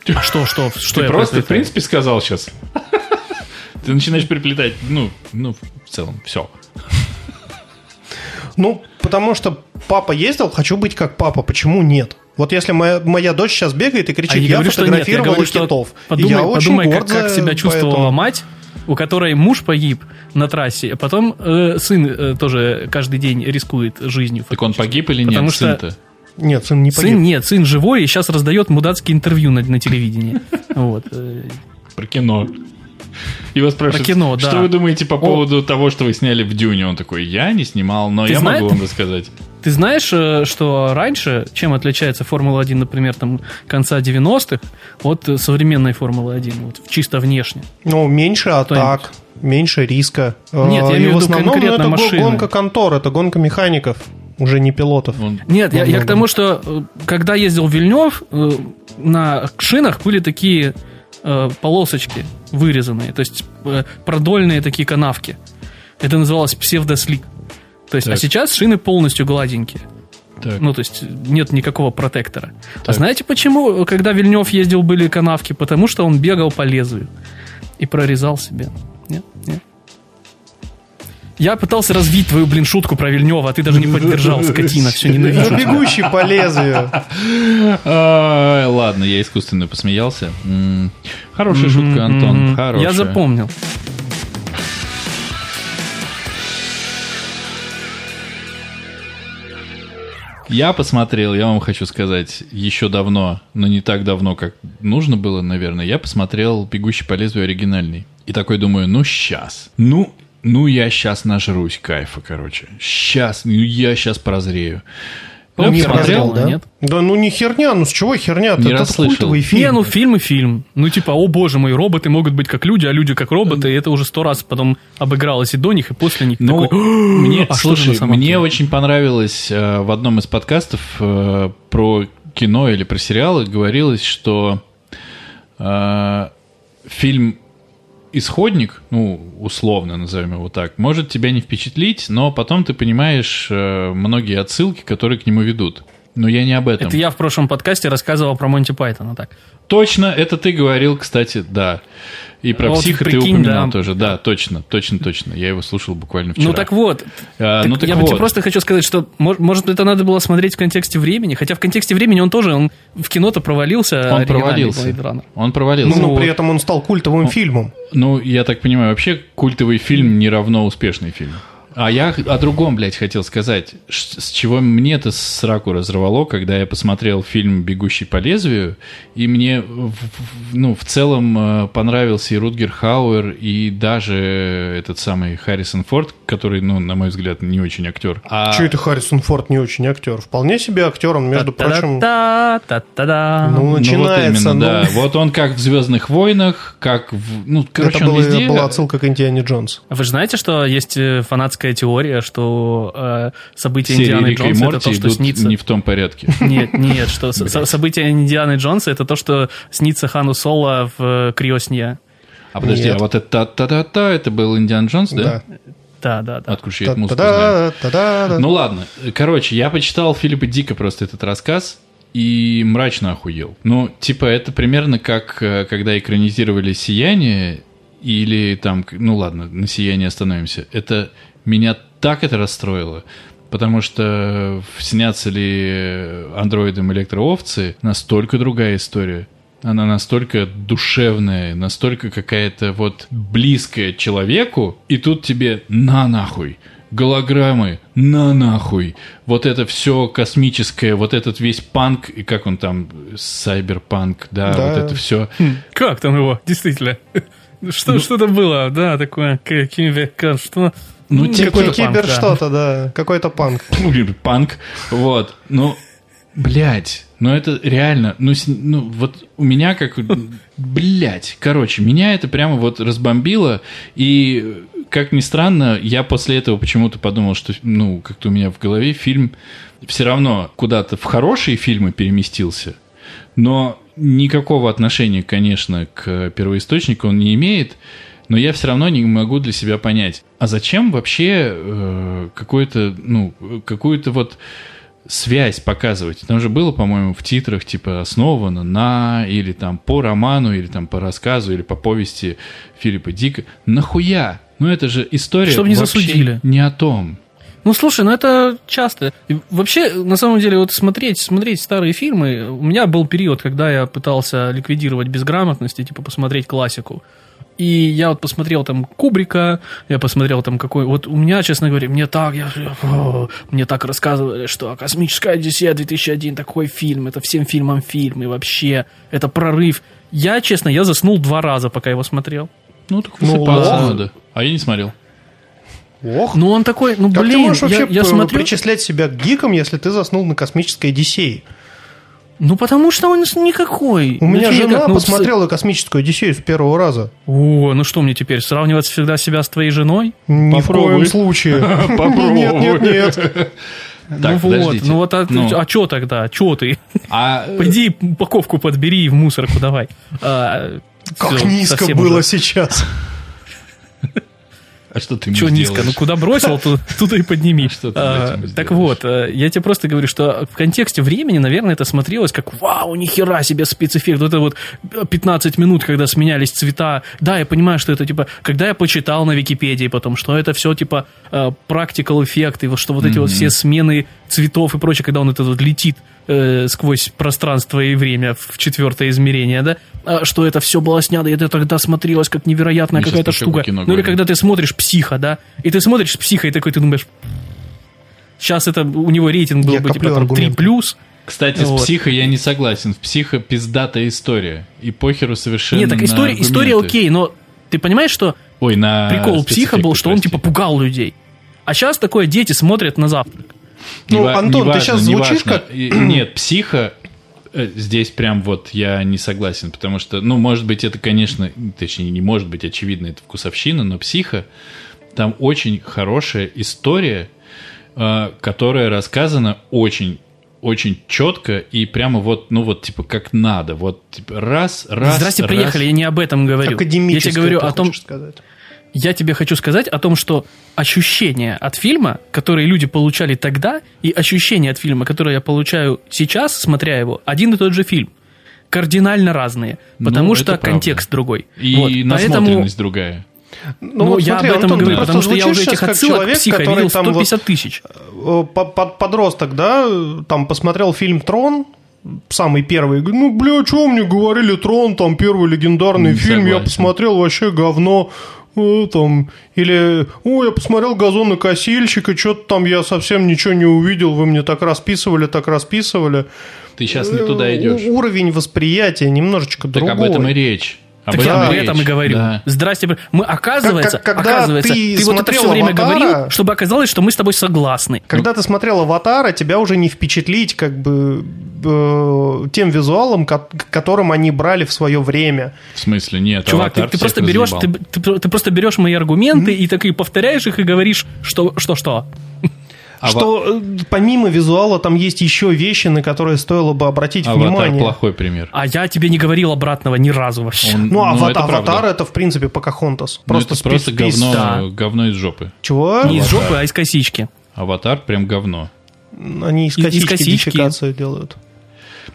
Что, что, что Ты я просто, в произнесу? принципе, сказал сейчас. Ты начинаешь переплетать, ну, ну, в целом, все. Ну, потому что папа ездил, хочу быть как папа. Почему нет? Вот если моя, моя дочь сейчас бегает и кричит, А я, я, говорю, что нет, я фотографировала говорю, что китов. И подумай, я очень подумай, горд как, как за- себя чувствовала поэтому. мать, у которой муж погиб на трассе, а потом э, сын э, тоже каждый день рискует жизнью. Так он фактически. погиб или Потому нет, что- сын-то? Нет, сын не погиб. Сын нет, сын живой и сейчас раздает мудацкие интервью на, на телевидении. Вот. э, Про кино. Его спрашивают, Про кино, да. что вы думаете по О. поводу того, что вы сняли в Дюне? Он такой, я не снимал, но Ты я знаешь- могу вам рассказать. Ты знаешь, э, что раньше, чем отличается Формула-1, например, там конца 90-х от э, современной Формулы-1, вот, чисто внешне? Ну, меньше атак, меньше риска. Нет, я Э, имею и в в виду основном ну, конкретно это го- машины. гонка контор, это гонка механиков, уже не пилотов. Он- Нет, я, я к Много. тому, что э, когда ездил Вильнев, э, на шинах были такие э, полосочки вырезанные, то есть э, продольные такие канавки. Это называлось псевдослик. То есть, а Так. сейчас шины полностью гладенькие. так. Ну, то есть нет никакого протектора. А Так. знаете почему, э, когда Вильнев ездил, были канавки? Потому что он бегал по лезвию и прорезал себе. Нет? Нет? Я пытался развить твою, блин, шутку про Вильнева, а ты даже не поддержал, скотина, все ненавижу. Ну, тебя. бегущий по лезвию. Ай, ладно, я искусственно посмеялся. М, Хорошая шутка, Антон, хорошая. Я запомнил. Я посмотрел, я вам хочу сказать, еще давно, но не так давно, как нужно было, наверное, я посмотрел «Бегущий по лезвию» оригинальный. И такой думаю, ну сейчас, ну, ну я сейчас нажрусь кайфа, короче. Сейчас, ну я сейчас прозрею. Я Не посмотрел, прозрел, да? нет? Ну, Да ну не херня, ну с чего херня-то? Не это расслышал. культовый фильм. Не, ну фильм и фильм. Ну типа, о боже мой, роботы могут быть как люди, а люди как роботы. И это уже сто раз потом обыгралось и до них, и после них. Ну, Такой, мне, а что же слушай, на самом мне деле? очень понравилось э, в одном из подкастов э, про кино или про сериалы говорилось, что э, фильм исходник, ну, условно назовем его так, может тебя не впечатлить, но потом ты понимаешь э, многие отсылки, которые к нему ведут. Но я не об этом. Это я в прошлом подкасте рассказывал про Монти Пайтона, так. Точно, это ты говорил, кстати, да. И про А вот психа ты прикинь, упоминал да. тоже. Да, точно, точно, точно. Я его слушал буквально вчера. Ну так вот, А, так ну, так я вот. тебе просто хочу сказать, что мож- может это надо было смотреть в контексте времени, хотя в контексте времени он тоже, он в кино-то провалился. Он оригинальный провалился. Blade Runner. Он провалился. Ну, Ну, но при этом он стал культовым фильмом. я так понимаю, вообще культовый фильм не равно успешный фильм. А я х- о другом, блядь, хотел сказать. Ш- С чего мне это сраку разорвало, когда я посмотрел фильм «Бегущий по лезвию», и мне, в- в- ну, в целом э, понравился и Рутгер Хауэр, и даже этот самый Харрисон Форд, который, ну, на мой взгляд, не очень актер. А... Че это Харрисон Форд не очень актер? Вполне себе актером, между прочим. Та-та-та, та-та-та. Ну, начинается. вот ну, именно, да. Вот он как в «Звездных войнах», как в... Ну, короче, это он было- везде... была отсылка к Индиане Джонс. А Вы же знаете, что есть э, фанатская теория, что э, события серии Индианы Рика и Джонса это Морти то, что идут снится. не в том порядке. Нет, нет, что со- со- события Индианы Джонса это то, что снится Хану Соло в э, криосне. А подожди, Нет. а вот это та-та-та-та, это был Индиан Джонс, да? Да. Да, да, да. Откуда же я эту музыку знаю? Та-да, та-да. Ну ладно, короче, я почитал Филиппа Дика просто этот рассказ и мрачно охуел. Ну, типа, это примерно как, э, когда экранизировали «Сияние», или там, к- ну ладно, на «Сияние» остановимся. Это меня так это расстроило. Потому что в снятся ли андроидом электроовцы, настолько другая история. Она настолько душевная, настолько какая-то вот близкая человеку, и тут тебе на нахуй. Голограммы, на нахуй. Вот это все космическое, вот этот весь панк, и как он там, сайберпанк, да, Да. вот это все. Как там его, действительно? Что, Ну- что там было, да, такое, к- кибер, что? Ну, типа какой-то Какой панк, кибер да. что-то, да. Какой-то панк. Ну, блин, панк. Вот. Ну, блядь. Ну, это реально. Ну, с- ну, вот у меня как... Блядь. Короче, меня это прямо вот разбомбило. И, как ни странно, я после этого почему-то подумал, что, ну, как-то у меня в голове фильм все равно куда-то в хорошие фильмы переместился. Но никакого отношения, конечно, к первоисточнику он не имеет. Но я все равно не могу для себя понять, а зачем вообще э, какую-то, ну, какую-то вот связь показывать? Там же было, по-моему, в titrах типа основано на или там по роману или там по рассказу или по повести Филиппа Дика. Нахуя? Ну это же история Чтобы не вообще засудили. не о том. Ну, слушай, ну это часто. И вообще, на самом деле, вот смотреть, смотреть старые фильмы, у меня был период, когда я пытался ликвидировать безграмотность и, типа, посмотреть классику. И я вот посмотрел там Кубрика, я посмотрел там какой... Вот у меня, честно говоря, мне так... я- фу, мне так рассказывали, что «Космическая Одиссея 2001» такой фильм, это всем фильмам фильм, и вообще, это прорыв. Я, честно, я заснул два раза, пока его смотрел. Ну так Ну, высыпаться ладно. надо. А я не смотрел. Ох. Ну, он такой, ну, Как ты блин, можешь вообще я, я п- смотрю... причислять себя к гикам, если ты заснул на космической Одиссее? Ну, потому что он никакой. У меня же жена посмотрела космическую Одиссею с первого раза. О, ну что мне теперь, сравнивать всегда себя с твоей женой? Ни Попробуй. в коем случае. Попробуй. Нет, нет, нет. Так, ну вот, подождите. ну вот, а, Ну. что тогда? Че ты? А э, Пойди упаковку подбери и в мусорку давай. А, Как всё, низко совсем было уже. сейчас. а что ты мне Че низко? Ну сделаешь? куда бросил, ту- туда и подними. Что ты А, этим Так сделаешь? вот, а, я тебе просто говорю, что в контексте времени, наверное, это смотрелось как «Вау, нихера себе спецэффект!» Вот это вот 15 минут, когда сменялись цвета. Да, я понимаю, что это типа... Когда я почитал на Википедии потом, что это все типа практикал эффект, и вот что вот эти вот все смены цветов и прочее, когда он это вот летит э, сквозь пространство и время в четвертое измерение, да, а, что это все было снято, и это тогда смотрелось как невероятная Мы щас какая-то про штука. кино ну или говорим. когда ты смотришь «Психа», да, и ты смотришь «Психа», и такой ты думаешь, Сейчас это у него рейтинг был Я бы типа коплю там 3 аргументы. плюс. Кстати, Вот. с психо я не согласен. В психо пиздатая история. И похеру совершенно. Нет, так на история, аргументы. история окей, но ты понимаешь, что Ой, на прикол психа был, спецэффекты, что он прости. типа пугал людей. А сейчас такое дети смотрят на завтрак. Ну, ва- Антон, ты важно, щас не звучишь важно. И- Нет, психо э, здесь прям вот я не согласен, потому что, ну, может быть, это, конечно, точнее, не может быть, очевидно, это вкусовщина, но психо, там очень хорошая история, э, которая рассказана очень очень четко и прямо вот, ну вот, типа, как надо. Вот, типа, раз, раз, Здрасте, раз. приехали, я не об этом говорю. Я Академическое, тебе говорю ты о том, хочешь сказать. я тебе хочу сказать о том, что ощущения от фильма, которые люди получали тогда, и ощущения от фильма, которые я получаю сейчас, смотря его, один и тот же фильм. Кардинально разные, Ну, потому это что правда. контекст другой. И Вот, насмотренность другая. Ну, Ну, вот я смотри, об этом Антон, ты говорю, просто потому что я звучишь уже щас этих как отсылок человек, психа который видел там вот, 150 тысяч. э, по- под- подросток, да, э, там посмотрел фильм «Трон», самый первый, и говорит, ну, бля, что мне говорили «Трон», там первый легендарный Не фильм, я согласен. посмотрел вообще говно, э, там, или, о, я посмотрел «Газонокосильщик», и что-то там я совсем ничего не увидел, вы мне так расписывали, так расписывали. Ты сейчас не туда Э, идешь. у- Уровень восприятия немножечко Так другой. об этом и речь. Об Так я об этом и речь, говорю. да. Здрасте, бля. мы оказывается, Как- как- когда оказывается, ты ты, вот это все смотрел время «Аватара», говорил, чтобы оказалось, что мы с тобой согласны. Ну. Когда ты смотрел «Аватара», тебя уже не впечатлить как бы э, тем визуалом, ко- к которым они брали в свое время. В смысле, нет, Чувак, ты, «Аватар» ты всех просто берешь, ты, разъебал. ты- ты просто берешь мои аргументы и так и повторяешь их и говоришь, что что что. Ава- Что э, помимо визуала там есть еще вещи, на которые стоило бы обратить Аватар внимание. плохой пример. А я тебе не говорил обратного ни разу вообще. Он- Ну, «Аватар» это это, правда. в принципе Покахонтас. Ну, Просто это просто спи- спис- говно, да. говно из жопы. Чего? Не из Аватар. жопы, а из косички. Аватар прям говно. Они из Из- из косички косички. дефикацию делают.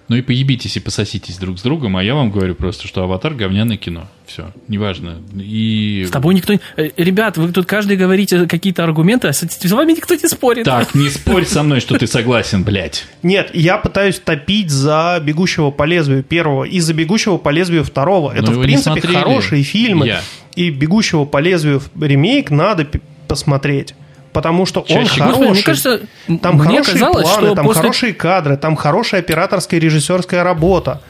Ну и поебитесь и пососитесь друг с другом, а я вам говорю просто, что «Аватар» — говняное кино. Все, неважно. И... С тобой никто... Э, Ребят, вы тут каждый говорите какие-то аргументы, а с с вами никто не спорит. Так, не спорь со мной, что ты согласен, блядь. Нет, я пытаюсь топить за «Бегущего по лезвию» первого и за «Бегущего по лезвию» второго. Это, его в не принципе, смотрели. хорошие фильмы. Я. И «Бегущего по лезвию» ремейк надо пи- посмотреть. Потому что он Чаще хороший. Господи, мне кажется, м- там мне хорошие казалось, планы, что там после... хорошие кадры, там хорошая операторская и режиссерская работа.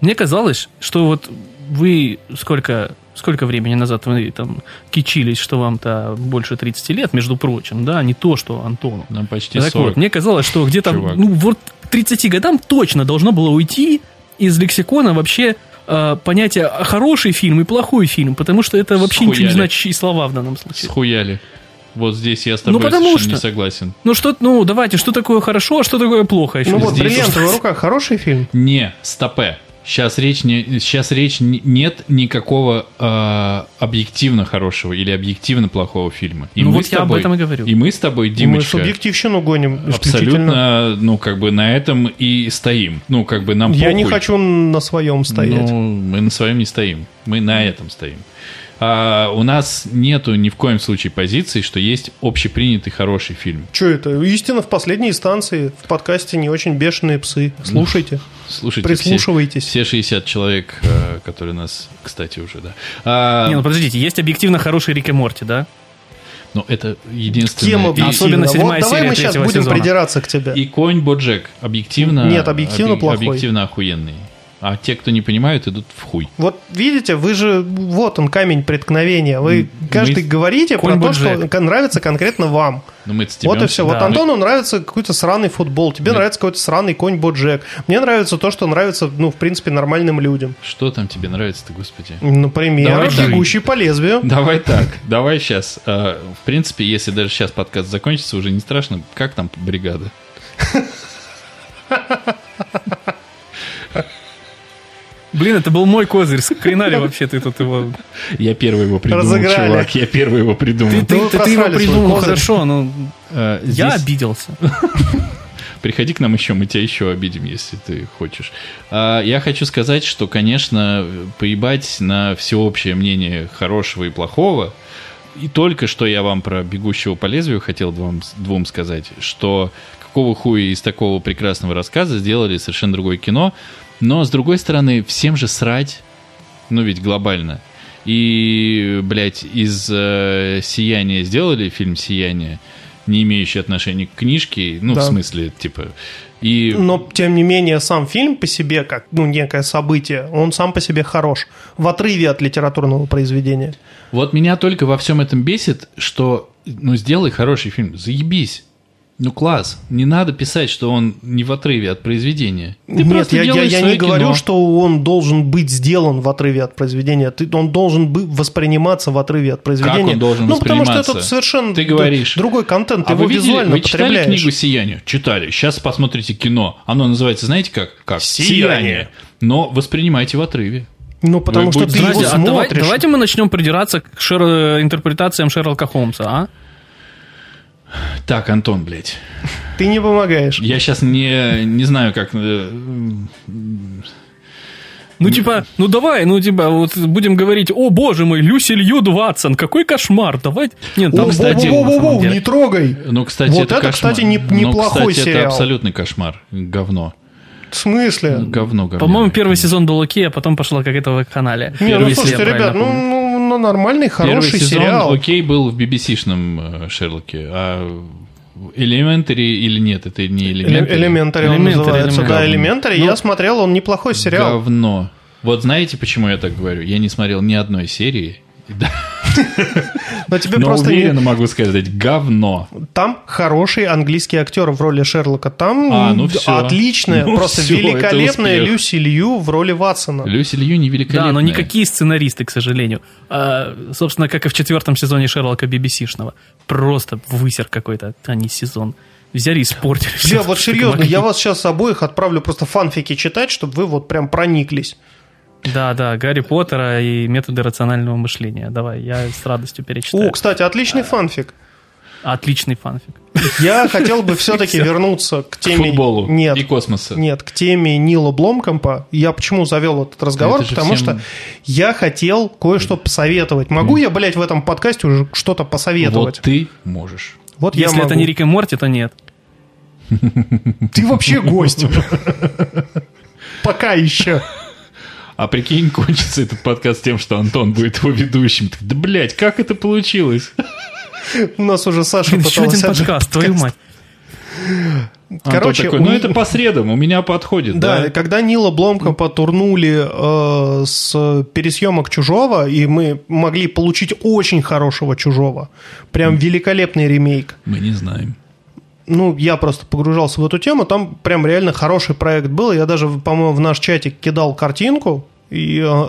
Мне казалось, что вот вы сколько, сколько времени назад вы там кичились, что вам-то больше 30 лет, между прочим, да, не то, что Антону. Нам почти так 40. вот, мне казалось, что где-то, Чувак. ну, вот к 30 годам точно должно было уйти из лексикона вообще э, понятие «хороший фильм» и «плохой фильм», потому что это вообще ничего Схуяли. не значащие слова в данном случае. Схуяли. Вот здесь я с Ну, тобой потому совершенно не что- согласен. Ну что, ну давайте, что такое хорошо, а что такое плохо еще? Ну вот, здесь «Бриллиантовая рука» хороший фильм. Не, стопе. Сейчас речь, не, сейчас речь не- нет никакого э, объективно хорошего или объективно плохого фильма. Ну вот я об этом и говорю. И мы с тобой, Мы Димочка, субъективщину гоним исключительно. абсолютно, ну, как бы на этом и стоим. Ну, как бы нам Я не похуй. хочу на своем стоять. Ну, мы на своем не стоим. Мы на этом стоим. А, у нас нету ни в коем случае позиции, что есть общепринятый хороший фильм. Че это? Истина в последней инстанции. В подкасте не очень бешеные псы. Слушайте, Слушайте, все- прислушивайтесь. Все 60 человек, э, которые нас, кстати, уже, да. А, Не, ну подождите, есть объективно хороший Рик и Морти, да? но это единственное. Тема И, Особенно объективна. Вот седьмая давай серия мы сейчас третьего будем сезона. придираться к тебе. и конь Боджек объективно... Нет, объективно плохой. Объективно охуенный. А те, кто не понимают, идут в хуй. Вот видите, вы же, вот он камень преткновения. Вы Мы- каждый говорите про Конь то, что Боджек. кон- нравится конкретно вам. Но мы это вот и все. вот да, мы- Антону нравится какой-то сраный футбол, тебе нравится какой-то сраный конь Боджек. Мне нравится то, что нравится, ну, в принципе, нормальным людям. Что там тебе нравится-то, господи? Например, Давай так. бегущий по лезвию. Давай так, давай сейчас. В принципе, если даже сейчас подкаст закончится, уже не страшно. Как там бригада? Блин, это был мой козырь, скринали вообще ты тут Ну, его. Я первый его придумал, Разыграли. чувак. Я первый его Ты, придумал. ты- вы ну, ты- ты его просрали свой придумал козырь. хорошо, но Э, я здесь- обиделся. Приходи к нам еще, мы тебя еще обидим, если ты хочешь. А, я хочу сказать, что, конечно, поебать на всеобщее мнение хорошего и плохого. И только что я вам про «Бегущего по лезвию» хотел вам, двум сказать, что какого хуя из такого прекрасного рассказа сделали совершенно другое кино. Но, с другой стороны, всем же срать, ну ведь глобально. И, блядь, из э, «Сияния» сделали фильм «Сияние», не имеющий отношения к книжке, ну, Да. в смысле, типа... И Но, тем не менее, сам фильм по себе, как ну, некое событие, он сам по себе хорош. В отрыве от литературного произведения. вот меня только во всем этом бесит, что, ну, сделай хороший фильм, заебись. Ну, класс. Не надо писать, что он не в отрыве от произведения. Ты Нет, просто я, я- делаешь я не своё говорю, кино. что он должен быть сделан в отрыве от произведения. Ты, он должен бы восприниматься в отрыве от произведения. он должен ну, потому что это восприниматься? совершенно Ты д- говоришь. другой контент, ты А его вы видели, визуально вы читали потребляешь. книгу «Сияние»? Читали. Сейчас посмотрите кино. Оно называется, знаете как? Как? «Сияние». Но воспринимайте в отрыве. Ну, потому Вы что будете- ты его Здрасте, а давай- смотришь. давайте мы начнем придираться к шер- интерпретациям Шерлока Холмса, а? Так, Антон, блядь. Ты не помогаешь. Я сейчас не, не знаю, как... э, м, Ну, типа, ну давай, ну, типа, вот будем говорить, о, боже мой, Люси Льюд Ватсон, какой кошмар, давай. Нет, О, там, воу, кстати, воу, на воу, самом воу, деле. не трогай. Ну, кстати, Вот это, это, кошмар. кстати, не- Ну, неплохой кстати, сериал. это абсолютный кошмар. Говно. В смысле? Говно, говно. По-моему, первый сезон был окей, а потом пошла какая-то вакханалия. Не, ну Первый, слушайте, если я ребят, правильно ну, помню. ну, ну, нормальный, Первый хороший сезон, сериал. окей, был в BBC-шном э, Шерлоке, а Elementary или нет, это не Elementary. Элементари он Elementary, называется. Elementary. Да, Ну, Элементари. Я смотрел, он неплохой сериал. Говно. Вот знаете, почему я так говорю? Я не смотрел ни одной серии. Но Да, тебе но просто не- уверенно могу сказать, говно. Там хороший английский актер в роли Шерлока. Там А, ну всё. отличная, Ну просто всё, это великолепная успех. Люси Лью в роли Ватсона. Люси Лью невеликолепная. Да, но никакие сценаристы, к сожалению. А, собственно, как и в четвертом сезоне Шерлока BBC-шного. Просто высер какой-то, а не сезон. Взяли и испортили. Бля, всё, вот что серьезно, могли. я вас сейчас обоих отправлю просто фанфики читать, чтобы вы вот прям прониклись. Да, да, Гарри Поттера и методы рационального мышления. Давай, я с радостью перечитаю. А. О, кстати, отличный фанфик. Отличный фанфик. Я хотел бы все-таки вернуться к К теме... футболу Нет, и космоса. нет, к теме Нила Бломкомпа. Я почему завел этот разговор? Это же Потому всем- что я хотел кое-что посоветовать. Могу я, блядь, в этом подкасте уже что-то посоветовать? Вот ты можешь. Вот я Если могу. это не Рик и Морти, то нет. Ты вообще гость. Пока еще. А прикинь, кончится этот подкаст тем, что Антон будет его ведущим. Так, Да, блядь, как это получилось? У нас уже Саша Блин, еще пыталась один отжать подкаст, твою подкаст. мать. Короче, Короче, такой, у ну ни- это по средам, у меня подходит, Да, да? когда Нила Бломка потурнули э, с пересъемок «Чужого», и мы могли получить очень хорошего «Чужого», прям великолепный ремейк. Мы не знаем. Ну, я просто погружался в эту тему, там прям реально хороший проект был, я даже, по-моему, в наш чатик кидал картинку, и э,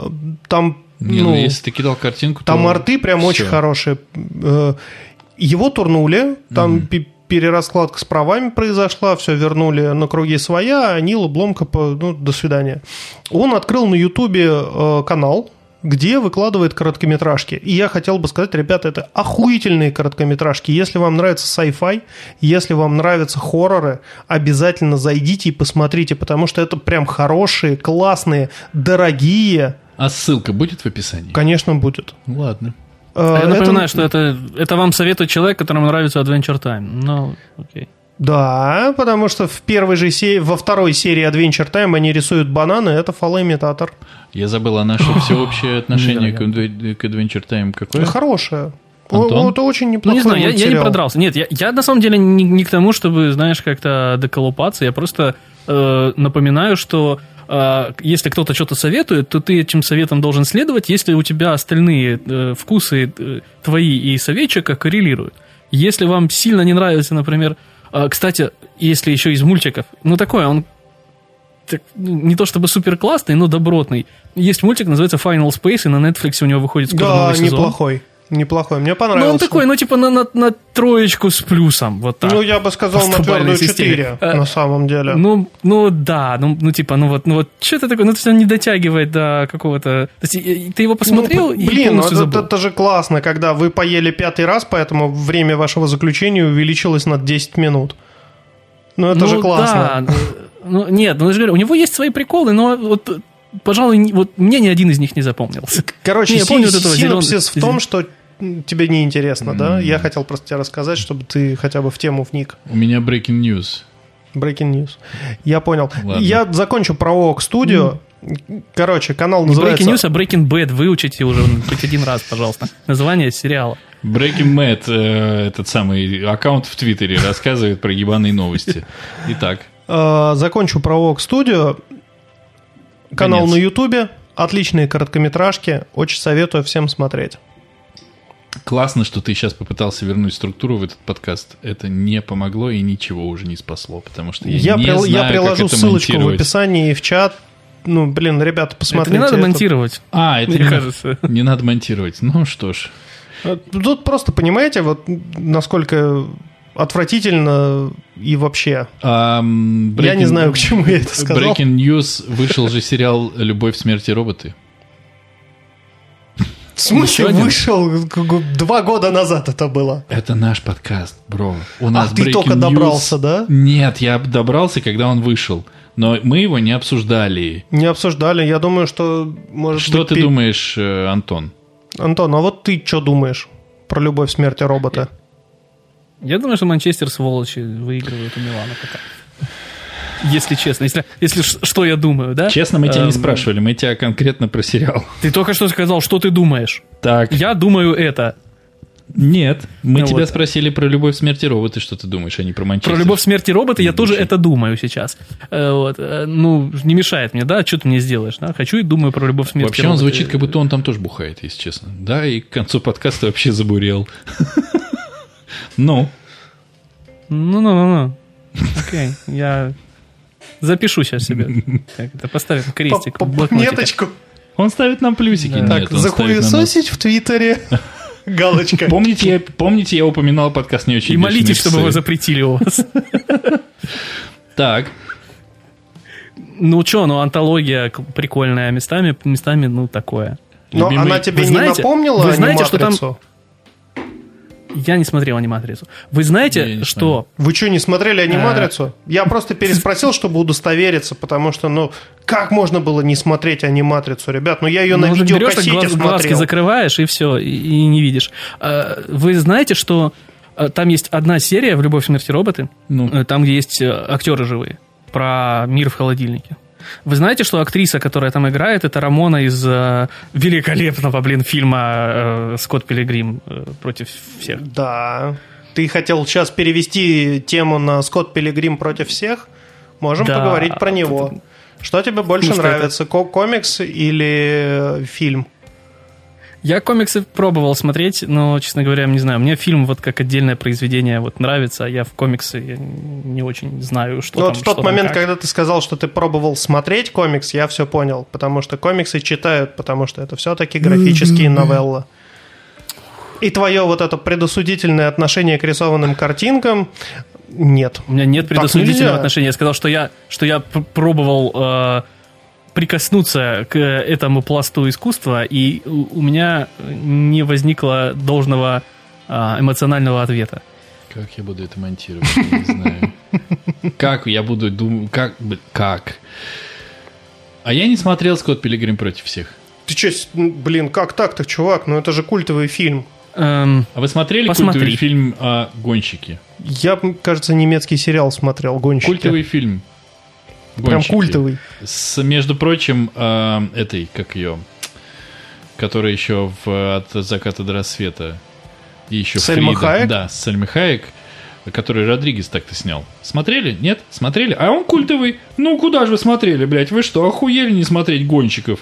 там... Не, ну, ну, если ты кидал картинку, Там Ну, то... арты прям очень всё. хорошие. Э, Его турнули, там пе- перераскладка с правами произошла, все вернули на круги своя, а Нила Бломкопа, ну, до свидания. Он открыл на Ютубе э, канал, где выкладывает короткометражки. И я хотел бы сказать, ребята, это охуительные короткометражки. Если вам нравится sci-fi, если вам нравятся хорроры, обязательно зайдите и посмотрите, потому что это прям хорошие, классные, дорогие. А ссылка будет в описании? Конечно, будет. Ну, Ладно. Э, А Я это- напоминаю, что это, это вам советует человек, которому нравится Adventure Time. Ну, окей. Да, потому что в первой же серии, во второй серии Adventure Time они рисуют бананы, это фалоимитатор. Я забыл, а наше всеобщее отношение к, адве- к Adventure Time какое? Хорошее. Антон? О, Это очень Ну, неплохой не знаю, я, я не мультсериал. продрался. Нет, я, я на самом деле не, не к тому, чтобы, знаешь, как-то доколупаться. Я просто э, напоминаю, что э, если кто-то что-то советует, то ты этим советом должен следовать, если у тебя остальные э, вкусы э, твои и советчика коррелируют. Если вам сильно не нравится, например... э, кстати, если еще из мультиков, ну такое, он так, ну, не то чтобы супер классный, но добротный. Есть мультик, называется Final Space, и на Netflix у него выходит скоро Да, новый сезон. неплохой. Неплохой. Мне Ну, понравился. он такой, ну, типа, на, на, на троечку с плюсом, вот так. Ну, я бы сказал, на Поступальной твердую системе. 4, Э, на самом деле. Ну, ну да, ну, ну типа, ну вот, ну вот, что это такое, ну, то есть он не дотягивает до какого-то... То есть э, ты его посмотрел Ну, и блин, ну, полностью это, забыл. это же классно, когда вы поели пятый раз, поэтому время вашего заключения увеличилось на 10 минут. Ну, это ну, же классно. Да, ну, нет, ну, я же говорю, у него есть свои приколы, но вот, э, пожалуй, не- вот мне ни один из них не запомнился. Короче, Не, я син- помню вот этого синопсис зелёного- в том, что м, тебе неинтересно, да? Я хотел просто тебе рассказать, чтобы ты хотя бы в тему вник. У меня breaking news. Breaking news. Я понял. Ладно. Я закончу про ОК студию. Короче, канал Не называется... Breaking News, а Breaking Bad выучите уже ну, хоть один раз, пожалуйста. Название сериала. Breaking Mad, э, этот самый аккаунт в Твиттере, рассказывает про ебаные новости. Итак, а? Э, закончу про ОК студию. Канал Конец. на Ютубе. Отличные короткометражки. Очень советую всем смотреть. классно, что ты сейчас попытался вернуть структуру в этот подкаст. Это не помогло и ничего уже не спасло, потому что я, Я, не прил- знаю, я приложу как это ссылочку в монтировать. описании и в чат. Ну, блин, ребята, Это посмотрите. не надо это- монтировать, А, это мне не, кажется. не надо монтировать. Ну что ж, Э, Тут просто, понимаете, вот насколько отвратительно и вообще. Ам, Я не breaking- знаю, к чему я это сказал. Breaking News вышел же сериал «Любовь, смерть и роботы». В смысле, Еще один? вышел как бы, два года назад это было. Это наш подкаст, бро. У нас ты Breaking только News- добрался, да? Нет, я добрался, когда он вышел. Но мы его не обсуждали. Не обсуждали. Я думаю, что может Что быть, ты пе- думаешь, э, Антон? Антон, а вот ты что думаешь про любовь смерти робота? Я думаю, что Манчестер сволочи выигрывает у Милана пока. Если честно, если, если ш- что я думаю, да? Честно, мы тебя Эм, не спрашивали, мы тебя конкретно про сериал. Ты только что сказал, что ты думаешь. Так, Я думаю это. нет, мы Ну тебя вот. спросили про любовь, смерть и роботы, что ты думаешь, а не про Манчестер. Про любовь смерти робота я тоже Ничего. это думаю сейчас. Э, вот, э, ну, не мешает мне, да? Что ты мне сделаешь? Да? Хочу и думаю про любовь смерти Вообще робота. он звучит, как будто он там тоже бухает, если честно. Да, и к концу подкаста вообще забурел. Ну, Ну-ну-ну-ну. Окей, я запишу сейчас себе. Так, это поставим крестик. в блокнотике. Меточку. он ставит нам плюсики. Да. Нет, Так, он ставит на нас- захуесосить в Твиттере. Галочка. Помните, я, помните, я упоминал подкаст не очень И молитесь, бешеные чтобы его псы». запретили у вас. Так, Ну что, ну антология к- прикольная местами, местами, ну такое. Но любимый- она тебе Вы не знаете- напомнила вы знаете, аниматрицу? что там- Я не смотрел аниматрицу. Вы Я знаете, не что... Вы что, не А. смотрели аниматрицу? Я просто переспросил, чтобы удостовериться, потому что, ну, как можно было не смотреть аниматрицу, ребят? Ну, я ее на Ну, вот берешь, так видеокассете глаз- глазки смотрел. закрываешь, и все, и, и не видишь. А, Вы знаете, что а, там есть одна серия в «Любовь, смерти, роботы», Ну. э, там, где есть э, актеры живые, про мир в холодильнике. Вы знаете, что актриса, которая там играет, это Рамона из э, великолепного, блин, фильма э, «Скотт Пилигрим э, против всех». Да. Ты хотел сейчас перевести тему на Скотт Пилигрим против всех? Можем Да. поговорить про него. Что тебе больше Слушай, нравится, ко- комикс или э, фильм? Я комиксы пробовал смотреть, но, честно говоря, не знаю. Мне фильм вот как отдельное произведение вот нравится, а я в комиксы я не очень знаю, что Ну, там, вот в что тот там, момент, как. когда ты сказал, что ты пробовал смотреть комикс, я все понял, потому что комиксы читают, потому что это все-таки графические новеллы. И твое вот это предосудительное отношение к рисованным картинкам нет. У меня нет Так предосудительного нельзя. отношения. Я сказал, что я, что я пр- пробовал э, прикоснуться к э, этому пласту искусства, и у, у меня не возникло должного а, эмоционального ответа. Как я буду это монтировать, я не знаю. Как я буду думать, как, бы- как? А я не смотрел «Скотт Пилигрим против всех». Ты че, блин, как так-то, чувак? Ну это же культовый фильм. Эм, А вы смотрели Посмотри. культовый фильм о гонщике? Я, м, кажется, немецкий сериал смотрел «Гонщики». Культовый фильм. Прям «Гонщики». культовый. С, между прочим, э, этой, как ее, которая еще в э, «От заката до рассвета». И еще Сальма Фрида. Хайек? Да, Сальма Хайек, который Родригес так-то снял. Смотрели? Нет? Смотрели? А он культовый. Ну, куда же вы смотрели, блядь? Вы что, охуели не смотреть гонщиков?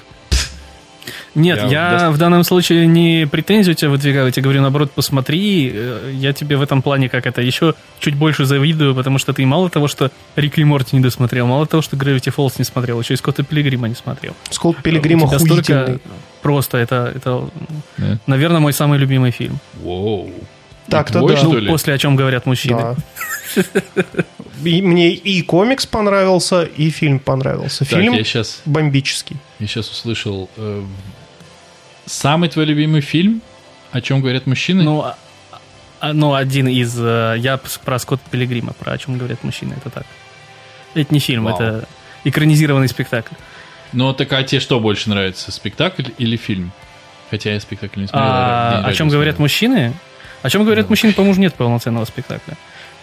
нет, Я я, даст- в данном случае не претензию тебе выдвигаю, я тебе говорю, наоборот, посмотри, э, я тебе в этом плане как это еще чуть больше завидую, потому что ты мало того, что Рик и Морти не досмотрел, мало того, что Gravity Falls не смотрел, еще и Скотта Пилигрима не смотрел. Скотт Пилигрим У тебя охуительный. столько- Просто это, это, Да. наверное, мой самый любимый фильм. Воу. Так-то Твой, да. что Ну, ли? после «О чем говорят мужчины». Да. И мне и комикс понравился, и фильм понравился. Так, Фильм я сейчас, бомбический. я сейчас услышал. э, самый твой любимый фильм? О чем говорят мужчины? Ну, а- а- ну, один из... э, Я п- про Скотта Пилигрима, про «О чем говорят мужчины». Это так. Это не фильм, Вау. это экранизированный спектакль. Ну, так а тебе что больше нравится, спектакль или фильм? Хотя я спектакль не смотрел. А, день «О радио чем говорят смотрел. мужчины»? «О чем говорят Ну. мужчины», по-моему, нет полноценного спектакля.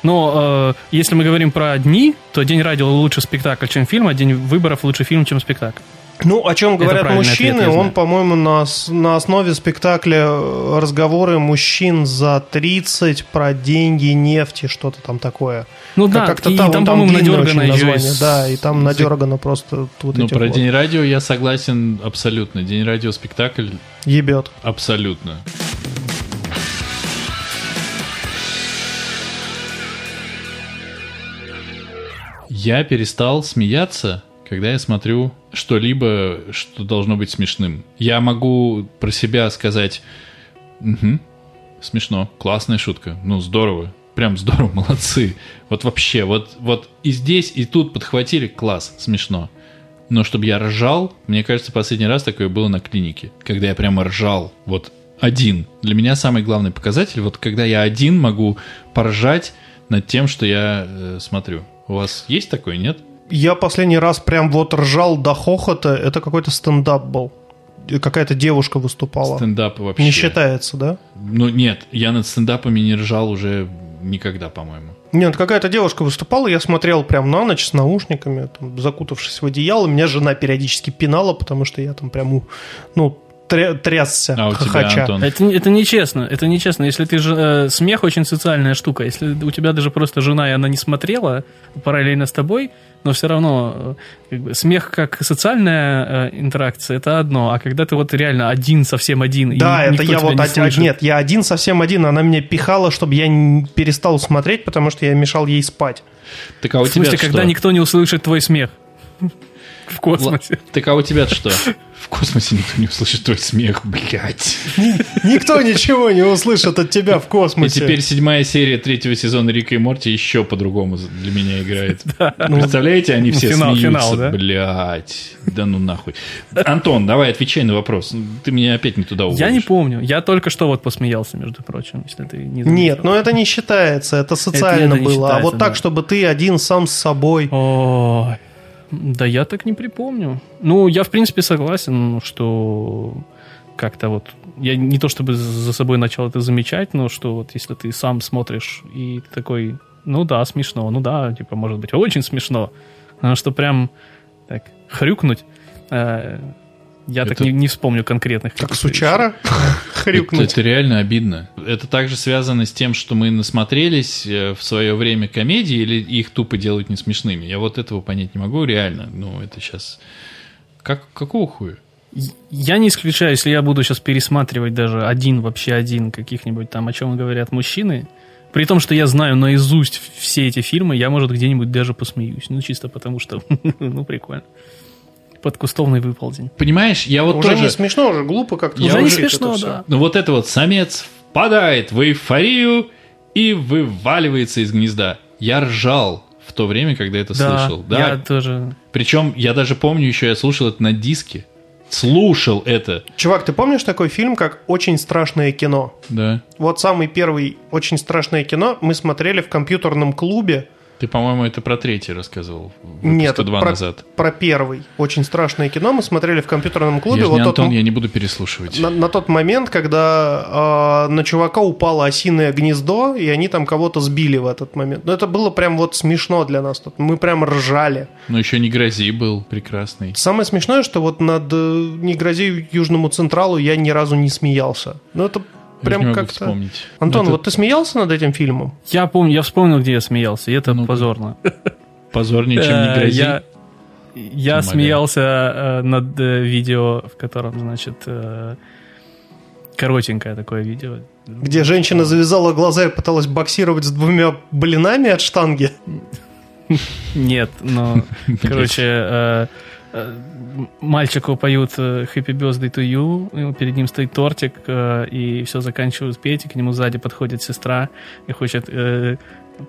Но э, если мы говорим про дни, то «День радио» лучше спектакль, чем фильм, а «День выборов» лучше фильм, чем спектакль. Ну, о чем говорят правильный мужчины, ответ, я он, знаю. по-моему, на, ос- на основе спектакля э, «Разговоры мужчин за 30» про деньги, нефть и что-то там такое. Ну Как- да, Как-то и там, там, он там по-моему, длинное очень надергано еще название, из- Да, и там надергано просто вот Ну, этим про вот. День радио я согласен абсолютно. День радио спектакль Ебет. абсолютно. Я перестал смеяться, когда я смотрю что-либо, что должно быть смешным. Я могу про себя сказать, «Мгм, смешно, классная шутка, ну здорово, прям здорово, молодцы. Вот вообще, вот, вот и здесь, и тут подхватили, класс, смешно. Но чтобы я ржал, мне кажется, последний раз такое было на клинике, когда я прямо ржал, вот один. Для меня самый главный показатель, вот когда я один могу поржать над тем, что я э, смотрю. У вас есть такое, нет? Я последний раз прям вот ржал до хохота. Это какой-то стендап был. И Какая-то девушка выступала. Стендап вообще. Не считается, да? Ну нет, я над стендапами не ржал уже никогда, по-моему. Нет, ну, какая-то девушка выступала, я смотрел прям на ночь с наушниками, там, закутавшись в одеяло. Меня жена периодически пинала, потому что я там прям, у- ну, тря- трясся, А у хохоча. тебя, Антон? Это, это нечестно, это нечестно. Если ты же э, смех очень социальная штука, если у тебя даже просто жена и она не смотрела параллельно с тобой, но все равно э, как бы, смех как социальная э, интеракция это одно, а когда ты вот реально один совсем один Да, и это никто я тебя вот не один. слышит. Нет, я один, совсем один. Она меня пихала, чтобы я н- перестал смотреть, потому что я мешал ей спать. Так а у в смысле, тебя когда что? никто не услышит твой смех. в космосе. Так а у тебя что? В космосе никто не услышит твой смех, блядь. Никто ничего не услышит от тебя в И космосе. теперь седьмая серия третьего сезона Рика и Морти еще по-другому за- для меня играет. Ну, Представляете, они все Финал, финал, смеются. да? Блядь. Да ну нахуй. Антон, давай отвечай на вопрос. Ну, Ты меня опять не туда уводишь. Я не помню. Я только что вот посмеялся, между прочим, если ты не заметил. Нет, ну- но это не считается, это социально Это не было. а считается, вот так, да. чтобы ты один сам с собой. Ой, да я так не припомню. Ну, я в принципе согласен, что как-то вот я не то чтобы за собой начал это замечать, но что вот если ты сам смотришь и ты такой, ну да, смешно, ну да, типа может быть очень смешно, а что прям так хрюкнуть. э, я так Это- не, не вспомню конкретных. Как каких-то сучара Это, хрюкнуть. это реально обидно. Это также связано с тем, что мы насмотрелись э, в свое время комедии или их тупо делают не смешными. Я вот этого понять не могу, реально. Ну, это сейчас... Как, какого хуя? вещей. Я не исключаю, если я буду сейчас пересматривать даже один, вообще один каких-нибудь там, о чем говорят мужчины, При том, что я знаю наизусть все эти фильмы, я, может, где-нибудь даже посмеюсь. Ну, чисто потому что, ну, прикольно. Подкустовный выползень. Понимаешь, я вот Уже тоже... не смешно, уже глупо как-то. Я Уже не уже- смешно, это всё. да. Ну вот это вот самец впадает в эйфорию и вываливается из гнезда. Я ржал в то время, когда это слышал. Да. я тоже. Причем я даже помню еще, я слушал это на диске. Слушал это. Чувак, ты помнишь такой фильм, как «Очень страшное кино»? Да. Вот самый первый «Очень страшное кино» мы смотрели в компьютерном клубе. Ты, по-моему, это про третий рассказывал. Нет, два про, назад. про первый «Очень страшное кино» мы смотрели в компьютерном Я клубе. же вот не тот Антон, м- я не буду переслушивать. на, на тот момент, когда э, на чувака упало осиное гнездо, и они там кого-то сбили в этот момент. Но это было прям вот смешно для нас. Тут мы прям ржали. Но еще не грози был прекрасный. Самое смешное, что вот над э, «Не грози Южному Централу» я ни разу не смеялся. Ну это я прям не могу как-то... вспомнить. Ну, Антон, Это вот ты смеялся над этим фильмом? Я помню, я вспомнил, где я смеялся, и это Ну-ка. позорно. позорнее, чем не Э, грози. Я, я Умоляю. смеялся э, над э, видео, в котором, значит, э, коротенькое такое видео. Где женщина завязала глаза и пыталась боксировать с двумя блинами от штанги? Нет, но, короче, э, э, мальчику поют э, Happy Birthday to you, и перед ним стоит тортик, э, и все заканчивают петь, и к нему сзади подходит сестра и хочет э,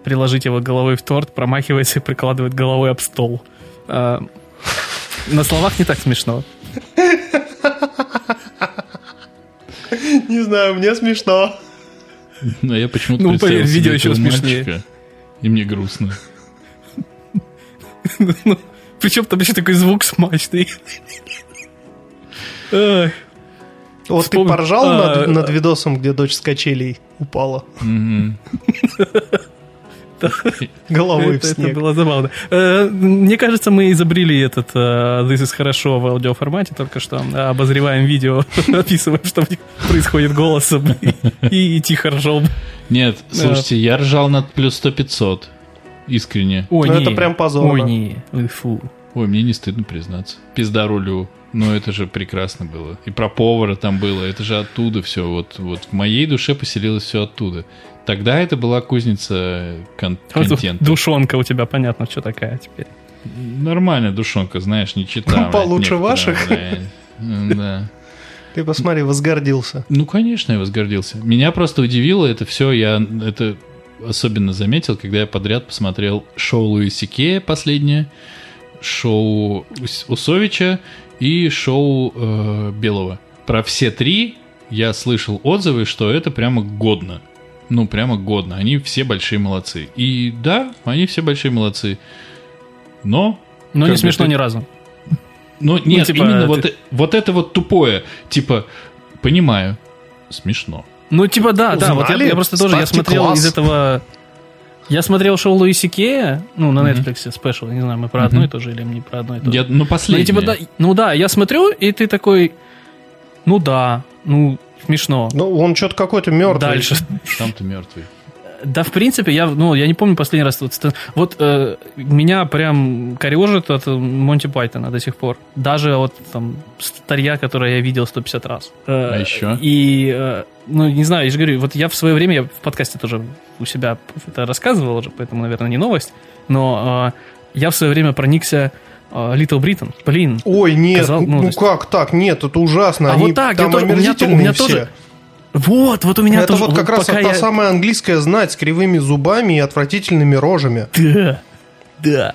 приложить его головой в торт, промахивается и прикладывает головой об стол. Э, На словах не так смешно. Не знаю, мне смешно. Но я почему-то Ну, представил поверь, себе видео еще этого смешнее. мальчика, И мне грустно. Ну, Причем там еще такой звук смачный. Эх, Вот Вспом- ты поржал а, над, над видосом, где дочь с качелей упала Мгм. головой в это, это снег? было забавно. Э, Мне кажется, мы изобрели этот э, This is хорошо в аудиоформате, только что э, обозреваем видео, описываем, что происходит голосом и- и, и тихо ржем. Нет, слушайте, я ржал над плюс 100 500. Искренне. Ой, Ну, это прям позорно. Ой, не. Ой, Фу. Ой, мне не стыдно признаться. Пизда рулю. Ну, это же прекрасно было. И про повара там было. Это же оттуда все. Вот, вот в моей душе поселилось все оттуда. Тогда это была кузница кон- А Вот контента. Душонка у тебя, понятно, что такая теперь. Нормально, душонка, знаешь, не читала. Получше ваших. Да. Ты посмотри, возгордился. Ну, конечно, я возгордился. Меня просто удивило это все. Я это особенно заметил, когда я подряд посмотрел шоу Луи Сикея последнее, шоу Ус- Усовича и шоу э, Белого. Про все три я слышал отзывы, что это прямо годно. Ну, прямо годно. Они все большие молодцы. И да, они все большие молодцы. Но Но Как не бы смешно ты- ни разу. ну, нет, типа, именно ты- вот, э- вот это вот тупое. Типа, понимаю, смешно. Ну, типа, да, да, вот я, Узнали? я просто тоже, я Ставьте смотрел класс. из этого... Я смотрел шоу Луи Сикея, ну, на Netflix спешл, не знаю, мы про одно и то же или мне про одно и то же. Я, ну, Ну, и последнее. типа, да, ну да, я смотрю, и ты такой, ну да, ну смешно. Ну, он что-то какой-то мертвый. Дальше. Там ты мертвый. Да, в принципе, я, ну, я не помню последний раз. Вот, ст- вот, э, меня прям корежит от э, Монти Пайтона до сих пор. Даже вот там старья, которое я видел 150 раз. А Э, еще? И, э, ну, не знаю, я же говорю, вот я в свое время, я в подкасте тоже у себя это рассказывал уже, поэтому, наверное, не новость, но э, я в свое время проникся а, Little Britain. Блин. Ой, нет, Казал- ну, ну, то есть- как так? Нет, это ужасно. А Они вот так, я там тоже- у меня то- у омерзительные меня все. тоже- Вот, вот у меня Это тоже. вот как раз пока та я- самая английская знать с кривыми зубами и отвратительными рожами. Да, да.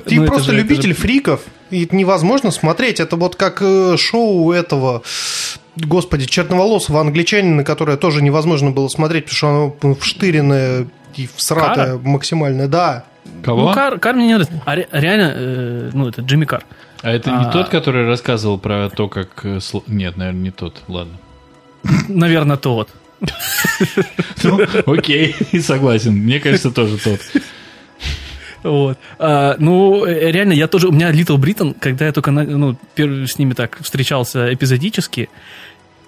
Ты Ну, это просто же- это же- любитель фриков, и это невозможно смотреть. Это вот как э, шоу этого, господи, черноволосого англичанина, которое тоже невозможно было смотреть, потому что оно ну, вштыренное и всратое Кара? максимально. Да, Кого? Ну, Кар, Кар мне не нравится. А ре- реально, э, ну, это Джимми Кар. А это А. не тот, который рассказывал про то, как... э, сло- Нет, наверное, не тот. Ладно. Наверное, тот. Ну, окей, согласен. Мне кажется, тоже тот. Вот. А, ну, э, реально, я тоже... У меня Little Britain, когда я только на- ну, пер- с ними так встречался эпизодически,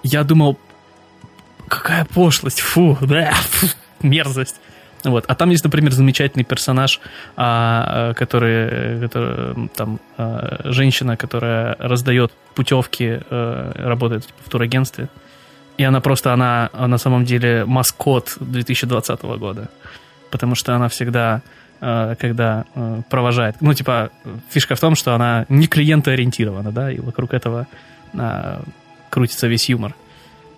я думал, какая пошлость, фу, да, фу, мерзость. Вот. А там есть, например, замечательный персонаж, а, а, который, э, который, м, там а, женщина, которая раздает путевки, э, работает типа, в турагентстве. И она просто, она а, на самом деле маскот 2020 года. Потому что она всегда, э, когда э, провожает... Ну, типа, э, фишка в том, что она не клиентоориентирована, да, и вокруг этого а, крутится весь юмор.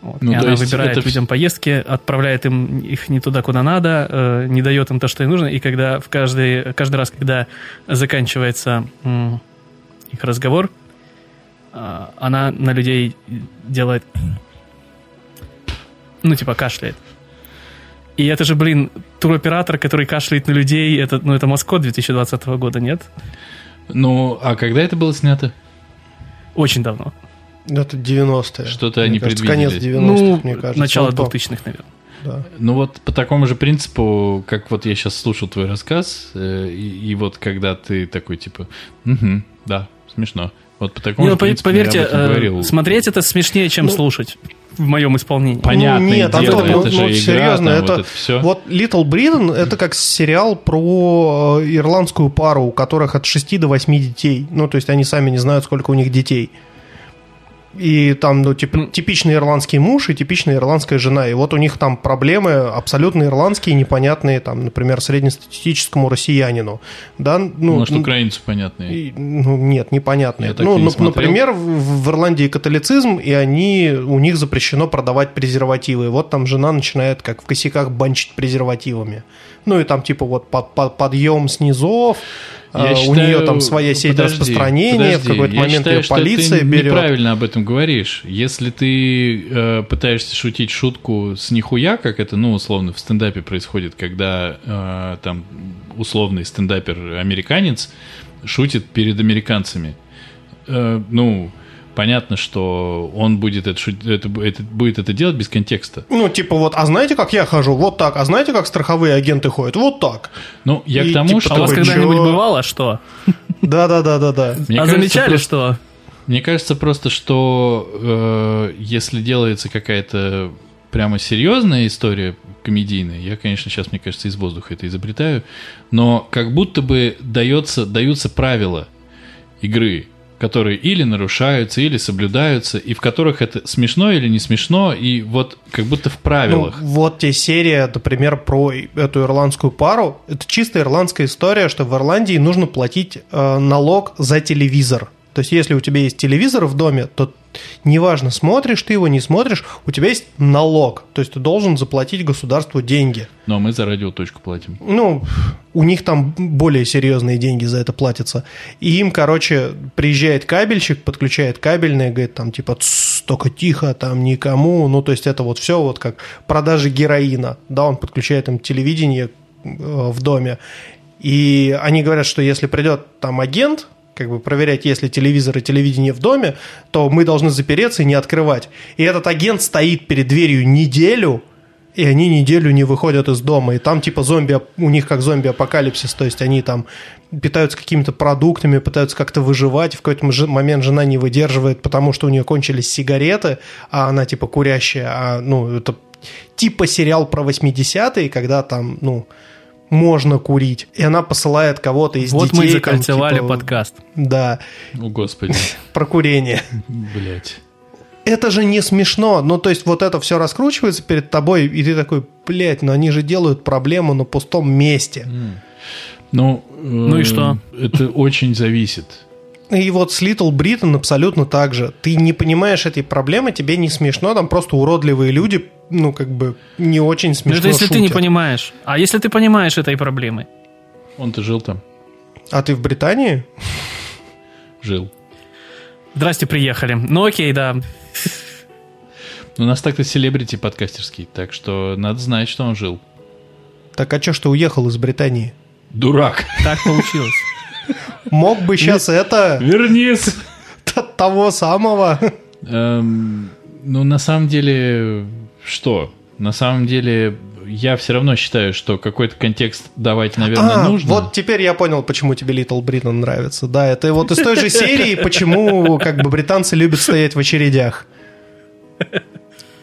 Вот. Ну, и то она есть выбирает это вс- людям поездки, отправляет им их не туда, куда надо, э, не дает им то, что им нужно. И когда в каждый, каждый раз, когда заканчивается м, их разговор, а, она на людей делает... Ну, типа, кашляет. И это же, блин, туроператор, который кашляет на людей, это, ну, это Москва 2020 года, нет? Ну, а когда это было снято? Очень давно. это 90-е. Что-то Мне они кажется, предвидели. Конец 90-х, ну, мне кажется. начало Вот то. 2000-х, наверное. Да. Ну вот по такому же принципу, как вот я сейчас слушал твой рассказ, э, и, и вот когда ты такой типа, «Мгм, да, смешно. Вот по такому Не, же ну, по- принципу поверьте, я об этом э, говорил. смотреть это смешнее, чем Ну, слушать в моем исполнении. пон- Понятное Ну, нет, дело, Антон, ну, это же ну, игра, серьезно, там это- вот это все. Вот Little Britain это как сериал про э, ирландскую пару, у которых от 6 до 8 детей. Ну, то есть они сами не знают, сколько у них детей. И там, ну, типа, Ну. типичный ирландский муж и типичная ирландская жена. И вот у них там проблемы абсолютно ирландские, непонятные, там, например, среднестатистическому россиянину. Да, ну, Может, украинцу понятно. и, ну, нет, непонятно. Я так Ну, и не нап- смотрел. например, в, в Ирландии католицизм, и они, у них запрещено продавать презервативы. И Вот там жена начинает как в косяках банчить презервативами. Ну и там типа вот под- под- подъем снизов, Я а, у считаю- нее там своя сеть подожди, распространения, в подожди. какой-то Я момент считаю, ее что ты полиция берет. неправильно об этом говоришь. Если ты э, пытаешься шутить шутку с нихуя, как это, ну, условно, в стендапе происходит, когда э, там условный стендапер-американец шутит перед американцами. Э, ну, понятно, что он будет это, шут- это, бу- это- будет это делать без контекста. Ну, типа вот, а знаете, как я хожу? Вот так. А знаете, как страховые агенты ходят? Вот так. Ну, я И к тому, типа что... А у вас Такой, когда-нибудь чё? бывало, что? Да-да-да-да-да. Мне а кажется, замечали, просто- что? Мне кажется просто, что э, если делается какая-то прямо серьезная история комедийная, я, конечно, сейчас, мне кажется, из воздуха это изобретаю, но как будто бы дается, даются правила игры, которые или нарушаются, или соблюдаются, и в которых это смешно или не смешно, и вот как будто в Ну, правилах. вот те серия, например, про эту ирландскую пару. Это чисто ирландская история, что в Ирландии нужно платить э, налог за телевизор. То есть, если у тебя есть телевизор в доме, то неважно, смотришь ты его, не смотришь, у тебя есть налог. То есть, ты должен заплатить государству деньги. Но мы за радиоточку платим. Ну, у них там более серьезные деньги за это платятся. И им, короче, приезжает кабельщик, подключает кабельное, говорит там типа «Тсс, только тихо, там никому. Ну, то есть это вот все вот как продажи героина. Да, он подключает им телевидение э, в доме. И они говорят, что если придет там агент, как бы проверять, есть ли телевизор и телевидение в доме, то мы должны запереться и не открывать. И этот агент стоит перед дверью неделю, и они неделю не выходят из дома. И там типа зомби, у них как зомби-апокалипсис, то есть они там питаются какими-то продуктами, пытаются как-то выживать. В какой-то мж- момент жена не выдерживает, потому что у нее кончились сигареты, а она типа курящая. А, ну, это типа сериал про 80-е, когда там, ну, можно курить. И она посылает кого-то из Вот детей. мы и там, закольцевали типа, подкаст. Ну, Да, О, господи, про курение блядь. это же не смешно. Ну, то есть, вот это все раскручивается перед тобой, и ты такой, блядь, ну они же делают проблему на пустом месте. Ну, Ну и что? Это очень зависит. И вот с Little Britain абсолютно так же. Ты не понимаешь этой проблемы, тебе не смешно, там просто уродливые люди, ну, как бы, не очень Ну, смешно это если ты не шутят. понимаешь. А если ты понимаешь этой проблемы? Он-то жил там. А ты в Британии? Жил. Здрасте, приехали. Ну окей, да. У нас так-то селебрити подкастерский, так что надо знать, что он жил. Так а чё, что уехал из Британии? Дурак. Так получилось. Мог бы сейчас это, Вернись. т- того самого. Эм, ну, на самом деле, что? На самом деле, я все равно считаю, что какой-то контекст давать, наверное, А, нужно. вот теперь я понял, почему тебе Little Britain нравится. Да, это вот из той же серии, почему как бы британцы любят стоять в очередях.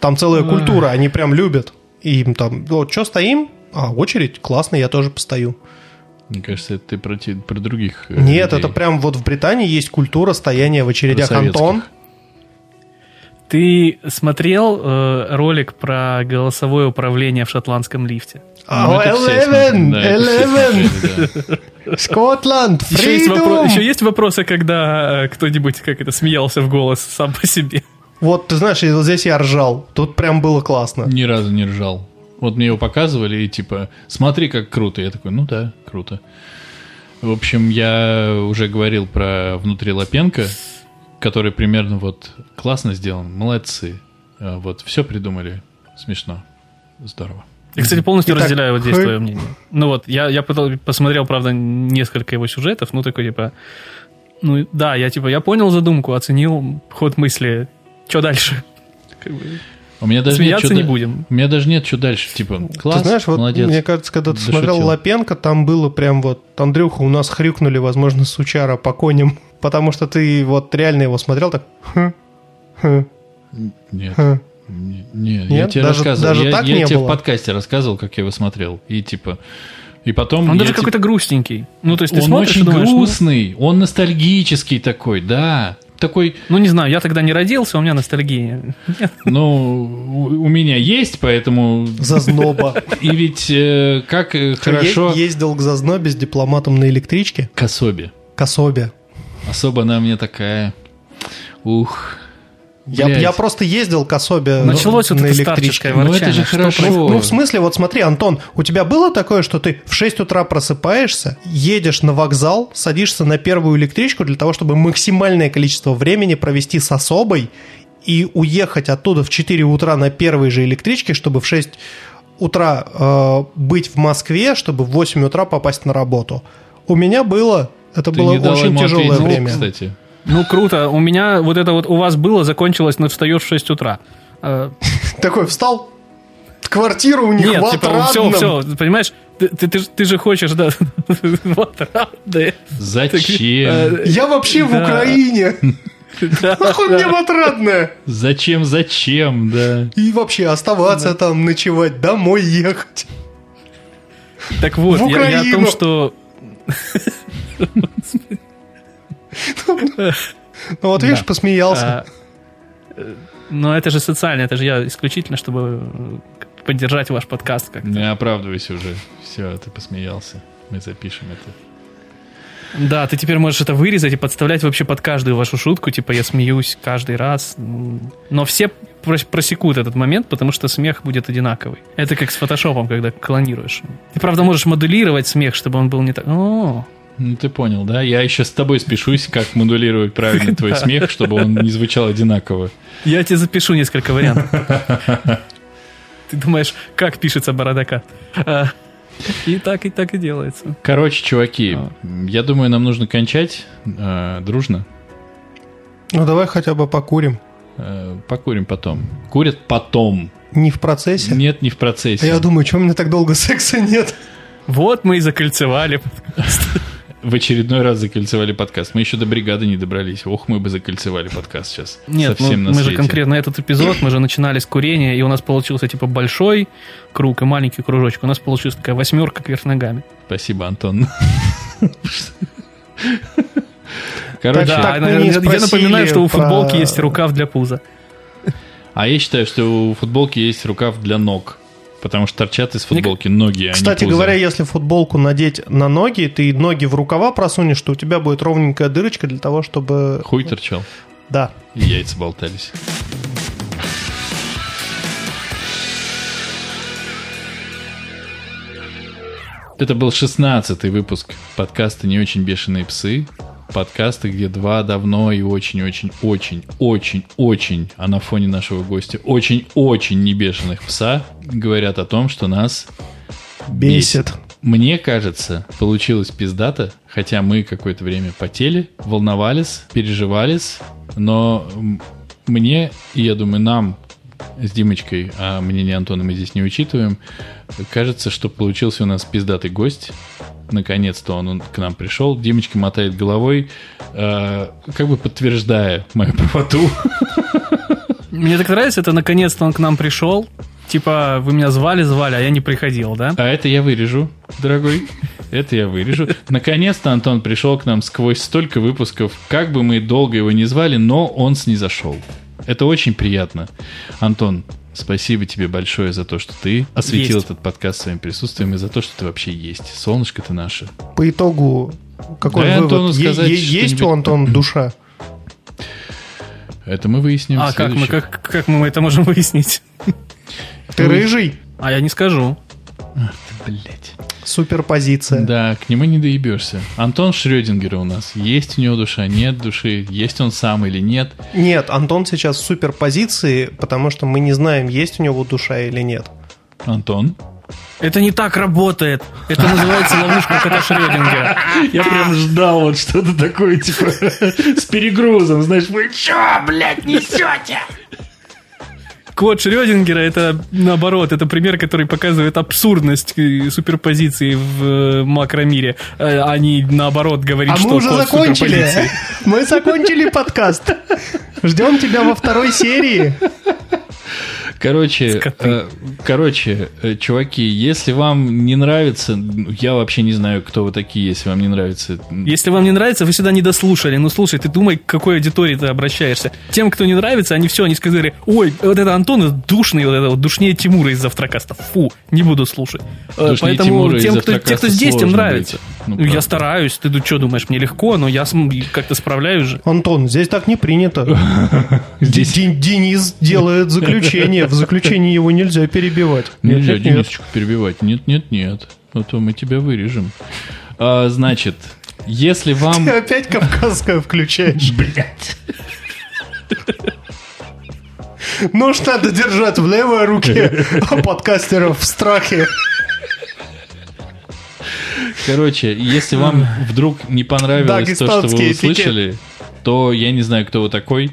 Там целая культура, они прям любят. И им там, вот что стоим? А, очередь, классно, я тоже постою. Мне кажется, это ты про, те- про других. э, Нет, людей. это прям вот в Британии есть культура стояния в очередях. Про советских. Антон, Ты смотрел э, ролик про голосовое управление в шотландском лифте? Ну, Oh, это все Eleven, смотрят, да, это все Eleven, смотрели, да. Скотланд, Еще есть, вопро- еще Freedom. есть вопросы, когда э, кто-нибудь как это смеялся в голос сам по себе. Вот, ты знаешь, и вот здесь я ржал. Тут прям было классно. Ни разу не ржал. Вот мне его показывали, и типа, смотри, как круто. Я такой, ну да, круто. В общем, я уже говорил про внутри Лапенко, который примерно вот классно сделан, молодцы. Э, Вот, все придумали. Смешно. Здорово. Я, кстати, полностью Итак, разделяю вот здесь хэ- твое мнение. Ну вот, я, я пытал- посмотрел, правда, несколько его сюжетов, ну такой типа... Ну да, я типа, я понял задумку, оценил ход мысли. Че дальше? Как бы, У меня даже нет, Смеяться чё не да- будем. У меня даже нет, что дальше. Типа, класс, ты знаешь, вот молодец. мне кажется, когда ты Дошутил. смотрел Лапенко, там было прям вот Андрюха, у нас хрюкнули, возможно, сучара по коням. Потому что ты вот реально его смотрел так. «Хм, хм, Нет. хм». Не- не, я Нет, тебе даже- рассказывал. даже я так я не тебе было? в подкасте рассказывал, как я его смотрел. И типа. И потом. Он я, даже типа, какой-то грустненький. Ну, то есть ты он смотришь и очень думаешь, ну, грустный, он ностальгический такой, да. Такой, ну, не знаю, я тогда не родился, у меня ностальгия. ну, у, у меня есть, поэтому... Зазноба. И ведь э, как э, хорошо... Е- Ездил к зазнобе с дипломатом на электричке. К особе. К особе. Особо она мне такая... Ух. Я, Блядь. я просто ездил к особе Началось на вот это электричке. старческое Ну, это ворчание. же Что хорошо. происходит? Ну, ну, в смысле, вот смотри, Антон, у тебя было такое, что ты в 6 утра просыпаешься, едешь на вокзал, садишься на первую электричку для того, чтобы максимальное количество времени провести с особой и уехать оттуда в 4 утра на первой же электричке, чтобы в 6 утра э, быть в Москве, чтобы в 8 утра попасть на работу. У меня было, это Ты было не дал очень ему тяжелое ответить, время. кстати. Ну, круто. У меня вот это вот у вас было, закончилось, но встаешь в 6 утра. Э, Такой встал, квартиру у них в Нет, типа, все, Отрадном. все, понимаешь, ты, ты, ты, ж- ты же хочешь, да, в Отрадное. Зачем? Э, Я вообще в Да. Украине. да, Нахуй да. мне в отрадное? Зачем, зачем, да. И вообще оставаться там, ночевать, домой ехать. Так вот, в я, я о том, Украину. что... э, Ну вот видишь, посмеялся. а, э, Но это же социально, это же я исключительно, чтобы э, поддержать ваш подкаст как Не оправдывайся уже. Все, ты посмеялся. Мы запишем это. Да, ты теперь можешь это вырезать и подставлять вообще под каждую вашу шутку, типа я смеюсь каждый раз. М, Но все прос- просекут этот момент, потому что смех будет одинаковый. Это как с фотошопом, когда клонируешь. Ты, правда, можешь моделировать смех, чтобы он был не так... О, Ну, ты понял, да? Я еще с тобой спешусь, как модулировать правильно твой смех, чтобы он не звучал одинаково. я тебе запишу несколько вариантов. Ты думаешь, как пишется бородака? А, И так, и так и делается. Короче, чуваки, А. я думаю, нам нужно кончать э, дружно. Ну давай хотя бы покурим. Э, покурим потом. Курят потом. Не в процессе. Нет, не в А процессе. Я думаю, чего у меня так долго секса нет? Вот мы и закольцевали. В очередной раз закольцевали подкаст. Мы еще до бригады не добрались. Ох, мы бы закольцевали подкаст сейчас. Нет, ну, Совсем на мы же свете. конкретно этот эпизод, мы же начинали с курения, и у нас получился типа большой круг и маленький кружочек. У нас получилась такая восьмерка кверх ногами. Спасибо, Антон. Так, Короче, так да, мы я, не я напоминаю, спросили что у про- футболки есть рукав для пуза. а я считаю, что у футболки есть рукав для ног. потому что торчат из футболки ноги, а Кстати не пузо. говоря, если футболку надеть на ноги, ты ноги в рукава просунешь, то у тебя будет ровненькая дырочка для того, чтобы... Хуй торчал, Да. и яйца болтались. Это был 16-й выпуск подкаста «Не очень бешеные псы». Подкасты, где два давно и очень-очень-очень-очень-очень, а на фоне нашего гостя, очень-очень не бешеных пса говорят о том, что нас Бесит. Мне кажется, получилось пиздато, хотя мы какое-то время потели, волновались, переживались, но м, мне, и я думаю, нам с Димочкой, а мнение Антона мы здесь не учитываем, кажется, что получился у нас пиздатый гость. Наконец-то он, он к нам пришел. Димочка мотает головой, э, как бы подтверждая мою правоту. Мне так нравится, это наконец-то он к нам пришел. Типа, вы меня звали, звали, а я не приходил, да? А это я вырежу, дорогой. Это я вырежу. Наконец-то Антон пришел к нам сквозь столько выпусков. Как бы мы долго его не звали, но он снизошел. Это очень приятно. Антон, спасибо тебе большое за то, что ты осветил Есть. этот подкаст своим присутствием и за то, что ты вообще есть. Солнышко ты наше. По итогу, какой Дай вывод? Антону Е- сказать е- есть у что-нибудь. Антона душа? Это мы выясним в А как мы, следующих- как, как мы это можем выяснить? Ты рыжий? А я не скажу. Блядь. Суперпозиция. Да, к нему не доебешься. Антон Шрёдингера у нас. Есть у него душа, нет души, есть он сам или нет. Нет, Антон сейчас в суперпозиции, потому что мы не знаем, есть у него душа или нет. Антон, Это не так работает. Это называется ловушка кота Шрёдингера. Я прям ждал вот что-то такое, типа, с перегрузом, знаешь, вы чё, блядь, несете? Кот Шрёдингера — это, наоборот, это пример, который показывает абсурдность э, суперпозиции в э, макромире. Э, А не, наоборот, говорит, А что мы уже кот закончили. суперпозиции. Мы закончили подкаст. Ждем тебя во второй серии. Короче, Скоты. э, короче, э, чуваки, если вам не нравится, ну, я вообще не знаю, кто вы такие, если вам не нравится. Если вам не нравится, вы сюда не дослушали. Ну, слушай, ты думай, к какой аудитории ты обращаешься. Тем, кто не нравится, они все, они сказали, ой, вот это Антон душный, вот это вот душнее Тимура из Завтракаста. Фу, не буду слушать. Э, Душнее Поэтому Тимура из тем, кто, те, кто Завтракаста здесь, тем сложно нравится. быть. Ну, Ну, правда. я стараюсь, ты что думаешь, мне легко, но я см- как-то справляюсь же. Антон, здесь так не принято. Здесь Ден- Денис делает заключение. В заключении его нельзя перебивать. нельзя Нет, нет, нет. Денисочку перебивать. Нет, нет, нет. А то мы тебя вырежем. А, значит, если вам... Ты опять кавказское включаешь. Блять. Нож Ну надо держать в левой руке, а подкастеров в страхе. Короче, если вам вдруг не понравилось то, что вы Дагестанский этикет. услышали, то я не знаю, кто вы такой,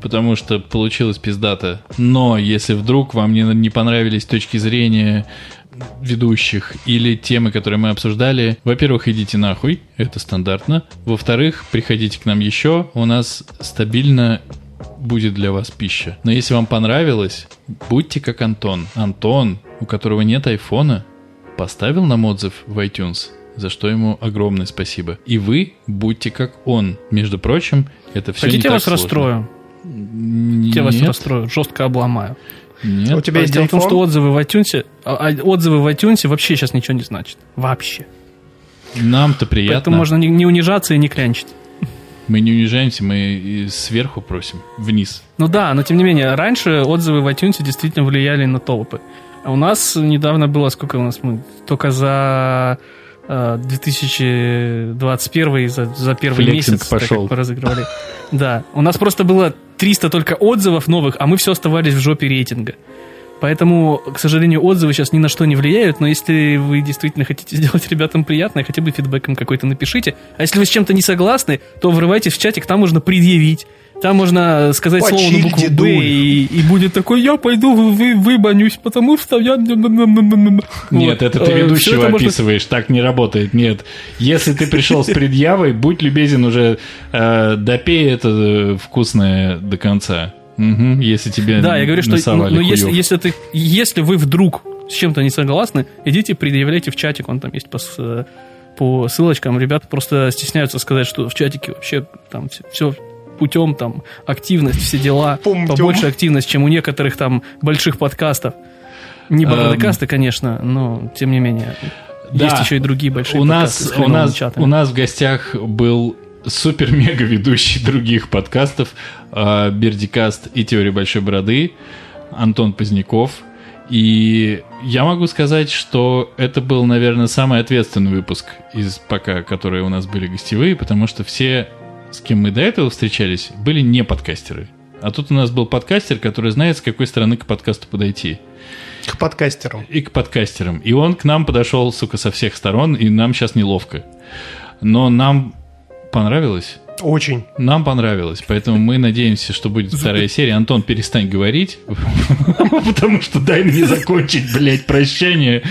потому что получилось пиздато. Но если вдруг вам не, не понравились точки зрения ведущих или темы, которые мы обсуждали, во-первых, идите нахуй, это стандартно. Во-вторых, приходите к нам еще, у нас стабильно будет для вас пища. Но если вам понравилось, будьте как Антон. Антон, у которого нет айфона, поставил нам отзыв в iTunes, за что ему огромное спасибо. И вы будьте как он. Между прочим, это все Хотите, не я так вас сложно. расстрою? Нет, Я вас расстрою, жестко обломаю. Э, нет. У тебя есть А Дело в том, iPhone? что отзывы в iTunes, а, а, отзывы в iTunes вообще сейчас ничего не значат. Вообще. Нам-то приятно. Поэтому можно не, не унижаться и не клянчить. Мы не унижаемся, мы и сверху просим, вниз. Ну да, но тем не менее, раньше отзывы в iTunes действительно влияли на толпы. А у нас недавно было, сколько у нас мы, только за э, 2021 за, за первый Флексинг месяц так пошел. как мы разыгрывали. Да, у нас просто было 300 только отзывов новых, а мы все оставались в жопе рейтинга. Поэтому, к сожалению, отзывы сейчас ни на что не влияют, но если вы действительно хотите сделать ребятам приятное, хотя бы фидбэком какой-то напишите. А если вы с чем-то не согласны, то врывайтесь в чатик, там можно предъявить. Там можно сказать слово на Почиль, букву «Б» дедуль. и, и будет такой «Я пойду вы- вы- выбанюсь, потому что я...» Нет, Нет, это ты ведущего описываешь, так не работает, нет. Если ты пришел с предъявой, будь любезен уже, э, допей это э, вкусное до конца. Мгм, если тебе Да, я говорю, что ну, насовали ну, если, хуёв. если, ты, если вы вдруг с чем-то не согласны, идите предъявляйте в чатик, он там есть по, с- э, по ссылочкам. Ребята просто стесняются сказать, что в чатике вообще там все путем, там активность, все дела, Пумтём. побольше активность, чем у некоторых там больших подкастов. Не Эм, бардакасты, конечно, но тем не менее. Да. Есть еще и другие большие у подкасты с нас, у, хреновыми нас, чатами. у нас в гостях был супер-мега ведущий других подкастов э, Бердикаст и Теория Большой Бороды Антон Поздняков. И я могу сказать, что это был, наверное, самый ответственный выпуск из пока, которые у нас были гостевые, потому что все, с кем мы до этого встречались, были не подкастеры. А тут у нас был подкастер, который знает, с какой стороны к подкасту подойти К подкастерам. и к подкастерам. И он к нам подошел, сука, со всех сторон, и нам сейчас неловко. Но нам понравилось. Очень. Нам понравилось, поэтому мы надеемся, что будет вторая серия. Антон, перестань говорить, потому что дай мне закончить, блядь, прощание.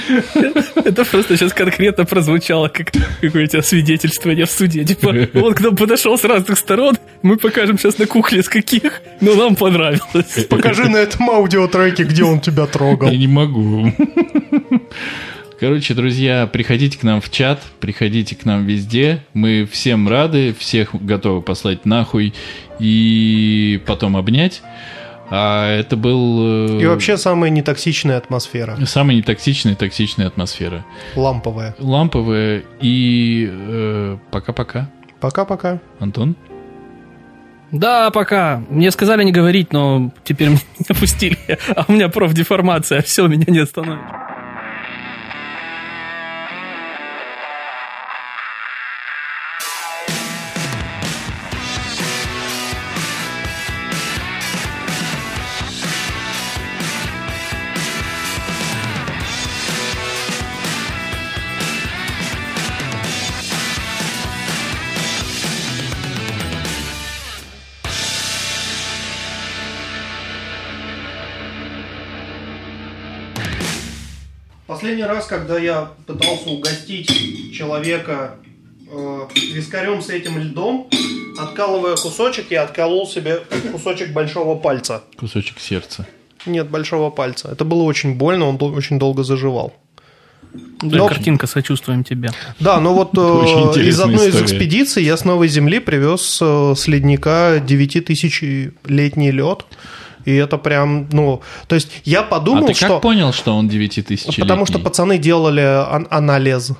Это просто сейчас конкретно прозвучало, как какое-то свидетельствование в суде. Типа, он к нам подошел с разных сторон, мы покажем сейчас на кухле с каких, но нам понравилось. Покажи на этом аудиотреке, где он тебя трогал. Я не могу. Короче, друзья, приходите к нам в чат, приходите к нам везде. Мы всем рады, всех готовы послать нахуй и потом обнять. А это был... э, И вообще самая нетоксичная атмосфера. Самая нетоксичная и токсичная атмосфера. Ламповая. Ламповая и... э, Пока-пока. Пока-пока. Антон? Да, пока. Мне сказали не говорить, но теперь меня опустили. А у меня профдеформация, все, меня не остановит. Последний раз, когда я пытался угостить человека э, вискарем с этим льдом, откалывая кусочек, я отколол себе кусочек большого пальца. Кусочек сердца. Нет, большого пальца. Это было очень больно, он дол- очень долго заживал. Да, Но- картинка, сочувствуем тебя. Да, но вот э, Очень интересная из одной из история. экспедиций я с Новой Земли привез э, с ледника 9000-летний лед. И это прям, ну... То есть я подумал, а ты что... как понял, что он 9000 Потому что пацаны делали ан- анализ.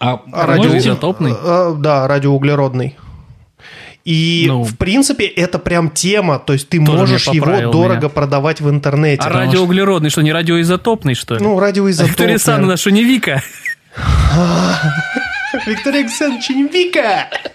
А, А Радио- можете- Радиоизотопный? Э, э, Да, радиоуглеродный. И, Ну. в принципе, это прям тема. То есть ты Тоже можешь меня его поправил дорого меня. продавать в интернете. А Потому радиоуглеродный, что не радиоизотопный, что- что ли? Ну, а радиоизотоп. Виктория Сановна, наверное. что не Вика? Виктория Александровича Вика!